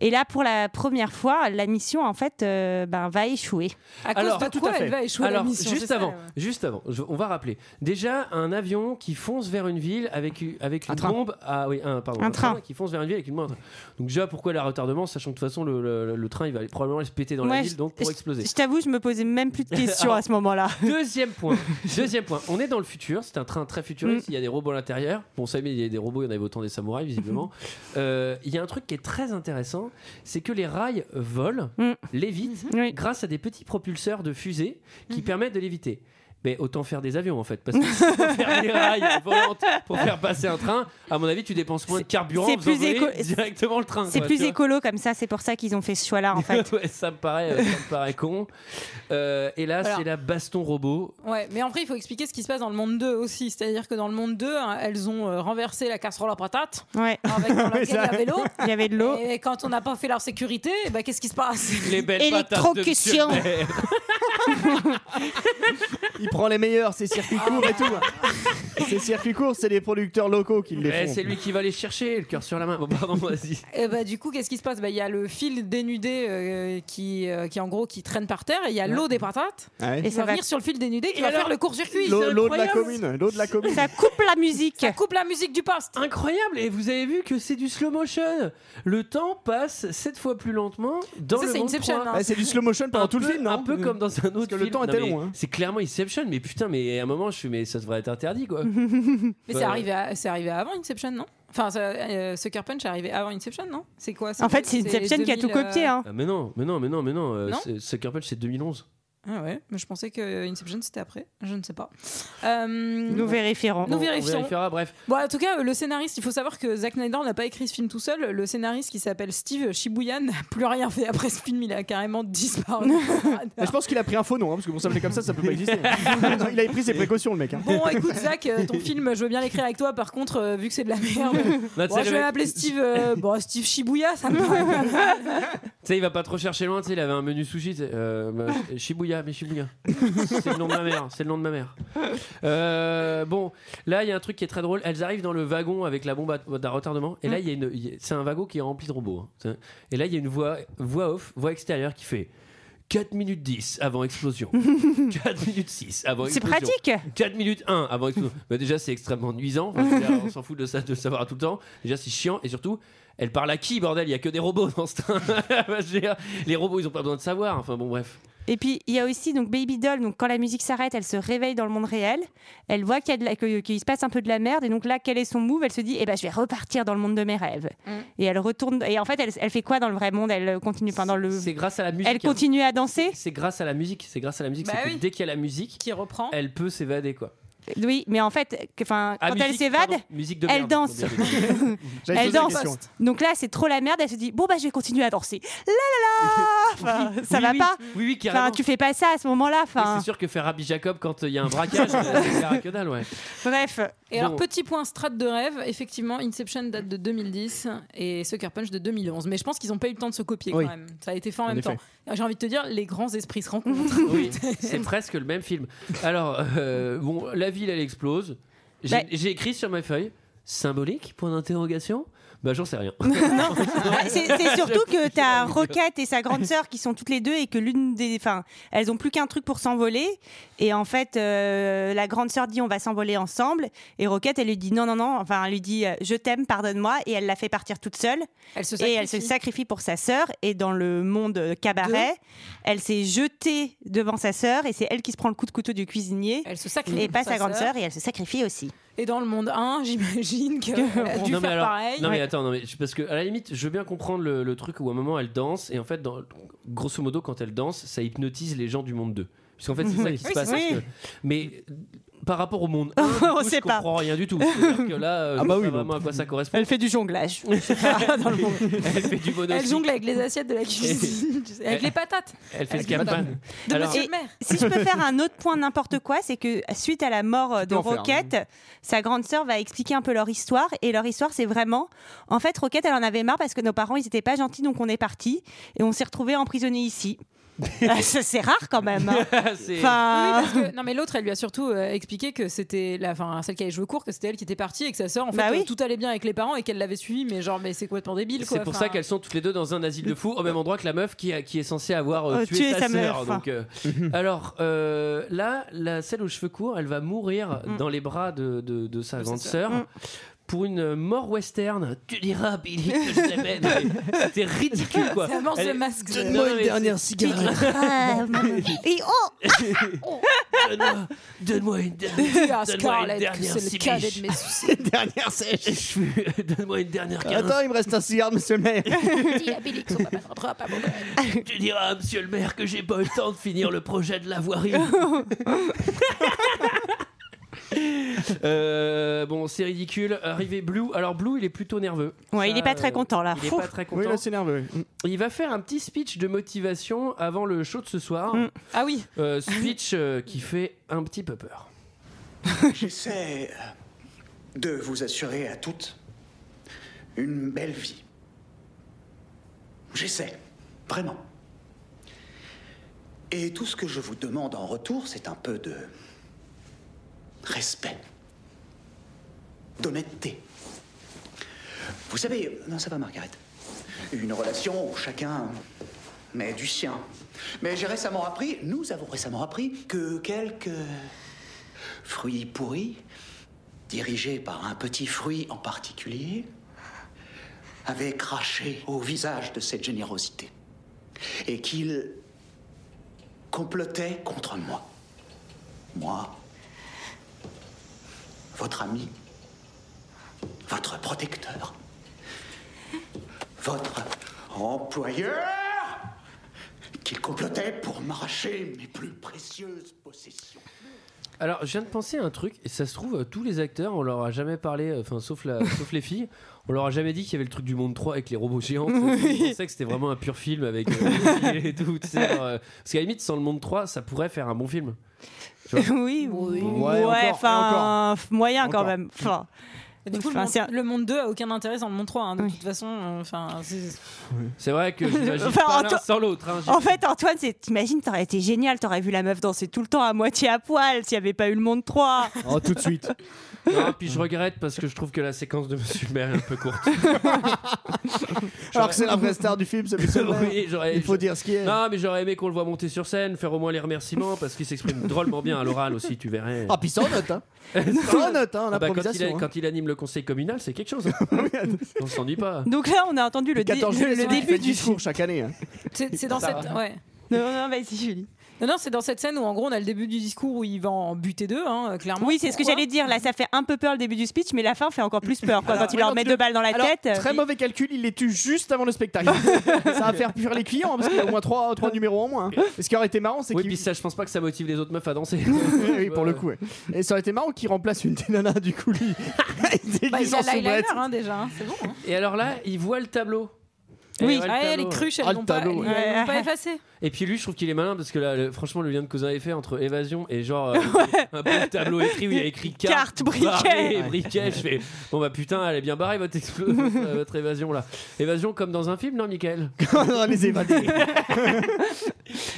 Speaker 10: Et là, pour la première fois, la mission en fait euh, ben, va échouer.
Speaker 1: Alors, Alors, juste
Speaker 10: avant
Speaker 1: avant, juste avant, je- on va rappeler. Déjà, un avion qui fonce vers une ville avec u- avec une bombe. Ah oui, un pardon,
Speaker 10: Un train.
Speaker 1: qui fonce vers une ville avec une bombe. Donc déjà, pourquoi la retardement, sachant que de toute façon le, le- le train il va probablement se péter dans la
Speaker 10: Ouais,
Speaker 1: ville,
Speaker 10: je-
Speaker 1: donc pour exploser.
Speaker 10: Je t'avoue, je me posais même plus de questions à ce moment-là.
Speaker 1: Deuxième point. Deuxième point. On est dans le futur. C'est un train très
Speaker 10: Mm.
Speaker 1: futuriste. Il y a des robots à l'intérieur. Bon, ça, mais il y a des robots. Il y en avait autant des samouraïs, visiblement. Euh, Il y a un truc qui est très intéressant, c'est que les rails volent,
Speaker 10: Mm.
Speaker 1: lévitent, grâce à des petits propulseurs de fusée
Speaker 10: Mhm.
Speaker 1: qui permettent de léviter. Mais autant faire des avions en fait, parce que si on peut faire des rails volantes pour faire passer un train, à mon avis, tu dépenses moins de carburant.
Speaker 10: c'est
Speaker 1: en faisant
Speaker 10: plus
Speaker 1: voler
Speaker 10: éco-
Speaker 1: directement le train.
Speaker 10: C'est
Speaker 1: quoi,
Speaker 10: plus
Speaker 1: tu vois.
Speaker 10: écolo comme ça, c'est pour ça qu'ils ont fait ce choix-là en fait.
Speaker 1: Ouais, ça me paraît, ça me paraît con. Euh, et là,
Speaker 6: Voilà.
Speaker 1: c'est la baston robot.
Speaker 6: Ouais, mais après, il faut expliquer ce qui se passe dans le monde 2 aussi. C'est-à-dire que dans le monde 2, hein, elles ont euh, renversé la casserole à patate.
Speaker 10: Ouais.
Speaker 6: Avec dans laquelle il y
Speaker 10: ça-
Speaker 6: avait l'eau.
Speaker 10: Il y avait de l'eau.
Speaker 6: Et quand on n'a pas fait leur sécurité, eh ben, qu'est-ce qui se passe
Speaker 1: Les belles patates de Monsieur
Speaker 6: Électrocution.
Speaker 1: le maire.
Speaker 7: Il prend les meilleurs, c'est circuit court et tout. Ces circuits courts, c'est les producteurs locaux qui les
Speaker 1: Eh,
Speaker 7: font.
Speaker 1: c'est lui qui va les chercher, le cœur sur la main. Bon, pardon, vas-y.
Speaker 6: Et bah, du coup, qu'est-ce qui se passe Bah, Il y a le fil dénudé euh, qui, euh, qui, en gros, qui traîne par terre. et Il y a l'eau des patates.
Speaker 7: Ah Ouais.
Speaker 6: Et ça va venir sur le fil dénudé qui va faire le court-circuit.
Speaker 7: L'eau
Speaker 6: C'est
Speaker 7: l'eau de la
Speaker 6: incroyable.
Speaker 7: commune, l'eau de la commune.
Speaker 10: Ça coupe la musique. Ça
Speaker 6: coupe la musique du
Speaker 10: Ah.
Speaker 6: poste.
Speaker 1: Incroyable. Et vous avez vu que c'est du slow motion. Le temps passe sept fois plus lentement dans
Speaker 6: Ça,
Speaker 1: le
Speaker 6: c'est
Speaker 1: monde
Speaker 6: Inception,
Speaker 1: 3.
Speaker 6: hein. Ouais, c'est du slow motion pendant
Speaker 1: Un
Speaker 6: tout le
Speaker 1: peu-
Speaker 6: film, non Euh,
Speaker 1: Un peu comme dans un autre
Speaker 6: que le
Speaker 1: film.
Speaker 6: temps était
Speaker 1: mais
Speaker 6: long, hein.
Speaker 1: C'est clairement Inception, mais putain, mais à un moment, je suis, mais ça devrait être interdit, quoi.
Speaker 6: Mhm. Mais c'est arrivé, à- c'est arrivé avant Inception, non Enfin, ça- euh, Sucker Punch est arrivé avant Inception, non C'est quoi
Speaker 10: En fait, c'est Inception qui a tout
Speaker 6: 2000, euh,
Speaker 10: copié, hein.
Speaker 1: Ah, mais non, mais non, mais non, mais non. euh,
Speaker 6: Non
Speaker 1: c'est- Sucker Punch, c'est 2011.
Speaker 6: Ah ouais, mais je pensais que Inception c'était après, je ne sais pas. Euh,
Speaker 10: Nous vérifierons.
Speaker 6: Nous
Speaker 10: On
Speaker 6: vérifierons.
Speaker 1: vérifiera, bref.
Speaker 6: Bon, en tout cas, euh, le scénariste, il faut savoir que Zack Snyder n'a pas écrit ce film tout seul. Le scénariste qui s'appelle Steve Shibuya n'a plus rien fait après ce film, il a carrément disparu. Ah,
Speaker 7: Mais je pense qu'il a pris un faux nom, hein, parce que bon, ça fait comme ça, ça peut pas exister. Non, il a pris ses précautions, le mec. hein.
Speaker 6: Bon, écoute, Zach, euh, ton film, je veux bien l'écrire avec toi. Par contre, euh, vu que c'est de la merde,
Speaker 1: Là, tu
Speaker 6: bon,
Speaker 1: sais, le
Speaker 6: je vais
Speaker 1: mec-
Speaker 6: m'appeler Steve. euh, bon, Steve Shibuya, ça me paraît pas mal.
Speaker 1: Tu sais, il va pas trop chercher loin. Tu sais, il avait un menu sushi. tu sais, euh, bah, Shibuya, mais Shibuya. c'est le nom de ma mère. C'est le nom de ma mère. Euh, bon, là, il y a un truc qui est très drôle. Elles arrivent dans le wagon avec la bombe à, d'un retardement. Et là, il y a une, il y a- c'est un wagon qui est rempli de robots. hein. C'est- Et là, il y a une voix, voix off, voix extérieure qui fait 4 minutes 10 avant explosion. 4 minutes 6 avant
Speaker 10: C'est
Speaker 1: explosion.
Speaker 10: pratique.
Speaker 1: 4 minutes 1 avant explosion. Bah, déjà, c'est extrêmement nuisant. Enfin, je veux dire, on s'en fout de ça, de le savoir tout le temps. Déjà, c'est chiant. Et surtout, elle parle à qui, bordel Il y a que des robots dans ce train. Je veux dire, les robots, ils ont pas besoin de savoir. Enfin, bon, bref.
Speaker 10: Et puis il y a aussi donc Baby Doll. Donc quand la musique s'arrête, elle se réveille dans le monde réel. Elle voit qu'il y a de la- que- qu'il se passe un peu de la merde. Et donc là, quel est son move Elle se dit, eh ben je vais repartir dans le monde de mes rêves. Et elle retourne. Et en fait, elle, elle fait quoi dans le vrai monde Elle continue pas dans le.
Speaker 1: C'est grâce à la musique. hein.
Speaker 10: Elle continue à danser.
Speaker 1: C'est grâce à la musique. C'est grâce à la musique.
Speaker 10: Bah
Speaker 1: c'est que
Speaker 10: oui.
Speaker 1: dès qu'il y a la musique,
Speaker 6: qui reprend,
Speaker 1: elle peut s'évader, quoi.
Speaker 10: Oui, mais en fait, que- enfin,
Speaker 1: Ah,
Speaker 10: quand elle
Speaker 1: musique,
Speaker 10: s'évade,
Speaker 1: pardon, musique de
Speaker 10: elle
Speaker 1: merde,
Speaker 10: danse.
Speaker 1: bien évidemment. J'avais
Speaker 10: elle
Speaker 1: posé la
Speaker 10: danse.
Speaker 1: question.
Speaker 10: Donc là, c'est trop la merde. Elle se dit, bon bah je vais continuer à danser. La la la. Enfin, ça
Speaker 1: Oui,
Speaker 10: va
Speaker 1: oui.
Speaker 10: pas.
Speaker 1: Oui, oui, carrément.
Speaker 10: Enfin, tu fais pas ça à ce moment-là. Enfin,
Speaker 1: C'est sûr que faire Rabbi Jacob quand euh, il y a un braquage, c'est la que dalle, ouais.
Speaker 10: bref.
Speaker 6: Et alors, petit point strat de rêve, effectivement, Inception date de 2010 et Sucker Punch de 2011. Mais je pense qu'ils n'ont pas eu le temps de se copier
Speaker 1: Oui.
Speaker 6: quand même. Ça a été fait en,
Speaker 1: En
Speaker 6: même
Speaker 1: effet.
Speaker 6: temps. J'ai envie de te dire, les grands esprits se rencontrent.
Speaker 1: Oui, c'est presque le même film. Alors, euh, bon, la ville, elle explose. J'ai
Speaker 6: Bah-
Speaker 1: j'ai écrit sur ma feuille symbolique point d'interrogation. Bah, j'en sais rien.
Speaker 10: Ah, c'est c'est surtout que ta Roquette et sa grande sœur qui sont toutes les deux et que l'une des, enfin, elles ont plus qu'un truc pour s'envoler et en fait euh, la grande sœur dit on va s'envoler ensemble et Roquette elle lui dit non non non, enfin elle lui dit euh, je t'aime pardonne-moi et elle la fait partir toute seule et elle se
Speaker 6: sacrifie.
Speaker 10: sacrifie pour sa sœur et dans le monde euh, cabaret elle s'est jetée devant sa sœur et c'est elle qui se prend le coup de couteau du cuisinier
Speaker 6: elle se sacrifie
Speaker 10: et
Speaker 6: pour
Speaker 10: pas
Speaker 6: sa
Speaker 10: sa grande
Speaker 6: sœur.
Speaker 10: sœur et elle se sacrifie aussi.
Speaker 6: Et dans le monde 1, j'imagine qu'elle a dû
Speaker 1: non, mais
Speaker 6: faire
Speaker 1: alors-
Speaker 6: pareil.
Speaker 1: non mais attends, non mais je- parce que à la limite, je veux bien comprendre le, le truc où à un moment elle danse et en fait, dans- grosso modo, quand elle danse, ça hypnotise les gens du monde 2. Puisqu'en fait, c'est ça
Speaker 10: Oui.
Speaker 1: qui se
Speaker 10: Oui,
Speaker 1: passe.
Speaker 10: c'est
Speaker 1: parce
Speaker 10: ça.
Speaker 1: que- mais euh, par rapport au monde, 1, du coup, je comprends rien du tout. C'est-à-dire que là, euh,
Speaker 7: Ah
Speaker 1: je
Speaker 7: bah
Speaker 1: sais
Speaker 7: oui,
Speaker 1: pas
Speaker 7: non.
Speaker 1: vraiment à quoi ça correspond.
Speaker 10: Elle fait du jonglage.
Speaker 1: Elle fait du bonus.
Speaker 6: Elle jongle avec les assiettes de la cuisine, tu sais, avec les patates.
Speaker 1: Elle fait
Speaker 6: Avec
Speaker 1: ce
Speaker 6: les
Speaker 1: qu'elle
Speaker 6: patates.
Speaker 1: peut.
Speaker 6: De
Speaker 1: Alors-
Speaker 6: Monsieur le maire.
Speaker 10: Si je peux faire un autre point n'importe quoi, c'est que suite à la mort euh, de
Speaker 1: peux en faire,
Speaker 10: Roquette, sa grande sœur va expliquer un peu leur histoire. Et leur histoire, c'est vraiment. En fait, Roquette, elle en avait marre parce que nos parents, ils n'étaient pas gentils, donc on est parti. Et on s'est retrouvés emprisonnés ici. Ah, ça, c'est rare quand même. hein.
Speaker 6: Oui,
Speaker 10: Enfin-
Speaker 6: parce que- non mais l'autre elle lui a surtout euh, expliqué que c'était la enfin celle qui avait joué court que c'était elle qui était partie et que sa sœur en fait
Speaker 10: Bah oui.
Speaker 6: euh, tout allait bien avec les parents et qu'elle l'avait suivi mais genre mais c'est complètement débile quoi.
Speaker 1: C'est pour
Speaker 6: Enfin,
Speaker 1: ça qu'elles sont toutes les deux dans un asile de fous au même endroit que la meuf qui, a- qui est censée avoir euh,
Speaker 6: Euh,
Speaker 1: tué,
Speaker 6: tué
Speaker 1: sa,
Speaker 6: sa
Speaker 1: sœur.
Speaker 6: meuf.
Speaker 1: Donc, euh, alors euh, là, la, celle aux cheveux courts, elle va mourir
Speaker 6: Mm.
Speaker 1: dans les bras de, de- de sa grande sœur.
Speaker 11: Mm.
Speaker 1: Pour une euh, mort western, tu diras Billy que je t'aimais. Mais C'était ridicule quoi.
Speaker 6: Ça amorce
Speaker 1: Elle-
Speaker 6: le masque.
Speaker 1: Donne-moi
Speaker 6: Non,
Speaker 1: une
Speaker 6: mais
Speaker 1: dernière
Speaker 6: c'est-
Speaker 1: cigarette.
Speaker 10: Et oh
Speaker 1: Donne-moi- Donne-moi une
Speaker 6: Dis à
Speaker 1: dernière. Donne-moi une
Speaker 6: Ah, Scarlett que
Speaker 1: dernière.
Speaker 6: c'est le
Speaker 1: cibiche.
Speaker 6: cadet de mes soucis.
Speaker 7: Dernière sèche.
Speaker 1: Donne-moi une dernière. quinze.
Speaker 7: Attends, il me reste un cigare, monsieur le maire.
Speaker 6: Dis à Billy que son papa ne rentrera pas mon père.
Speaker 1: Tu diras à monsieur le maire que j'ai pas eu le temps de finir le projet de la voirie. Euh, bon, c'est ridicule. Arrivé Blue. Alors Blue, il est plutôt nerveux. euh,
Speaker 10: Ouais, il est pas très content, là.
Speaker 1: Il est
Speaker 10: Fou.
Speaker 1: pas très content.
Speaker 10: Oui, là,
Speaker 7: c'est nerveux. Mm.
Speaker 1: Il va faire un petit speech de motivation avant le show de ce soir.
Speaker 10: Mm.
Speaker 6: Ah oui.
Speaker 1: speech euh, qui fait un petit peu peur.
Speaker 4: J'essaie euh, de vous assurer à toutes une belle vie. J'essaie, vraiment. Et tout ce que je vous demande en retour, c'est un peu de respect, d'honnêteté. Vous savez, non, ça va, Margaret. Une relation où chacun met du sien. Mais j'ai récemment appris, nous avons récemment appris, que quelques fruits pourris, dirigé par un petit fruit en particulier, avait craché au visage de cette générosité et qu'il complotait contre moi. Moi, votre ami, votre protecteur, votre employeur, qu'il complotait pour m'arracher mes plus précieuses possessions.
Speaker 1: Alors, je viens de penser à un truc, et ça se trouve, euh, tous les acteurs, on leur a jamais parlé, euh, enfin, sauf, la, sauf les filles, on leur a jamais dit qu'il y avait le truc du monde 3 avec les robots géants. Je pensais que c'était vraiment un pur film avec euh, les filles et tout. tu sais, alors, euh, parce qu'à la limite, sans le monde 3, ça pourrait faire un bon film. Tu vois
Speaker 10: oui, oui.
Speaker 1: Ouais,
Speaker 10: Ouais,
Speaker 1: encore, et
Speaker 10: enfin,
Speaker 1: encore.
Speaker 10: f- moyen
Speaker 1: Encore.
Speaker 10: quand même. Enfin,
Speaker 6: Et Du coup, le
Speaker 10: Enfin,
Speaker 6: monde,
Speaker 10: c'est un-
Speaker 6: le monde 2 a aucun intérêt sans le monde 3. hein, de toute façon, euh, enfin, c'est-
Speaker 1: C'est vrai que j'imagine
Speaker 10: Enfin,
Speaker 1: pas
Speaker 10: Anto-
Speaker 1: l'un sans l'autre. hein, j'ai-
Speaker 10: En fait, Antoine, c'est- t'imagines, t'aurais été génial, t'aurais vu la meuf danser tout le temps à moitié à poil s'il n'y avait pas eu le monde 3.
Speaker 1: Oh, tout de suite. Non, puis je regrette parce que je trouve que la séquence de Monsieur le Maire est un peu courte.
Speaker 7: Alors que c'est la vraie star du film, c'est monsieur le maire.
Speaker 1: Oui, j'aurais-
Speaker 7: Il faut dire ce qui est.
Speaker 1: Non, mais j'aurais aimé qu'on le voit monter sur scène, faire au moins les remerciements parce qu'il s'exprime drôlement bien à l'oral aussi, tu verrais.
Speaker 7: Ah, puis ça en note, hein. Ça en note, hein,
Speaker 1: Ah bah, quand, il a-
Speaker 7: l'improvisation. hein.
Speaker 1: quand il anime le conseil communal, c'est quelque chose. hein. On s'ennuie pas.
Speaker 10: Donc là, on a entendu le, dé-
Speaker 7: 14
Speaker 10: le-
Speaker 7: juillet,
Speaker 10: le
Speaker 7: c'est vrai, il fait
Speaker 10: début du
Speaker 7: discours chaque année. hein.
Speaker 6: c'est c'est dans
Speaker 7: Ça
Speaker 6: cette.
Speaker 7: va.
Speaker 6: Ouais.
Speaker 10: Non, non, vas-y, Julie.
Speaker 6: Non, non, c'est dans cette scène où en gros on a le début du discours où il va en buter deux, hein, euh, clairement.
Speaker 10: Oui, c'est ce que j'allais dire. Là, ça fait un peu peur le début du speech, mais la fin fait encore plus peur. Quoi.
Speaker 7: Alors,
Speaker 10: quand il leur
Speaker 7: oui,
Speaker 10: met
Speaker 7: tu-
Speaker 10: deux balles dans la
Speaker 7: Alors,
Speaker 10: tête.
Speaker 7: Très
Speaker 10: il-
Speaker 7: mauvais calcul, il les tue juste avant le spectacle. ça va faire fuir les clients hein, parce qu'il y a au moins 3, numéros en moins. hein. Et ce qui aurait été marrant, c'est
Speaker 1: Oui,
Speaker 7: qu'il.
Speaker 1: puis ça, je pense pas que ça motive les autres meufs à danser.
Speaker 7: oui, pour le coup. ouais. Et ça aurait été marrant qu'il remplace une des nanas du coup lui. il se
Speaker 6: Bah,
Speaker 7: déguise
Speaker 6: il a
Speaker 7: en
Speaker 6: l'eyeliner
Speaker 7: soubrette.
Speaker 6: hein, déjà, hein, c'est bon. hein.
Speaker 1: Et alors là, il voit le tableau.
Speaker 6: Oui,
Speaker 1: Il voit le
Speaker 6: ah,
Speaker 1: tableau.
Speaker 6: les cruches,
Speaker 1: Ah,
Speaker 6: elles
Speaker 1: le
Speaker 6: n'ont pas,
Speaker 1: tableau, ouais.
Speaker 6: elles l'ont pas effacé.
Speaker 1: Et puis lui, je trouve qu'il est malin parce que là, le- franchement, le lien de cause à effet entre évasion et genre euh, un beau tableau écrit où il y a écrit carte,
Speaker 10: Carte, briquet.
Speaker 1: barré, briquet. Je fais bon bah putain, elle est bien barrée votre, explo- votre, euh, votre évasion là. Évasion comme dans un film, Oh non, Michael
Speaker 7: Dans les évadés.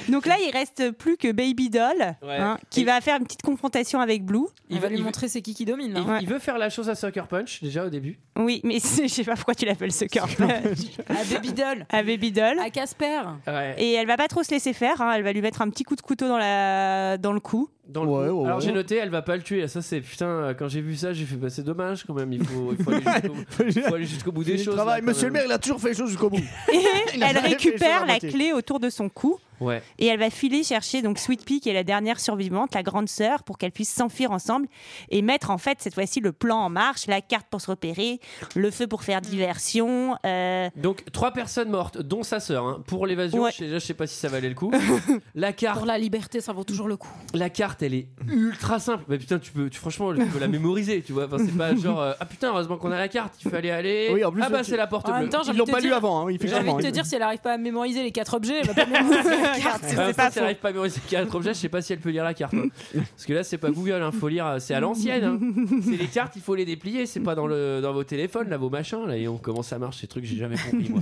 Speaker 10: Donc là, il reste plus que Baby Doll
Speaker 1: Ouais.
Speaker 10: hein, qui va faire une petite confrontation avec Blue.
Speaker 1: Il va lui
Speaker 6: montrer c'est qui qui domine.
Speaker 1: Il, il veut faire la chose à Sucker Punch déjà au début.
Speaker 10: Oui, mais c'est- je sais pas pourquoi tu l'appelles Sucker Punch.
Speaker 6: À Baby Doll.
Speaker 10: à Baby Doll.
Speaker 6: À Casper.
Speaker 1: Ouais.
Speaker 10: Et elle va pas trop se laisser faire. hein. Elle va lui mettre un petit coup de couteau dans, la... dans le cou.
Speaker 1: Dans le
Speaker 7: Ouais,
Speaker 1: coup.
Speaker 7: ouais,
Speaker 1: Alors
Speaker 7: ouais.
Speaker 1: j'ai noté, elle va pas le tuer. Ça c'est putain. euh, Quand j'ai vu ça, j'ai fait bah, c'est dommage quand même. Il faut, il faut aller jusqu'au- il faut aller jusqu'au bout des
Speaker 7: Fini le
Speaker 1: choses.
Speaker 7: travail.
Speaker 1: là, quand
Speaker 7: Monsieur le
Speaker 1: même.
Speaker 7: maire, il a toujours fait les choses jusqu'au bout.
Speaker 10: Et
Speaker 7: Il a
Speaker 10: elle
Speaker 7: jamais fait hein, les choses à
Speaker 10: récupère la
Speaker 7: moitié.
Speaker 10: clé autour de son cou.
Speaker 1: Ouais.
Speaker 10: Et elle va filer chercher donc Sweet Pea, qui est la dernière survivante, la grande sœur, pour qu'elles puissent s'enfuir ensemble et mettre en fait cette fois-ci le plan en marche, la carte pour se repérer, le feu pour faire diversion. euh,
Speaker 1: Donc trois personnes mortes, dont sa sœur, hein, pour l'évasion.
Speaker 10: Ouais.
Speaker 1: Je, sais- déjà, je sais pas si ça valait le coup. la carte,
Speaker 6: Pour la liberté, ça vaut toujours le coup.
Speaker 1: la carte, elle est ultra simple. Mais putain, tu peux, tu, franchement, tu peux la mémoriser. Tu vois, Enfin, c'est pas genre euh, ah putain, heureusement qu'on a la carte. Il fallait aller.
Speaker 7: Oui, en plus,
Speaker 1: ah bah
Speaker 7: tu-
Speaker 1: c'est la porte
Speaker 6: En même
Speaker 1: bleue.
Speaker 6: temps, j'ai envie de te dire- J'ai envie de te
Speaker 1: hein.
Speaker 6: dire, si elle n'arrive pas à mémoriser les quatre objets, elle va pas mémoriser la carte.
Speaker 1: Ah, ça, si elle arrive pas à mémoriser quatre objets, je sais pas si elle peut lire la carte. hein. Parce que là, c'est pas Google, hein, faut lire, euh, c'est à l'ancienne. hein. C'est les cartes, il faut les déplier, c'est pas dans, le, dans vos téléphones, là, vos machins, là, et on commence à marcher, ces trucs, que j'ai jamais compris, moi.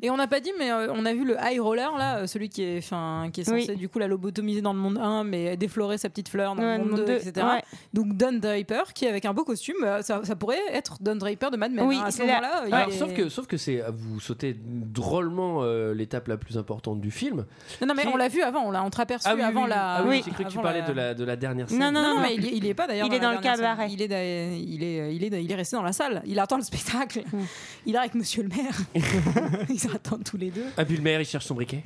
Speaker 6: Et on n'a pas dit, mais euh, on a vu le high roller, là, euh, celui qui est, enfin, qui est censé du coup la lobotomiser dans le monde 1, mais déflorer sa petite fleur dans
Speaker 10: Ouais,
Speaker 6: le monde 2,
Speaker 10: deux,
Speaker 6: etc.
Speaker 10: ouais.
Speaker 6: Donc Don Draper, qui avec un beau costume, euh, ça, ça pourrait être Don Draper de Mad Men.
Speaker 10: Oui,
Speaker 6: hein, à ce
Speaker 10: c'est la-
Speaker 6: moment-là. il
Speaker 1: Alors,
Speaker 6: est-
Speaker 1: sauf que, sauf que c'est, vous sautez drôlement euh, l'étape la plus importante du film.
Speaker 6: Non, non, mais on l'a vu avant, on l'a entreaperçu
Speaker 1: oui,
Speaker 6: avant
Speaker 1: oui,
Speaker 6: la.
Speaker 1: ah oui, j'ai cru que tu
Speaker 6: avant
Speaker 1: parlais
Speaker 6: la-
Speaker 1: de, la, de la dernière scène.
Speaker 6: non, non, mais il, y- il y est pas d'ailleurs.
Speaker 10: Il est
Speaker 6: la
Speaker 10: dans le
Speaker 6: dernière scène.
Speaker 10: cabaret.
Speaker 6: Il est, d'a- il est, il est, il est resté dans la salle. Il attend le spectacle. Il est avec Monsieur le Maire. Ils attendent tous les deux.
Speaker 1: Ah, puis le maire, il cherche son briquet.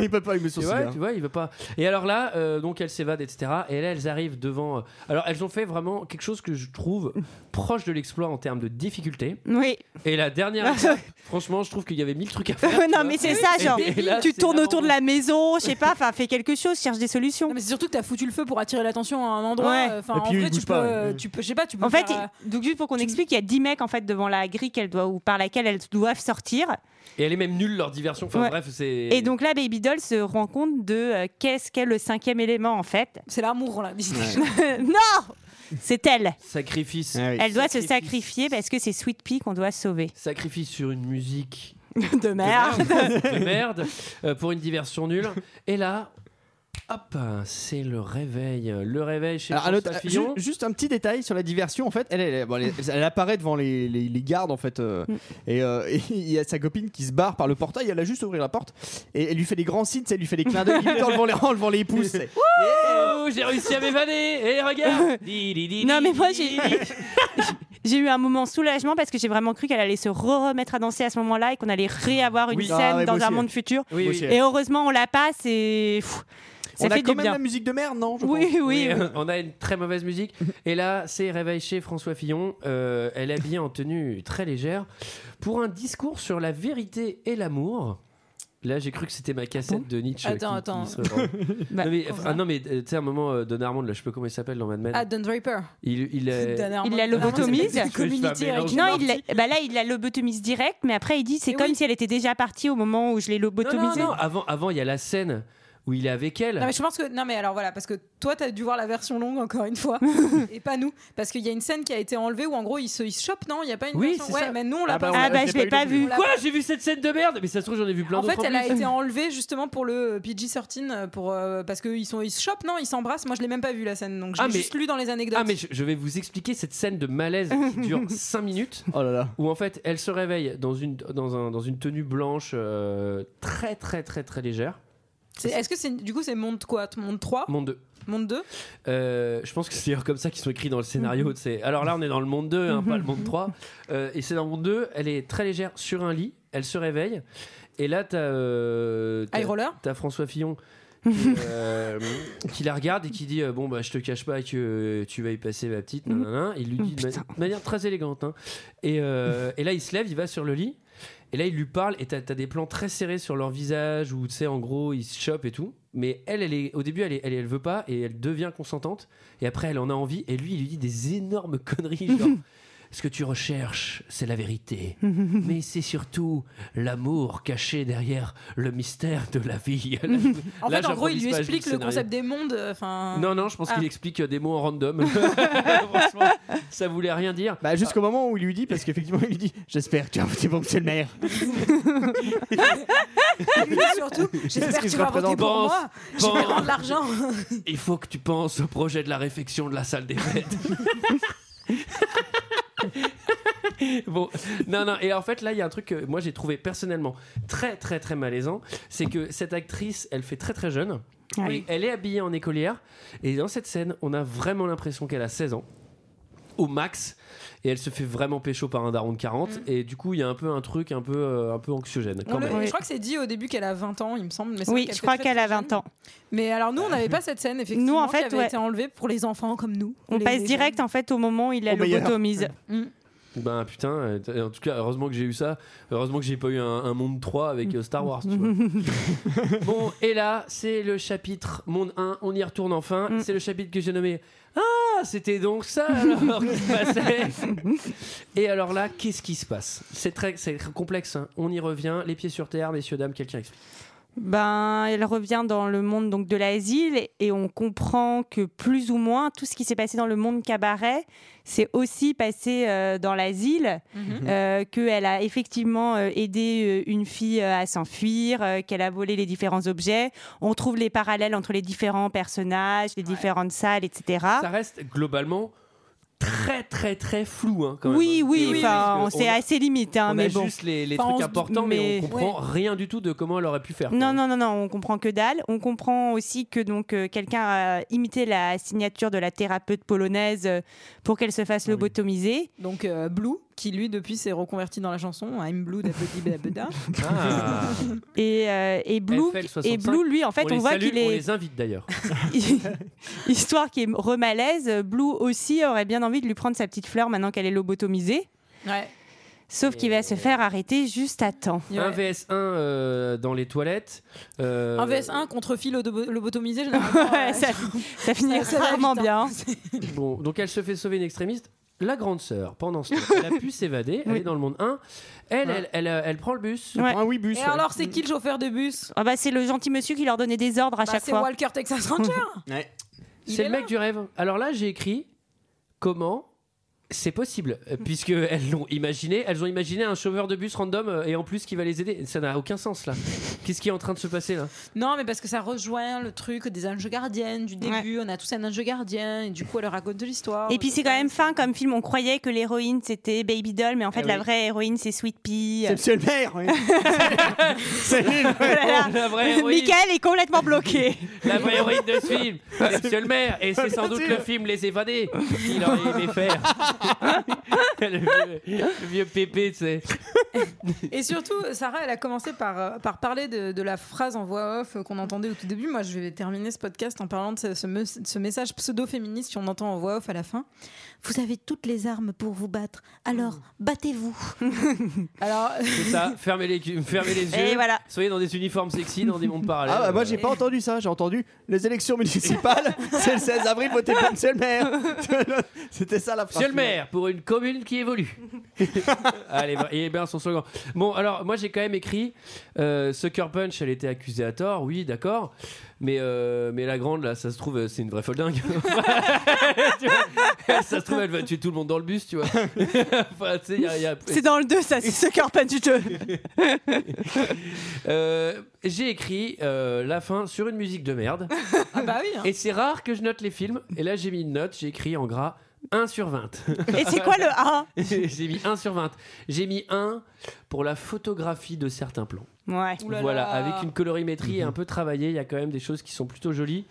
Speaker 7: il peut pas, il met son
Speaker 1: Tu vois, tu vois, il veut pas. Et alors là, euh, donc elles s'évadent, etc. Et là, elles arrivent devant. euh, Alors, elles ont fait vraiment quelque chose que je trouve proche de l'exploit en termes de difficulté.
Speaker 10: Oui.
Speaker 1: Et la dernière, étape, franchement, je trouve qu'il y avait mille trucs à faire.
Speaker 10: non mais c'est ça,
Speaker 1: Et-
Speaker 10: genre
Speaker 1: et là,
Speaker 10: tu
Speaker 1: c'est
Speaker 10: tournes
Speaker 1: vraiment-
Speaker 10: autour de la maison, je sais pas, enfin fais quelque chose, cherche des solutions.
Speaker 6: Mais c'est surtout que t'as foutu le feu pour attirer l'attention à un endroit. euh,
Speaker 10: Ouais.
Speaker 6: Enfin,
Speaker 10: Et
Speaker 6: en
Speaker 10: puis,
Speaker 6: vrai,
Speaker 10: il
Speaker 6: tu
Speaker 10: bouge
Speaker 6: peux,
Speaker 10: pas, ouais.
Speaker 6: tu peux, je sais pas, tu peux.
Speaker 10: En fait,
Speaker 6: faire, euh,
Speaker 10: il- donc juste pour qu'on explique, il y a 10 mecs en fait devant la grille qu'elle doit ou par laquelle elles doivent sortir.
Speaker 1: Et elle est même nulle leur diversion. Enfin
Speaker 10: Ouais.
Speaker 1: bref, c'est.
Speaker 10: Et donc là, Baby Doll se rend compte de euh, qu'est-ce qu'est le cinquième élément en fait.
Speaker 6: C'est l'amour, là.
Speaker 10: non, c'est elle.
Speaker 1: sacrifice.
Speaker 10: Elle doit se sacrifier parce que c'est Sweet Pea qu'on doit sauver.
Speaker 1: Sacrifice sur une musique
Speaker 10: De merde.
Speaker 1: de merde euh, pour une diversion nulle. Et là, hop, c'est le réveil. Le réveil chez
Speaker 7: Alors, un autre-
Speaker 1: François
Speaker 7: ju-
Speaker 1: Fillon.
Speaker 7: juste un petit détail sur la diversion en fait elle, elle, bon, elle- elle apparaît devant les, les- les gardes en fait euh,
Speaker 6: Mm.
Speaker 7: et euh, et il y a sa copine qui se barre par le portail elle a juste ouvert la porte et elle lui fait des grands signes elle lui fait des clins d'œil limite en levant les, en levant les pouces c'est-
Speaker 1: Oh, j'ai réussi à m'évader. Et regarde. Di, di, di,
Speaker 10: Non,
Speaker 1: di,
Speaker 10: mais moi,
Speaker 1: di,
Speaker 10: j'ai-
Speaker 1: di.
Speaker 10: J'ai eu un moment soulagement parce que j'ai vraiment cru qu'elle allait se remettre à danser à ce moment-là et qu'on allait réavoir une
Speaker 7: Oui.
Speaker 10: scène
Speaker 7: Ah ouais,
Speaker 10: dans
Speaker 7: moi
Speaker 10: un
Speaker 7: aussi.
Speaker 10: monde futur.
Speaker 7: Oui, oui.
Speaker 10: Et heureusement, on la passe et pff, ça
Speaker 7: on a
Speaker 10: fait
Speaker 7: quand
Speaker 10: du
Speaker 7: même
Speaker 10: bien.
Speaker 7: la musique de merde non je
Speaker 10: Oui,
Speaker 7: pense.
Speaker 10: oui, oui.
Speaker 1: euh, on a une très mauvaise musique. Et là, c'est Réveil chez François Fillon. Euh, elle est habillée en tenue très légère pour un discours sur la vérité et l'amour. Là, j'ai cru que c'était ma cassette de Nietzsche.
Speaker 6: Attends,
Speaker 1: qui- qui
Speaker 6: attends.
Speaker 1: se revend.
Speaker 10: Bah,
Speaker 1: non, mais,
Speaker 6: comment
Speaker 1: ah,
Speaker 6: ça
Speaker 1: non, mais, euh, tu sais, à un moment, euh, Don Armand, là, je sais pas comment il s'appelle dans Mad Men.
Speaker 6: Ah, Don Draper.
Speaker 1: il, il est-
Speaker 6: Don Armand.
Speaker 10: Il la
Speaker 6: Don Armand,
Speaker 10: lobotomise.
Speaker 6: c'est une community avec une
Speaker 10: Non,
Speaker 6: orgie.
Speaker 10: il la- bah là, il la lobotomise direct, mais après, il dit c'est comme si elle était déjà partie au moment où je l'ai
Speaker 1: Non, non,
Speaker 10: lobotomisée.
Speaker 1: non, avant, avant, il y a la scène où il est avec elle.
Speaker 6: Non mais je pense que non mais alors voilà parce que toi t'as dû voir la version longue encore une fois et pas nous parce qu'il y a une scène qui a été enlevée où en gros ils se ils se chopent non il y a pas une
Speaker 1: Oui,
Speaker 6: version
Speaker 1: c'est
Speaker 6: ouais
Speaker 1: ça.
Speaker 6: mais nous on l'a
Speaker 10: Ah
Speaker 6: pas
Speaker 10: bah, on l'a- Ah bah, je l'ai pas
Speaker 6: vue.
Speaker 10: vue.
Speaker 1: Quoi J'ai vu cette scène de merde Mais ça se trouve, j'en ai vu plein
Speaker 6: En
Speaker 1: d'autres.
Speaker 6: fait, elle a
Speaker 1: plus.
Speaker 6: été enlevée justement pour le euh, PG-13 pour euh, parce qu'ils sont ils se chopent non ils s'embrassent moi je l'ai même pas vu la scène donc je
Speaker 1: Ah,
Speaker 6: l'ai
Speaker 1: mais-
Speaker 6: juste lu dans les anecdotes.
Speaker 1: Ah mais je, je vais vous expliquer cette scène de malaise qui dure 5 minutes
Speaker 7: oh là là
Speaker 1: où en fait elle se réveille dans une, dans un, dans une tenue blanche euh, très très très très légère.
Speaker 6: C'est- Est-ce que c'est du coup c'est monde quoi monde 3
Speaker 1: Monde 2.
Speaker 6: monde 2
Speaker 1: Euh, je pense que c'est d'ailleurs comme ça qu'ils sont écrits dans le
Speaker 6: Mhm.
Speaker 1: scénario. c'est Alors là on est dans le monde 2, hein, pas le monde 3. Euh, et c'est dans le monde 2, elle est très légère sur un lit, elle se réveille. Et là t'as... Euh, t'as-
Speaker 6: High roller
Speaker 1: t'as François Fillon qui, euh, qui la regarde et qui dit euh, bon bah je te cache pas que euh, tu vas y passer ma petite nanana. il lui dit de, ma- de manière très élégante hein. et, euh, et là il se lève il va sur le lit et là il lui parle et t'as as des plans très serrés sur leur visage où tu sais en gros ils se chopent et tout mais elle elle est au début elle est- elle, est- elle veut pas et elle devient consentante et après elle en a envie et lui il lui dit des énormes conneries genre ce que tu recherches, c'est la vérité. Mais c'est surtout l'amour caché derrière le mystère de la vie. Là,
Speaker 6: En
Speaker 1: là,
Speaker 6: fait en gros il lui
Speaker 1: j'improvise pas, je lis
Speaker 6: explique le
Speaker 1: scénario.
Speaker 6: concept des mondes euh, enfin
Speaker 1: Non, non, je pense
Speaker 6: Ah.
Speaker 1: qu'il explique euh, des mots en random. Franchement, ça voulait rien dire.
Speaker 7: Bah, jusqu'au moment où il lui dit parce qu'effectivement il lui dit j'espère que tu as voté pour monsieur le maire
Speaker 6: Il lui dit surtout j'espère que
Speaker 7: qu'il
Speaker 6: tu
Speaker 7: se
Speaker 6: vas voter pour
Speaker 7: représente
Speaker 1: Pense,
Speaker 6: moi je vais
Speaker 1: pense.
Speaker 6: rendre l'argent
Speaker 1: Il faut que tu penses au projet de la réfection de la salle des fêtes. bon, non, non. Et en fait, là, il y a un truc que moi j'ai trouvé personnellement très, très, très malaisant. C'est que cette actrice, elle fait très, très jeune.
Speaker 13: Ouais.
Speaker 1: Et Elle est habillée en écolière. Et dans cette scène, on a vraiment l'impression qu'elle a 16 ans au max. Et elle se fait vraiment pécho par un daron de 40. Et du coup, il y a un peu un truc un peu, euh, un peu anxiogène.
Speaker 6: On
Speaker 1: Quand
Speaker 6: le-
Speaker 1: même.
Speaker 6: Je crois que c'est dit au début qu'elle a 20 ans, il me semble. Mais c'est vrai
Speaker 10: Oui,
Speaker 6: qu'elle
Speaker 10: je
Speaker 6: fait
Speaker 10: crois
Speaker 6: très-
Speaker 10: qu'elle a 20 ans.
Speaker 6: Mais alors nous, on n'avait pas cette scène, effectivement,
Speaker 10: Nous, en
Speaker 6: qui
Speaker 10: fait,
Speaker 6: avait
Speaker 10: ouais.
Speaker 6: été enlevée pour les enfants comme nous.
Speaker 10: On
Speaker 6: Les-
Speaker 10: passe
Speaker 6: les
Speaker 10: direct en fait au moment où il la
Speaker 1: Oh, bah, il y a-
Speaker 10: lobotomise.
Speaker 1: Ben putain, euh, t- en tout cas, heureusement que j'ai eu ça. Heureusement que j'ai pas eu un, un monde 3 avec euh, Star Wars. tu vois. bon, et là, c'est le chapitre monde 1. On y retourne enfin.
Speaker 10: Mm.
Speaker 1: C'est le chapitre que j'ai nommé Ah, c'était donc ça alors qui se passait. et alors là, qu'est-ce qui se passe C'est très, c'est très complexe. hein. On y revient, les pieds sur terre, messieurs, dames, quelqu'un explique.
Speaker 10: Ben, elle revient dans le monde donc de l'asile et on comprend que plus ou moins tout ce qui s'est passé dans le monde cabaret s'est aussi passé euh, dans l'asile,
Speaker 1: Mm-hmm.
Speaker 13: Mhm.
Speaker 10: euh, qu'elle a effectivement euh, aidé euh, une fille euh, à s'enfuir, euh, qu'elle a volé les différents objets. On trouve les parallèles entre les différents personnages, les différentes salles, etc.
Speaker 1: Ça reste globalement très, très, très flou hein, quand même.
Speaker 10: Oui, oui,
Speaker 1: Et-
Speaker 10: enfin,
Speaker 1: parce
Speaker 10: on
Speaker 1: que
Speaker 10: sait
Speaker 1: on a-
Speaker 10: assez limite, hein,
Speaker 1: on
Speaker 10: mais
Speaker 1: a
Speaker 10: bon.
Speaker 1: juste les, les
Speaker 10: Enfin, on
Speaker 1: trucs
Speaker 10: se-
Speaker 1: importants, mais, on comprend
Speaker 10: Ouais.
Speaker 1: rien du tout de comment elle aurait pu faire.
Speaker 10: Non, non, non, non, on comprend que dalle. On comprend aussi que donc euh, quelqu'un a imité la signature de la thérapeute polonaise euh, pour qu'elle se
Speaker 1: Ah
Speaker 10: fasse lobotomiser.
Speaker 6: Donc euh, Blue, qui lui depuis s'est reconverti dans la chanson hein, I'm Blue d'Apodi Badabada.
Speaker 1: Ah.
Speaker 10: Et, euh, et Blue,
Speaker 1: FL 65.
Speaker 10: et Blue, lui, en fait, on,
Speaker 1: les
Speaker 10: voit
Speaker 1: salue,
Speaker 10: qu'il
Speaker 1: On
Speaker 10: est
Speaker 1: les invite d'ailleurs.
Speaker 10: histoire qui est remalaise. euh, Blue aussi aurait bien envie de lui prendre sa petite fleur maintenant qu'elle est lobotomisée. Sauf qu'il va se faire arrêter juste à temps.
Speaker 1: Un VS1 euh, dans les toilettes. euh,
Speaker 6: Un VS1 contre fille lobo- lobotomisée, généralement. euh,
Speaker 10: ça, ça finit
Speaker 6: ça va
Speaker 10: rarement
Speaker 6: vite, hein.
Speaker 10: bien.
Speaker 1: Bon, donc elle se fait sauver une extrémiste. La grande sœur, pendant ce temps, elle a pu s'évader. Elle est dans le monde 1. Elle, elle, elle, euh, elle prend le bus.
Speaker 10: Ouais. Elle prend un
Speaker 6: Et alors, c'est qui le chauffeur de bus
Speaker 10: Ah bah, c'est le gentil monsieur qui leur donnait des ordres à
Speaker 6: Bah,
Speaker 10: chaque
Speaker 6: C'est
Speaker 10: fois.
Speaker 6: Walker Texas Ranger. Il
Speaker 1: C'est
Speaker 6: est
Speaker 1: le mec du rêve. Alors là, j'ai écrit comment c'est possible, euh, puisque elles l'ont imaginé. Elles ont imaginé un chauffeur de bus random euh, et en plus qui va les aider. Ça n'a aucun sens là. Qu'est-ce qui est en train de se passer là
Speaker 6: Non, mais parce que ça rejoint le truc des anges gardiennes du début. On a tous un ange gardien et du coup, elle leur raconte de l'histoire.
Speaker 10: Et puis c'est quand même fin comme film. On croyait que l'héroïne c'était Baby Doll, mais en fait
Speaker 6: Eh
Speaker 10: la
Speaker 6: oui.
Speaker 10: vraie héroïne c'est Sweet Pea.
Speaker 7: C'est Monsieur le maire oui.
Speaker 1: C'est Oh, la vraie héroïne.
Speaker 10: Michael est complètement bloqué.
Speaker 1: La vraie héroïne de ce film,
Speaker 7: Ah,
Speaker 1: c'est Monsieur le maire, et c'est sans doute le film Les Évadés qu'il aurait aimé faire. le, vieux, le vieux pépé, tu sais.
Speaker 6: Et surtout, Sarah, elle a commencé par, euh, par parler de, de la phrase en voix off euh, qu'on entendait au tout début. Moi, je vais terminer ce podcast en parlant de ce, ce me- ce message pseudo-féministe qu'on entend en voix off à la fin. Vous avez toutes les armes pour vous battre, alors battez-vous. alors,
Speaker 1: C'est ça, fermez les, cu- fermez les
Speaker 6: Et
Speaker 1: yeux,
Speaker 6: voilà.
Speaker 1: soyez dans des uniformes sexy, dans des mondes parallèles.
Speaker 7: Ah bah, moi j'ai pas entendu ça, j'ai entendu les élections municipales, c'est le 16 avril, votez pour monsieur le maire. C'était ça la phrase.
Speaker 1: Monsieur le maire, pour une commune qui évolue. Allez, bah, il est bien son slogan. Bon, alors, moi, j'ai quand même écrit euh, Sucker Punch, elle était accusée à tort, oui, d'accord. Mais, euh, mais la grande, là, ça se trouve, euh, c'est une vraie folle dingue. Tu vois, ça se trouve, elle va tuer tout le monde dans le bus, tu vois. Enfin, tu sais, il y a- il y a-
Speaker 10: C'est dans le 2 ça, c'est Sucker Punch du jeu.
Speaker 1: Euh, j'ai écrit euh, la fin sur une musique de merde.
Speaker 6: ah bah oui. hein.
Speaker 1: Et c'est rare que je note les films. Et là, j'ai mis une note, j'ai écrit en gras 1 sur 20.
Speaker 10: Et c'est quoi le 1
Speaker 1: J'ai mis 1 sur 20. J'ai mis 1 pour la photographie de certains plans.
Speaker 10: Ouais.
Speaker 1: voilà, avec une
Speaker 7: Mhm.
Speaker 1: colorimétrie un peu travaillée, il y a quand même des choses qui sont plutôt jolies.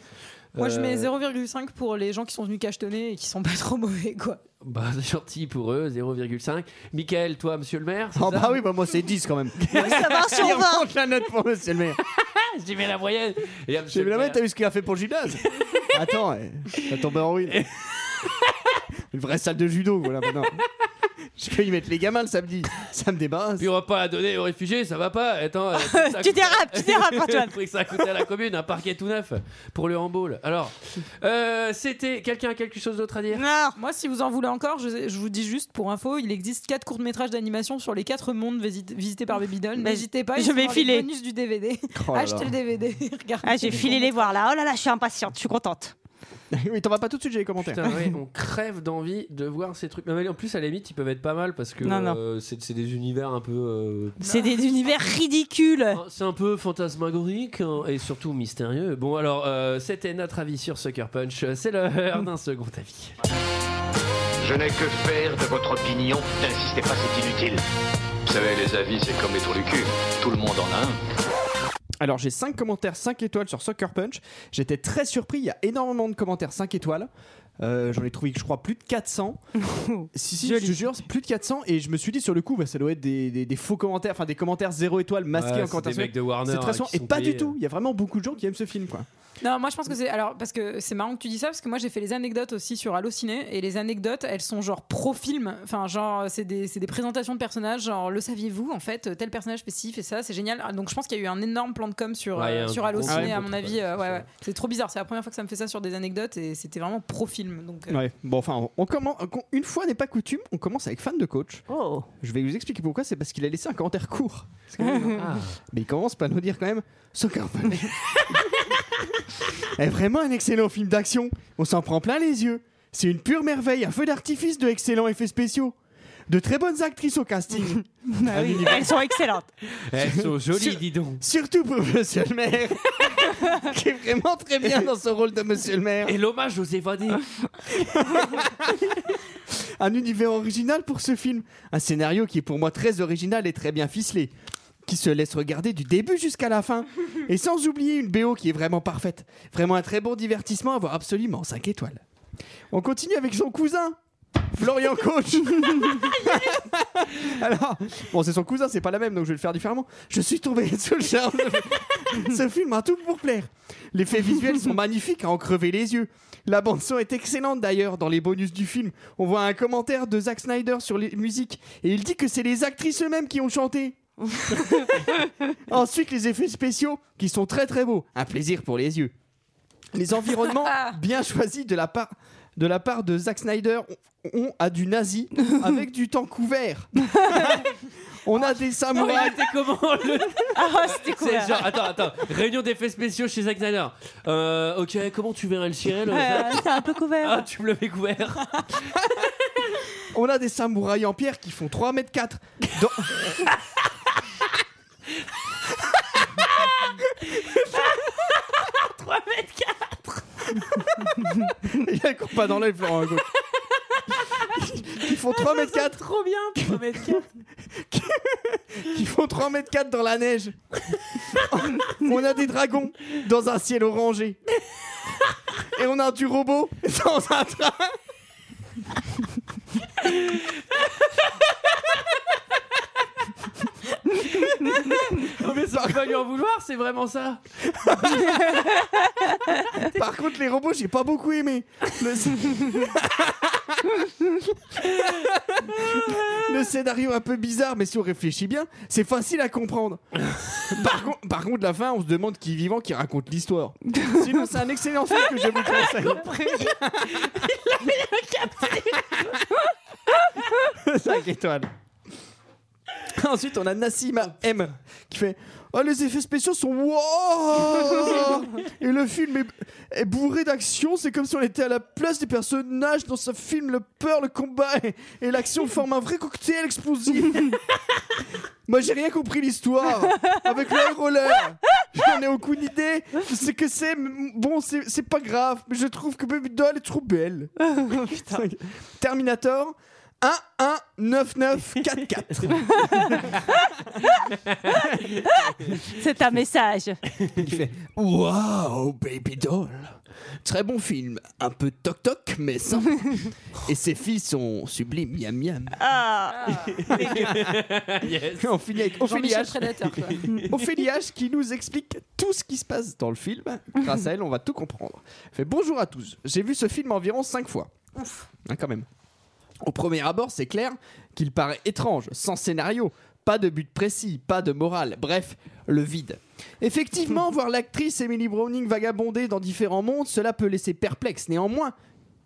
Speaker 6: Moi, je
Speaker 1: Euh,
Speaker 6: mets 0,5 pour les gens qui sont venus cachetonner et qui sont pas trop mauvais, quoi.
Speaker 1: Bah, c'est gentil pour eux, 0,5. Michael, toi, monsieur le maire
Speaker 7: Ah bah oui, bah moi c'est 10 quand même.
Speaker 10: Ça va sur
Speaker 7: Il
Speaker 10: 20.
Speaker 7: remonte la note pour monsieur le maire.
Speaker 1: J'ai mis la moyenne. Et à
Speaker 7: Monsieur
Speaker 1: monsieur
Speaker 7: le
Speaker 1: le
Speaker 7: maire,
Speaker 1: maire.
Speaker 7: t'as vu ce qu'il a fait pour le gymnase Attends, eh, t'as tombé en ruine. Une vraie salle de judo, voilà maintenant. Je peux y mettre les gamins le samedi. Ça me débarrasse.
Speaker 1: Puis on va pas la donner aux réfugiés, ça va pas. Attends, euh, ça
Speaker 10: Tu
Speaker 1: coûte-
Speaker 10: dérapes, tu dérapes, Antoine.
Speaker 1: Le prix que ça a coûté à la commune, un parquet tout neuf pour le handball. Alors, euh, c'était quelqu'un a quelque chose d'autre à dire
Speaker 6: Moi, si vous en voulez encore, je, je vous dis juste pour info, il existe quatre courts métrages d'animation sur les quatre mondes visit- visités par Baby Doll.
Speaker 10: Bah,
Speaker 6: N'hésitez pas, ils
Speaker 10: je
Speaker 6: sont
Speaker 10: vais
Speaker 6: dans les
Speaker 10: filer.
Speaker 6: bonus du DVD.
Speaker 7: Oh là là.
Speaker 6: Achetez Ah, le DVD. Regardez.
Speaker 10: Ah, j'ai filé les voir là. Oh là là, je suis impatiente, je suis contente.
Speaker 7: oui, t'en vas pas tout de suite, j'ai les commentaires.
Speaker 1: Putain, ouais, on crève d'envie de voir ces trucs. Non, mais en plus, à la limite, ils peuvent être pas mal parce que
Speaker 10: Non, non.
Speaker 1: euh, c'est c'est des univers un peu. euh,
Speaker 10: C'est des univers ridicules.
Speaker 1: C'est un peu fantasmagorique hein, et surtout mystérieux. Bon, alors, euh, c'était notre avis sur Sucker Punch. C'est l'heure d'un second avis.
Speaker 13: Je n'ai que faire de votre opinion. N'insistez pas, c'est inutile. Vous savez, les avis, c'est comme les trous du cul. Tout le monde en a un.
Speaker 7: Alors j'ai 5 commentaires 5 étoiles sur Soccer Punch. J'étais très surpris, il y a énormément de commentaires 5 étoiles. Euh, J'en ai trouvé, je crois, plus de 400. si, si, je te jure, c'est plus de 400. Et je me suis dit sur le coup, bah, ça doit être des, des- des faux commentaires, enfin des commentaires 0 étoiles masqués
Speaker 1: Ouais,
Speaker 7: en
Speaker 1: c'est
Speaker 7: commentaires.
Speaker 1: des mecs de Warner,
Speaker 7: C'est très
Speaker 1: hein,
Speaker 7: souvent-
Speaker 1: qui
Speaker 7: Et
Speaker 1: sont
Speaker 7: pas
Speaker 1: payés,
Speaker 7: du tout, il y a vraiment beaucoup de gens qui aiment ce film. quoi.
Speaker 6: Non, moi je pense que c'est. Alors, parce que c'est marrant que tu dis ça, parce que moi j'ai fait les anecdotes aussi sur Allociné, et les anecdotes, elles sont genre pro-film. Enfin, genre, c'est des, c'est des présentations de personnages, genre, le saviez-vous, en fait, tel personnage fait ci, fait ça, c'est génial. Ah, Donc, je pense qu'il y a eu un énorme plan de com sur,
Speaker 1: Ouais,
Speaker 6: euh,
Speaker 1: il y a un
Speaker 6: sur
Speaker 1: gros
Speaker 6: Allociné,
Speaker 7: gros
Speaker 6: à
Speaker 7: truc,
Speaker 6: mon avis. euh, ouais, ouais. C'est trop bizarre, c'est la première fois que ça me fait ça sur des anecdotes, et c'était vraiment pro-film. Donc, euh,
Speaker 7: Ouais. Bon, enfin, on commence. Une fois n'est pas coutume, on commence avec fan de coach. Je vais vous expliquer pourquoi. C'est parce qu'il a laissé un commentaire court. C'est quand même-
Speaker 1: Ah.
Speaker 7: Mais il commence par nous dire quand même Soccer Punch est vraiment un excellent film d'action. On s'en prend plein les yeux. C'est une pure merveille, un feu d'artifice de excellents effets spéciaux. De très bonnes actrices au casting. Un univers-
Speaker 10: Elles sont excellentes.
Speaker 1: Elles sont jolies,
Speaker 7: Sur-
Speaker 1: dis donc.
Speaker 7: Surtout pour Monsieur le maire, qui est vraiment très bien dans son rôle de Monsieur le maire.
Speaker 1: Et l'hommage aux évadés.
Speaker 7: un univers original pour ce film. Un scénario qui est pour moi très original et très bien ficelé. Qui se laisse regarder du début jusqu'à la fin. Et sans oublier une BO qui est vraiment parfaite. Vraiment un très bon divertissement à voir absolument 5 étoiles. On continue avec son cousin, Florian Coach. Alors, bon, c'est son cousin, c'est pas la même, donc je vais le faire différemment. Je suis tombé sous le charme. de- Ce film a tout pour plaire. Les faits visuels sont magnifiques à en crever les yeux. La bande-son est excellente d'ailleurs. Dans les bonus du film, on voit un commentaire de Zack Snyder sur les musiques et il dit que c'est les actrices eux-mêmes qui ont chanté. Ensuite, les effets spéciaux qui sont très très beaux. Un plaisir pour les yeux. Les environnements bien choisis de la part de, la part de Zack Snyder ont- ont à du nazi avec du temps couvert. on a des
Speaker 1: Mais
Speaker 7: samouraïs.
Speaker 1: c'était comment le...
Speaker 10: Ah, c'était
Speaker 1: C'est genre, attends, attends, réunion d'effets spéciaux chez Zack Snyder. Euh, ok, comment tu verrais le ciel
Speaker 10: Euh,
Speaker 1: Zack
Speaker 10: c'est un peu couvert.
Speaker 1: Ah, tu me le mets couvert.
Speaker 7: On a des samouraïs en pierre qui font 3 mètres 4. Il y a court pas dans l'œil, Florent. à gauche. Ils font 3 mètres 4.
Speaker 6: Trop bien, 3 mètres 4.
Speaker 7: qui font 3 mètres 4 dans la neige. on a des dragons dans un ciel orangé. Et on a du robot dans un train.
Speaker 1: Non, mais ça, on peut pas lui en vouloir, c'est vraiment ça.
Speaker 7: Par contre, les robots, j'ai pas beaucoup aimé. Le... Le scénario un peu bizarre, mais si on réfléchit bien, c'est facile à comprendre. Par, con- par contre, la fin, on se demande qui est vivant, qui raconte l'histoire. Sinon, c'est un excellent film que je vous conseille. 5 étoiles. Ensuite, on a Nassima M qui fait Oh, les effets spéciaux sont wow Et le film est, est bourré d'action. C'est comme si on était à la place des personnages dans ce film. Le peur, le combat et, et l'action forment un vrai cocktail explosif. Moi, j'ai rien compris l'histoire. Avec le roller, j'en ai aucune idée de ce que c'est. mais Bon, c'est c'est pas grave. Mais je trouve que Baby Doll est trop belle. Terminator 1 1 9 9 4 4.
Speaker 10: C'est un message.
Speaker 7: Il fait Wow, Baby Doll Très bon film, un peu toc-toc, mais sans. Et ses filles sont sublimes, miam miam.
Speaker 10: Ah.
Speaker 1: yes.
Speaker 7: On finit avec Ophélie
Speaker 6: Jean-Michel
Speaker 7: H.
Speaker 6: Prédateur, quoi.
Speaker 7: Ophélie H qui nous explique tout ce qui se passe dans le film. Grâce à elle, on va tout comprendre. Elle fait Bonjour à tous, j'ai vu ce film environ 5 fois. Ouf hein, Quand même. Au premier abord, c'est clair qu'il paraît étrange, sans scénario, pas de but précis, pas de morale, bref, le vide. Effectivement, voir l'actrice Emily Browning vagabonder dans différents mondes, cela peut laisser perplexe. Néanmoins,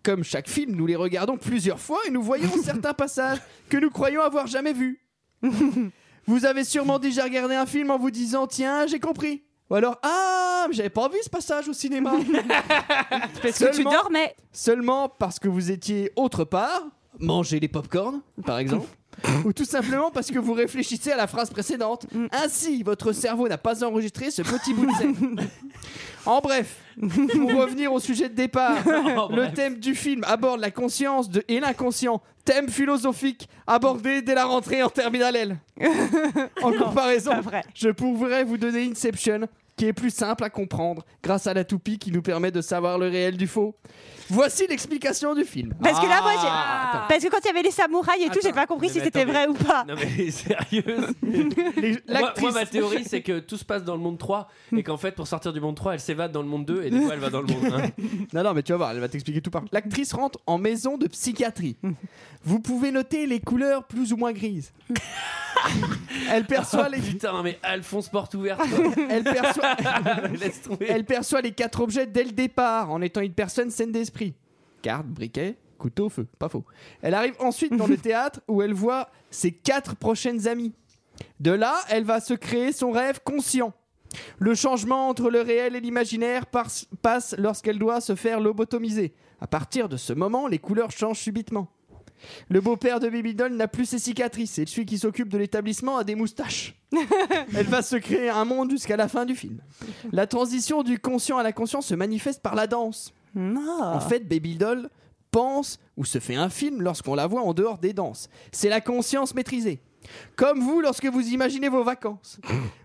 Speaker 7: comme chaque film, nous les regardons plusieurs fois et nous voyons certains passages que nous croyons avoir jamais vus. Vous avez sûrement déjà regardé un film en vous disant Tiens, j'ai compris. Ou alors Ah, mais j'avais pas vu ce passage au cinéma.
Speaker 10: Parce que tu dormais.
Speaker 7: Seulement parce que vous étiez autre part, manger les pop-corns, par exemple. ou tout simplement parce que vous réfléchissez
Speaker 1: Mm.
Speaker 7: à la phrase précédente. Ainsi, votre cerveau n'a pas enregistré ce petit bout de scène. En bref, pour revenir au sujet de départ,
Speaker 1: En
Speaker 7: le
Speaker 1: bref.
Speaker 7: thème du film aborde la conscience de, et l'inconscient, thème philosophique abordé dès la rentrée en terminale L. en comparaison, je pourrais vous donner Inception, qui est plus simple à comprendre grâce à la toupie qui nous permet de savoir le réel du faux. Voici l'explication du film.
Speaker 10: Parce que là, moi, j'ai.
Speaker 7: Ah, attends.
Speaker 10: Parce que quand il y avait les samouraïs et tout, j'ai pas compris si c'était vrai ou pas.
Speaker 1: Non mais sérieuse moi,
Speaker 10: l'actrice-
Speaker 1: moi, ma théorie c'est que tout se passe dans le monde 3 et qu'en fait pour sortir du monde 3 elle s'évade dans le monde 2 et du coup elle va dans le monde 1.
Speaker 7: non, non, mais tu vas voir, elle va t'expliquer tout par L'actrice rentre en maison de psychiatrie. Vous pouvez noter les couleurs plus ou moins grises. elle perçoit les.
Speaker 1: Putain mais Alphonse porte ouverte.
Speaker 7: Elle perçoit...
Speaker 1: Laisse tomber.
Speaker 7: elle perçoit les quatre objets dès le départ en étant une personne saine d'esprit. Carte, briquet, couteau, feu, pas faux. Elle arrive ensuite dans le théâtre où elle voit ses quatre prochaines amies. De là, elle va se créer son rêve conscient. Le changement entre le réel et l'imaginaire par- passe lorsqu'elle doit se faire lobotomiser. À partir de ce moment, les couleurs changent subitement. Le beau-père de Baby Doll n'a plus ses cicatrices et celui qui s'occupe de l'établissement a des moustaches. Elle va se créer un monde jusqu'à la fin du film. La transition du conscient à la conscience se manifeste par la danse.
Speaker 1: Ah.
Speaker 7: En fait, Baby Doll pense ou se fait un film lorsqu'on la voit en dehors des danses. C'est la conscience maîtrisée. Comme vous lorsque vous imaginez vos vacances.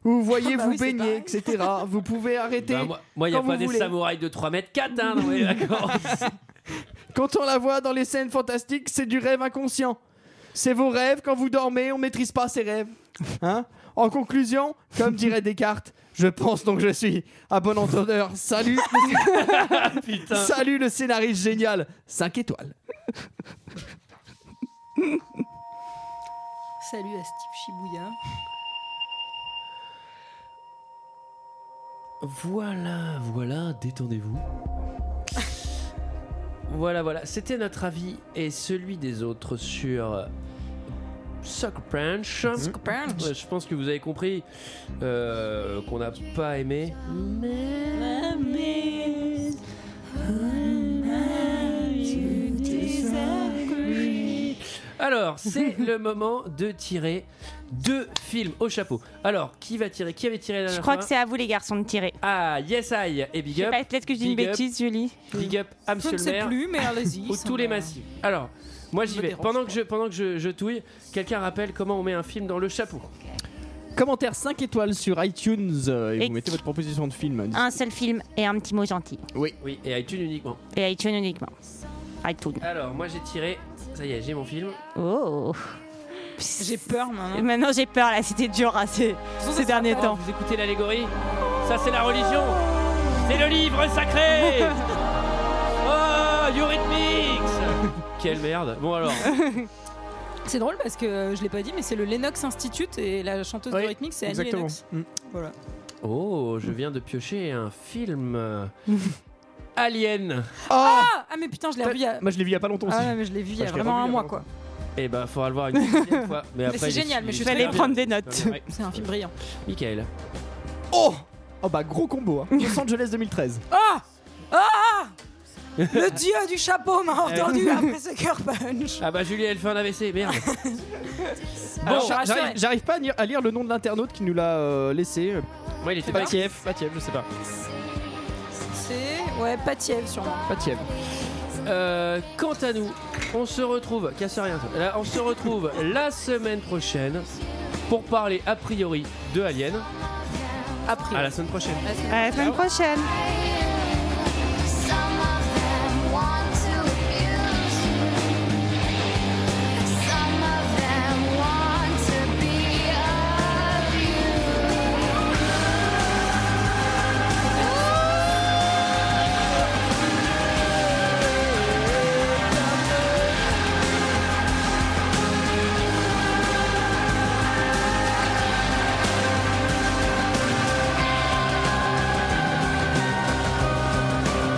Speaker 7: Vous voyez
Speaker 1: Bah
Speaker 7: vous
Speaker 1: oui, c'est
Speaker 7: baigner, etc. Vous pouvez arrêter.
Speaker 1: Bah, moi, il n'y a
Speaker 7: quand
Speaker 1: pas
Speaker 7: vous
Speaker 1: des
Speaker 7: voulez.
Speaker 1: samouraïs de 3 mètres 4 hein, dans les vacances.
Speaker 7: Quand on la voit dans les scènes fantastiques, c'est du rêve inconscient. C'est vos rêves, quand vous dormez, on maîtrise pas ses rêves. Hein en conclusion, comme dirait Descartes, je pense donc je suis. À bon entendeur, salut le- Salut le scénariste génial 5 étoiles.
Speaker 6: Salut à Steve Shibuya.
Speaker 1: Voilà, voilà, détendez-vous. Voilà, voilà, c'était notre avis et celui des autres sur Sucker Punch.
Speaker 6: Mm-hmm.
Speaker 1: Mmh. Ouais, Je pense que vous avez compris euh, qu'on n'a pas aimé. Alors, c'est le moment de tirer deux films au chapeau. Alors, qui va tirer Qui avait tiré la
Speaker 10: Je
Speaker 1: dernière
Speaker 10: crois
Speaker 1: fois
Speaker 10: que c'est à vous, les garçons, de tirer.
Speaker 1: Ah, yes, I et Big
Speaker 10: Je sais
Speaker 1: Up.
Speaker 10: pas, peut-être que je dis une
Speaker 1: Big Up,
Speaker 10: bêtise, Julie.
Speaker 1: Big Up,
Speaker 10: Je ne sais
Speaker 1: Amselmer.
Speaker 10: plus, mais allez-y,
Speaker 1: Ou
Speaker 10: ça
Speaker 1: tous les
Speaker 10: me-
Speaker 1: massifs. Alors, moi j'y vais. Pendant que, je, pendant que je, je touille, quelqu'un rappelle comment on met un film dans le chapeau.
Speaker 7: Commentaire 5 étoiles sur iTunes euh, et,
Speaker 10: Et-
Speaker 7: vous mettez votre proposition de film.
Speaker 10: Un seul film et un petit mot gentil.
Speaker 7: Oui.
Speaker 1: Oui, et iTunes uniquement.
Speaker 10: Et iTunes uniquement. iTunes.
Speaker 1: Alors, moi j'ai tiré. Ça y est, j'ai mon film.
Speaker 10: Oh.
Speaker 6: J'ai peur maintenant.
Speaker 10: Maintenant, j'ai peur, là, c'était dur hein, ces, ces derniers temps.
Speaker 1: Vous écoutez l'allégorie Ça, c'est la religion. C'est le livre sacré. Oh, Eurythmics Quelle merde. Bon, alors.
Speaker 6: C'est drôle parce que euh, je l'ai pas dit, mais c'est le Lennox Institute et la chanteuse de rythmique, c'est Annie
Speaker 1: exactement.
Speaker 6: Lennox. Voilà.
Speaker 1: Oh, je viens de piocher un film. euh, Alien.
Speaker 6: Ah, ah, mais putain, je l'ai revu il y a.
Speaker 7: je l'ai vu il y a pas longtemps
Speaker 6: Ah ouais, mais je l'ai vu il y a vraiment un mois quoi.
Speaker 1: Eh ben, faudra le voir une deuxième fois.
Speaker 6: Mais
Speaker 1: après,
Speaker 6: c'est
Speaker 1: il est-
Speaker 6: génial,
Speaker 1: il
Speaker 6: mais je
Speaker 1: est
Speaker 6: suis
Speaker 1: super
Speaker 6: très
Speaker 1: bien. Ouais.
Speaker 6: C'est un film brillant.
Speaker 1: Michael.
Speaker 7: Oh Oh bah gros combo. Hein. Los Angeles 2013.
Speaker 6: Ah Ah Le dieu du chapeau m'a entendu après ce cœur punch.
Speaker 1: Ah bah Julie, elle fait un AVC, merde.
Speaker 7: Bon, j'a- j'arrive- j'arrive pas à lire, à lire le nom de l'internaute qui nous l'a euh, laissé.
Speaker 1: Moi, il était
Speaker 7: Patiev, Patiev, je sais pas.
Speaker 6: C'est. Ouais, Patiev sûrement.
Speaker 7: Patiev.
Speaker 1: Euh, quant à nous, on se retrouve, casse rien, toi. Là, on se retrouve la semaine prochaine pour parler a priori de Alien.
Speaker 6: Après.
Speaker 1: À la semaine prochaine.
Speaker 10: À la semaine prochaine.
Speaker 14: Some of them want to be abused.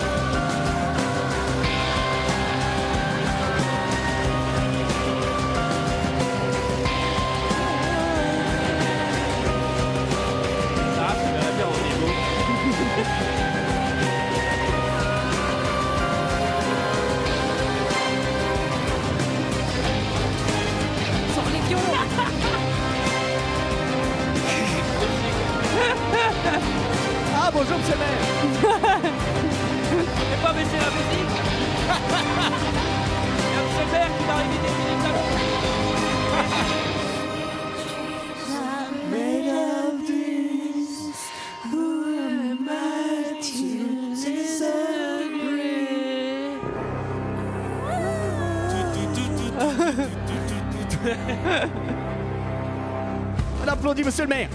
Speaker 7: On applaudit monsieur le maire